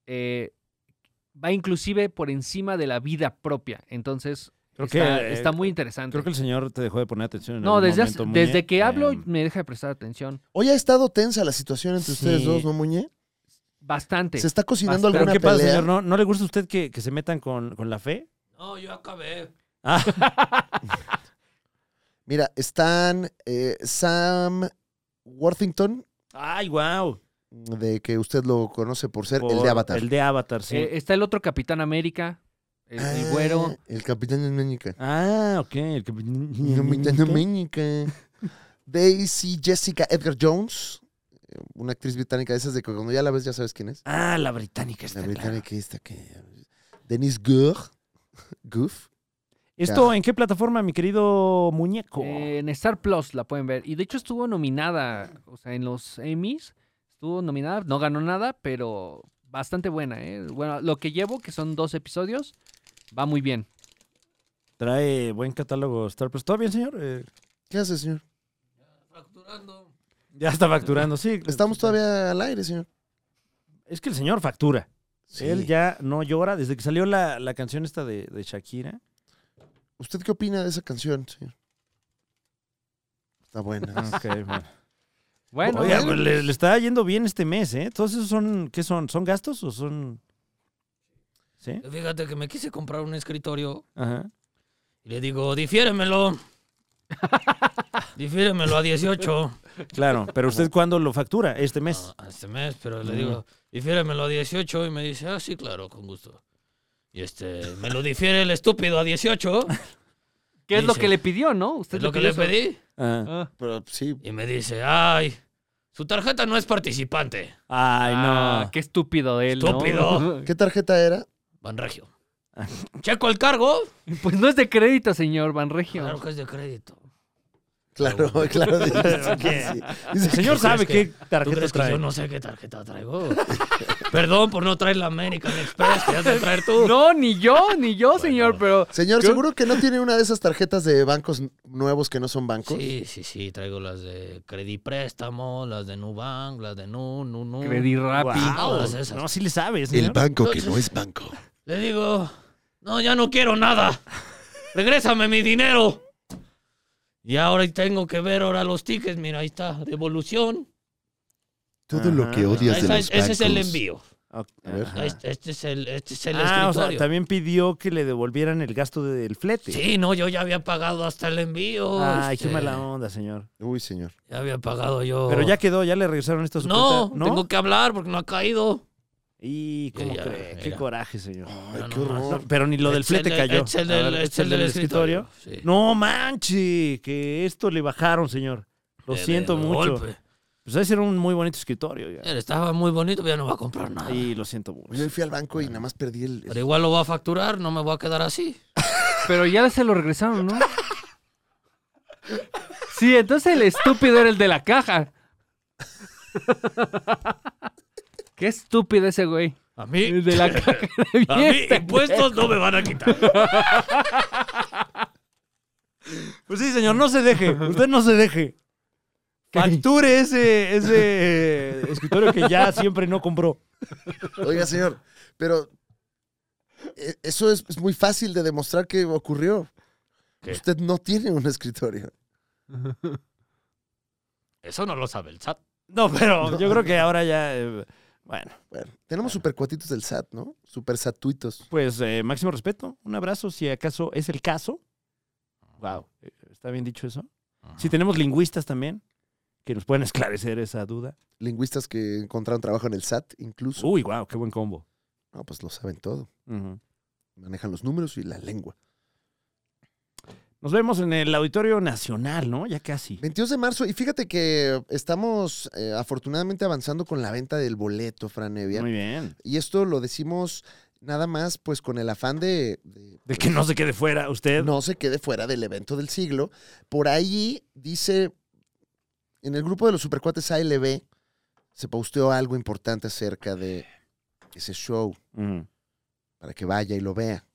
F: eh, va inclusive por encima de la vida propia. Entonces,
B: Creo
F: está,
B: que, eh,
F: está muy interesante.
B: Creo que el señor te dejó de poner atención. En
F: no,
B: algún
F: desde, hace-
B: momento, Muñe.
F: desde que hablo
B: Em,
F: me deja de prestar atención.
A: Hoy ha estado tensa la situación entre ustedes
B: Sí.
A: dos, ¿no, Muñe?
F: Bastante.
A: ¿Se está cocinando
F: Bastante.
B: ¿Pero
A: alguna
B: qué pasa,
A: pelea?
B: señor? ¿No, ¿No le gusta a usted que, que se metan con, con la fe?
E: No, yo acabé.
B: Ah,
A: Mira, están eh, Sam Worthington,
B: ¡Ay, wow!
A: de que usted lo conoce por ser el de Avatar.
B: El de Avatar, sí.
F: Eh, está el otro Capitán América, el, el güero.
A: Ah, El Capitán América.
B: ah, ok. El que...
A: El Capitán América. Daisy Jessica Edgar Jones, eh, una actriz británica de esas de que cuando ya la ves ya sabes quién es.
B: Ah, la británica está.
A: La
B: claro.
A: británica esta que... Denise Gough. Goof.
B: ¿Esto en qué plataforma, mi querido muñeco?
F: eh, en Star Plus la pueden ver. Y de hecho estuvo nominada, o sea, en los Emmys. Estuvo nominada, no ganó nada, pero bastante buena, ¿eh? Bueno, lo que llevo, que son dos episodios, va muy bien.
B: Trae buen catálogo Star Plus. ¿Todo bien, señor? Eh,
A: ¿Qué hace, señor?
E: Fracturando.
B: ya está facturando, sí.
A: Estamos todavía al aire, señor.
B: Es que el señor factura.
A: Sí.
B: Él ya no llora. Desde que salió la, la canción esta de, de Shakira.
A: ¿Usted qué opina de esa canción, señor? Está buena.
B: Ok, bueno.
F: Bueno,
B: Oiga, pues, le, le está yendo bien este mes, ¿eh? Todos esos son, ¿qué son? ¿Son gastos o son...? ¿Sí?
E: Fíjate que me quise comprar un escritorio
B: Ajá.
E: y le digo, difiéremelo. difiéremelo a 18.
B: Claro, pero ¿usted cuándo lo factura? Este mes.
E: a este mes, pero le digo, difiéremelo a 18 y me dice, ah, sí, claro, con gusto. Y este, me lo difiere el estúpido a 18,
F: ¿qué es lo
E: dice-
F: que le pidió, no? ¿Usted
E: es lo que le
F: pidió eso?
E: pedí,
B: Ajá.
F: Ah,
A: Pero sí,
E: y me dice, ay, su tarjeta no es participante,
B: Ay,
F: ah,
B: no.
F: qué estúpido de él, ¿no?
E: Estúpido.
A: ¿Qué tarjeta era?
E: Van Regio. Checo el cargo,
F: pues no es de crédito, señor Van Regio.
E: claro que es de crédito.
A: Claro, claro. dice-
B: ¿Qué?
A: sí. Dice
B: El señor
E: ¿Tú crees
B: sabe
E: que-
B: qué
E: ¿Tú
B: tarjeta
E: crees que
B: trae.
E: yo no sé qué tarjeta traigo? Perdón por no traer la American Express que has de traer tú.
F: No, ni yo, ni yo, señor, pero.
A: Señor,
F: Yo-
A: ¿seguro que no tiene una de esas tarjetas de bancos nuevos que no son bancos?
E: Sí, sí, sí, traigo las de Credit Préstamo, las de Nubank, las de Nu, Nu, Nu.
F: Credit Rappi.
E: Mm. Guau,
B: Wow.
E: todas esas.
B: No, sí le sabes.
A: El
B: señor.
A: banco que no es banco.
E: Le digo, no, ya no quiero nada. Regrésame mi dinero. Y ahora tengo que ver ahora los tickets. Mira, ahí está, devolución.
I: Todo lo que
A: Ah.
B: Ajá.
I: odias de
E: Esa-
I: los
E: ese es el
I: bancos.
E: envío.
B: Ok,
A: A ver.
B: ajá.
E: Este, este es el, este es el
B: Ah, o sea,
E: escritorio.
B: también pidió que le devolvieran el gasto del flete.
E: Sí, no, yo ya había pagado hasta el envío.
B: Ay, qué
E: este,
B: mala onda, señor.
A: Uy, señor.
E: Ya había pagado yo.
B: Pero ya quedó, ya le regresaron esto a su
E: No,
B: cuenta. ¿No?
E: tengo que hablar porque no ha caído.
B: Y cómo
E: Ya,
B: cree,
E: ya.
B: qué coraje, señor.
A: Ay,
E: no
A: qué
E: más.
A: horror.
B: No, pero ni lo del
E: Es
B: flete
E: el-
B: cayó.
E: es el
B: A
E: del-
B: ver,
E: es el del escritorio. Sí.
B: No manche, que esto le bajaron, señor. Lo
E: De- de
B: siento mucho.
E: golpe.
B: Pues ese era un muy bonito escritorio. oiga.
E: Él estaba muy bonito, pero ya no va a comprar nada.
B: Y lo siento mucho.
A: Yo fui al banco y nada más perdí el...
E: Pero igual lo va a facturar, no me voy a quedar así.
F: Pero ya se lo regresaron, ¿no? Sí, entonces el estúpido era el de la caja. Qué estúpido ese güey.
E: A mí,
F: El de la caja. este de
E: a mí eh,
F: billetes.
E: impuestos no me van a quitar.
B: Pues sí, señor, no se deje. Usted no se deje. Facture ese, ese eh, escritorio que ya siempre no compró.
A: Oiga, señor, pero eh, eso es, es muy fácil de demostrar que ocurrió.
E: ¿Qué?
A: Usted no tiene un escritorio.
E: Eso no lo sabe el SAT.
B: No, pero yo creo que ahora ya. eh, bueno,
A: Bueno, tenemos supercuatitos del SAT, ¿no? Super satuitos.
B: pues eh, máximo respeto. Un abrazo, si acaso es el caso. Wow, ¿está bien dicho eso? Si tenemos lingüistas también que nos pueden esclarecer esa duda.
A: Lingüistas que encontraron trabajo en el SAT, incluso.
B: Uy, wow, qué buen combo.
A: No, pues lo saben todo.
B: Ujú.
A: Manejan los números y la lengua.
B: Nos vemos en el Auditorio Nacional, ¿no? Ya casi.
A: 22 de marzo, y fíjate que estamos eh, afortunadamente avanzando con la venta del boleto, Fran Evia.
B: Muy bien.
A: Y esto lo decimos nada más pues con el afán de- de
B: De que no se quede fuera usted.
A: no se quede fuera del evento del siglo. Por ahí dice, en el grupo de los supercuates ALB se posteó algo importante acerca de ese show
B: Ujú.
A: para que vaya y lo vea,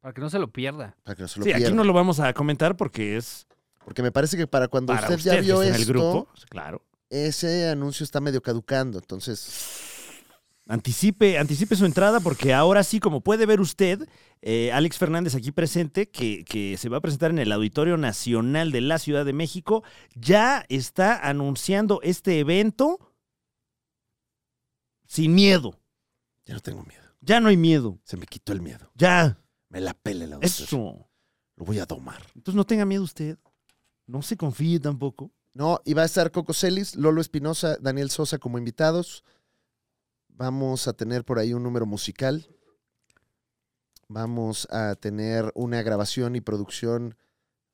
F: Para que no se lo pierda.
A: para que no se lo
B: sí,
A: pierda.
B: aquí no lo vamos a comentar porque es
A: Porque me parece que para cuando
B: para
A: usted,
B: usted,
A: ya
B: que
A: vio
B: está
A: esto,
B: en el grupo. Claro.
A: ese anuncio está medio caducando. Entonces,
B: Anticipe, anticipe su entrada porque ahora sí, como puede ver usted, eh, Alex Fernández aquí presente, que, que se va a presentar en el Auditorio Nacional de la Ciudad de México, ya está anunciando este evento sin miedo.
A: ya no tengo miedo.
B: Ya no hay miedo.
A: Se me quitó el miedo.
B: Ya.
A: Me la pela el anuncio.
B: Eso.
A: Lo voy a domar.
B: Entonces no tenga miedo usted. No se confíe tampoco.
A: No, y va a estar Coco Celis, Lolo Espinosa, Daniel Sosa como invitados. Vamos a tener por ahí un número musical. Vamos a tener una grabación y producción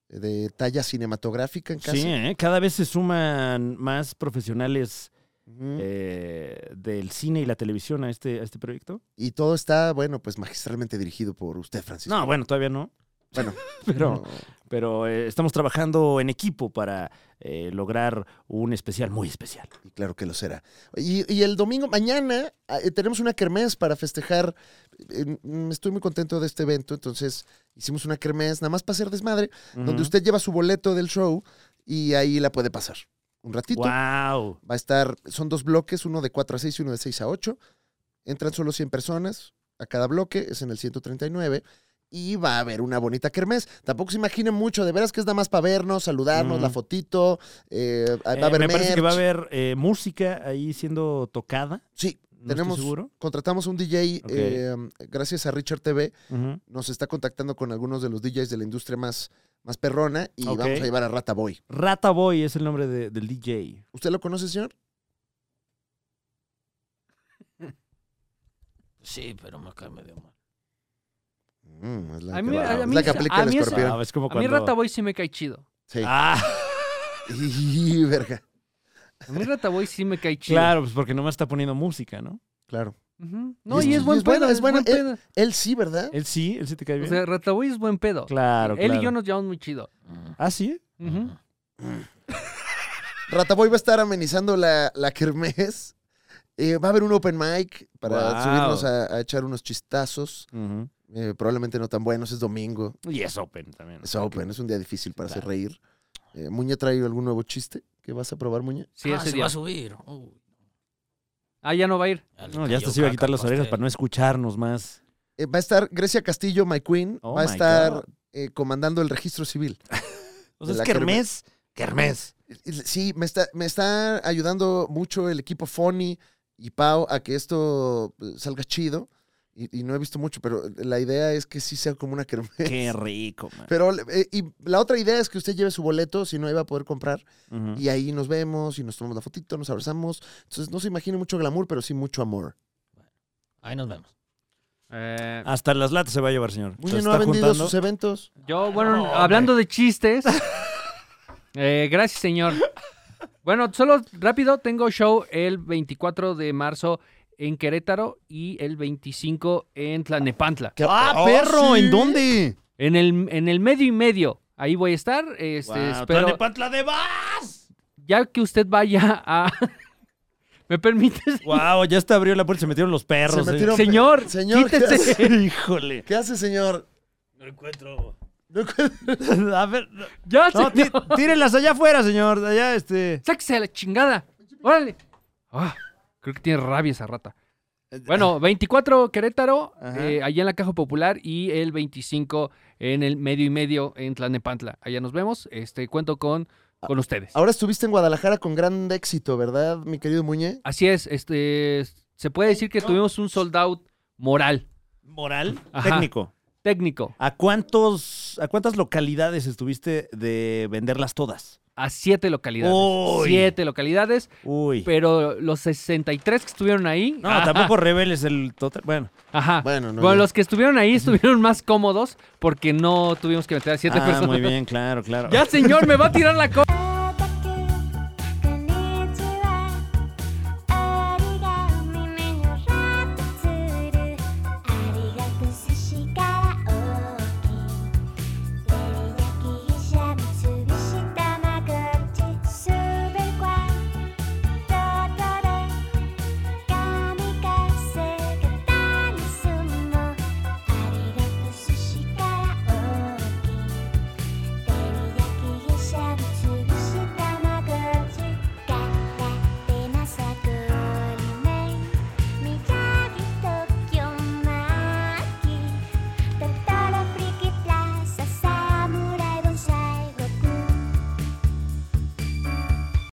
A: de talla cinematográfica en casa.
B: Sí, ¿eh? cada vez se suman más profesionales
A: Ujú.
B: eh, del cine y la televisión a este, a este proyecto.
A: Y todo está, bueno, pues magistralmente dirigido por usted, Francisco.
B: No, bueno, todavía no.
A: Bueno,
B: Pero,
A: no.
B: pero eh, estamos trabajando en equipo para eh, lograr un especial muy especial.
A: Y claro que lo será. Y, y el domingo, mañana, eh, tenemos una kermés para festejar. Eh, mm, Estoy muy contento de este evento, entonces hicimos una kermés, nada más para hacer desmadre, donde usted lleva su boleto del show y ahí la puede pasar. Un ratito.
B: ¡Wow!
A: Va a estar, son dos bloques, uno de 4 a 6 y uno de 6 a 8. Entran solo 100 personas a cada bloque, es en el 139. Y va a haber una bonita kermés. Tampoco se imaginen mucho, de veras que es nada más para vernos, saludarnos,
B: Mm.
A: la fotito. eh, va a haber
B: me parece que va a
A: merch.
B: haber eh, música ahí siendo tocada.
A: Sí,
B: No estoy
A: tenemos,
B: seguro.
A: contratamos un DJ,
B: Ok.
A: eh, gracias a Richard TV,
B: Ujú.
A: nos está contactando con algunos de los DJs de la industria más, más perrona y
B: Ok.
A: vamos a llevar a Rata Boy.
B: Rata Boy es el nombre de- del DJ.
A: ¿Usted lo conoce, señor?
E: Sí, pero me cae medio mal.
A: Mm, es la
F: A
A: que,
F: mí-
B: a
A: es
F: mí
A: la que
F: se-
A: aplica
F: a
A: el
F: mí eso-
A: escorpión.
B: Ah, es como
F: A mí
B: cuando-
F: Rataboy sí me cae chido.
A: Sí.
B: Ah,
A: Y, verga.
F: A mí Rataboy sí me cae chido.
B: claro, pues porque nomás está poniendo música, ¿no?
A: Claro.
F: Ujú. No,
A: es-
F: y es buen pedo.
A: bueno, es
F: es
A: bueno,
F: buen pedo.
A: Él sí, ¿verdad?
B: Él sí, él sí te cae
F: O
B: bien.
F: sea, Ratabui es buen pedo.
B: claro,
F: Él
B: claro.
F: y yo nos llevamos muy chido.
B: Ah, sí.
F: Ujú.
A: Rataboy va a estar amenizando la, la kermés. Eh, va a haber un open mic para
B: Wow.
A: subirnos a, a echar unos chistazos.
B: Ujú.
A: eh, probablemente no tan buenos, es domingo.
B: Y es open también.
A: Es open, es un día difícil para hacer
B: Claro.
A: reír. Eh, Muña trae algún nuevo chiste que vas a probar, Muña.
F: Sí,
E: ah,
F: ese
E: se
F: día.
E: va a subir. Uy,
F: Ah, ya no va a ir.
E: le
B: No, ya
E: cayó
B: hasta se iba a
E: caca
B: quitar
E: al
B: las orejas
E: pastel.
B: para no escucharnos más.
A: Eh, va a estar Grecia Castillo, My Queen,
B: Oh
A: va a
B: my God.
A: estar eh, comandando el registro civil.
B: O sea,
A: De la
B: es kermés. Kermés.
A: Sí, me está, me está ayudando mucho el equipo Fony y Pau a que esto eh, salga chido. Y, y no he visto mucho, pero la idea es que sí sea como una kermés.
B: Qué rico, man.
A: Pero eh, y la otra idea es que usted lleve su boleto, si no iba a poder comprar,
B: Ujú.
A: y ahí nos vemos y nos tomamos la fotito, nos abrazamos. Entonces no se imagine mucho glamour, pero sí mucho amor.
E: Ahí nos vemos.
F: Eh,
B: Hasta las latas se va a llevar, señor.
A: Muñe
B: Se
A: no ha
B: está
A: vendido
B: juntando.
A: sus eventos.
B: Ah,
F: Yo, bueno, hablando de chistes. eh, gracias, señor. Bueno, solo rápido, tengo show el 24 de marzo en Querétaro y el 25 en Tlanepantla.
B: ¡Ah,
A: Oh,
B: perro!
A: sí.
B: ¿En dónde?
F: En el, en el medio y medio, ahí voy a estar. Este,
B: Guau,
F: espero,
B: ¡Tlanepantla de Vas!
F: ya que usted vaya a... ¿Me permites?
B: ¡Guau! Ya hasta abrió la puerta, se metieron los perros.
A: Se
B: eh.
A: metieron-
F: Señor,
A: Señor, ¿qué
F: quítese.
A: hace?
B: Híjole.
A: ¿Qué hace, señor?
E: No encuentro.
A: No encuentro-
B: A ver, no,
F: Ya,
B: no,
F: señor.
B: tí- tírenlas allá afuera, señor. Allá, este.
F: Sáquese a la chingada. Órale. Ah, creo que tiene rabia esa rata. Bueno, 24 Querétaro,
B: Ajá.
F: eh, allá en la Caja Popular, y el 25 en el medio y medio en Tlanepantla. Allá nos vemos. Este cuento con, con ustedes.
A: Ahora estuviste en Guadalajara con gran éxito, ¿verdad, mi querido Muñe?
F: Así es, este se puede decir
B: Ah.
F: que tuvimos un sold out moral,
B: Moral,
F: Ajá.
B: técnico.
F: técnico,
B: ¿A cuántos, a cuántas localidades estuviste de venderlas todas?
F: a siete localidades.
B: Uy.
F: Siete localidades,
B: Uy.
F: pero los 63 que estuvieron ahí.
B: No,
F: ajá,
B: tampoco reveles el total. Bueno,
F: Ajá.
A: Bueno, no.
F: Bueno,
A: ya.
F: los que estuvieron ahí estuvieron más cómodos porque no tuvimos que meter a siete
B: ah,
F: personas.
B: muy bien, claro, claro.
F: Ya, señor, me va a tirar la cosa.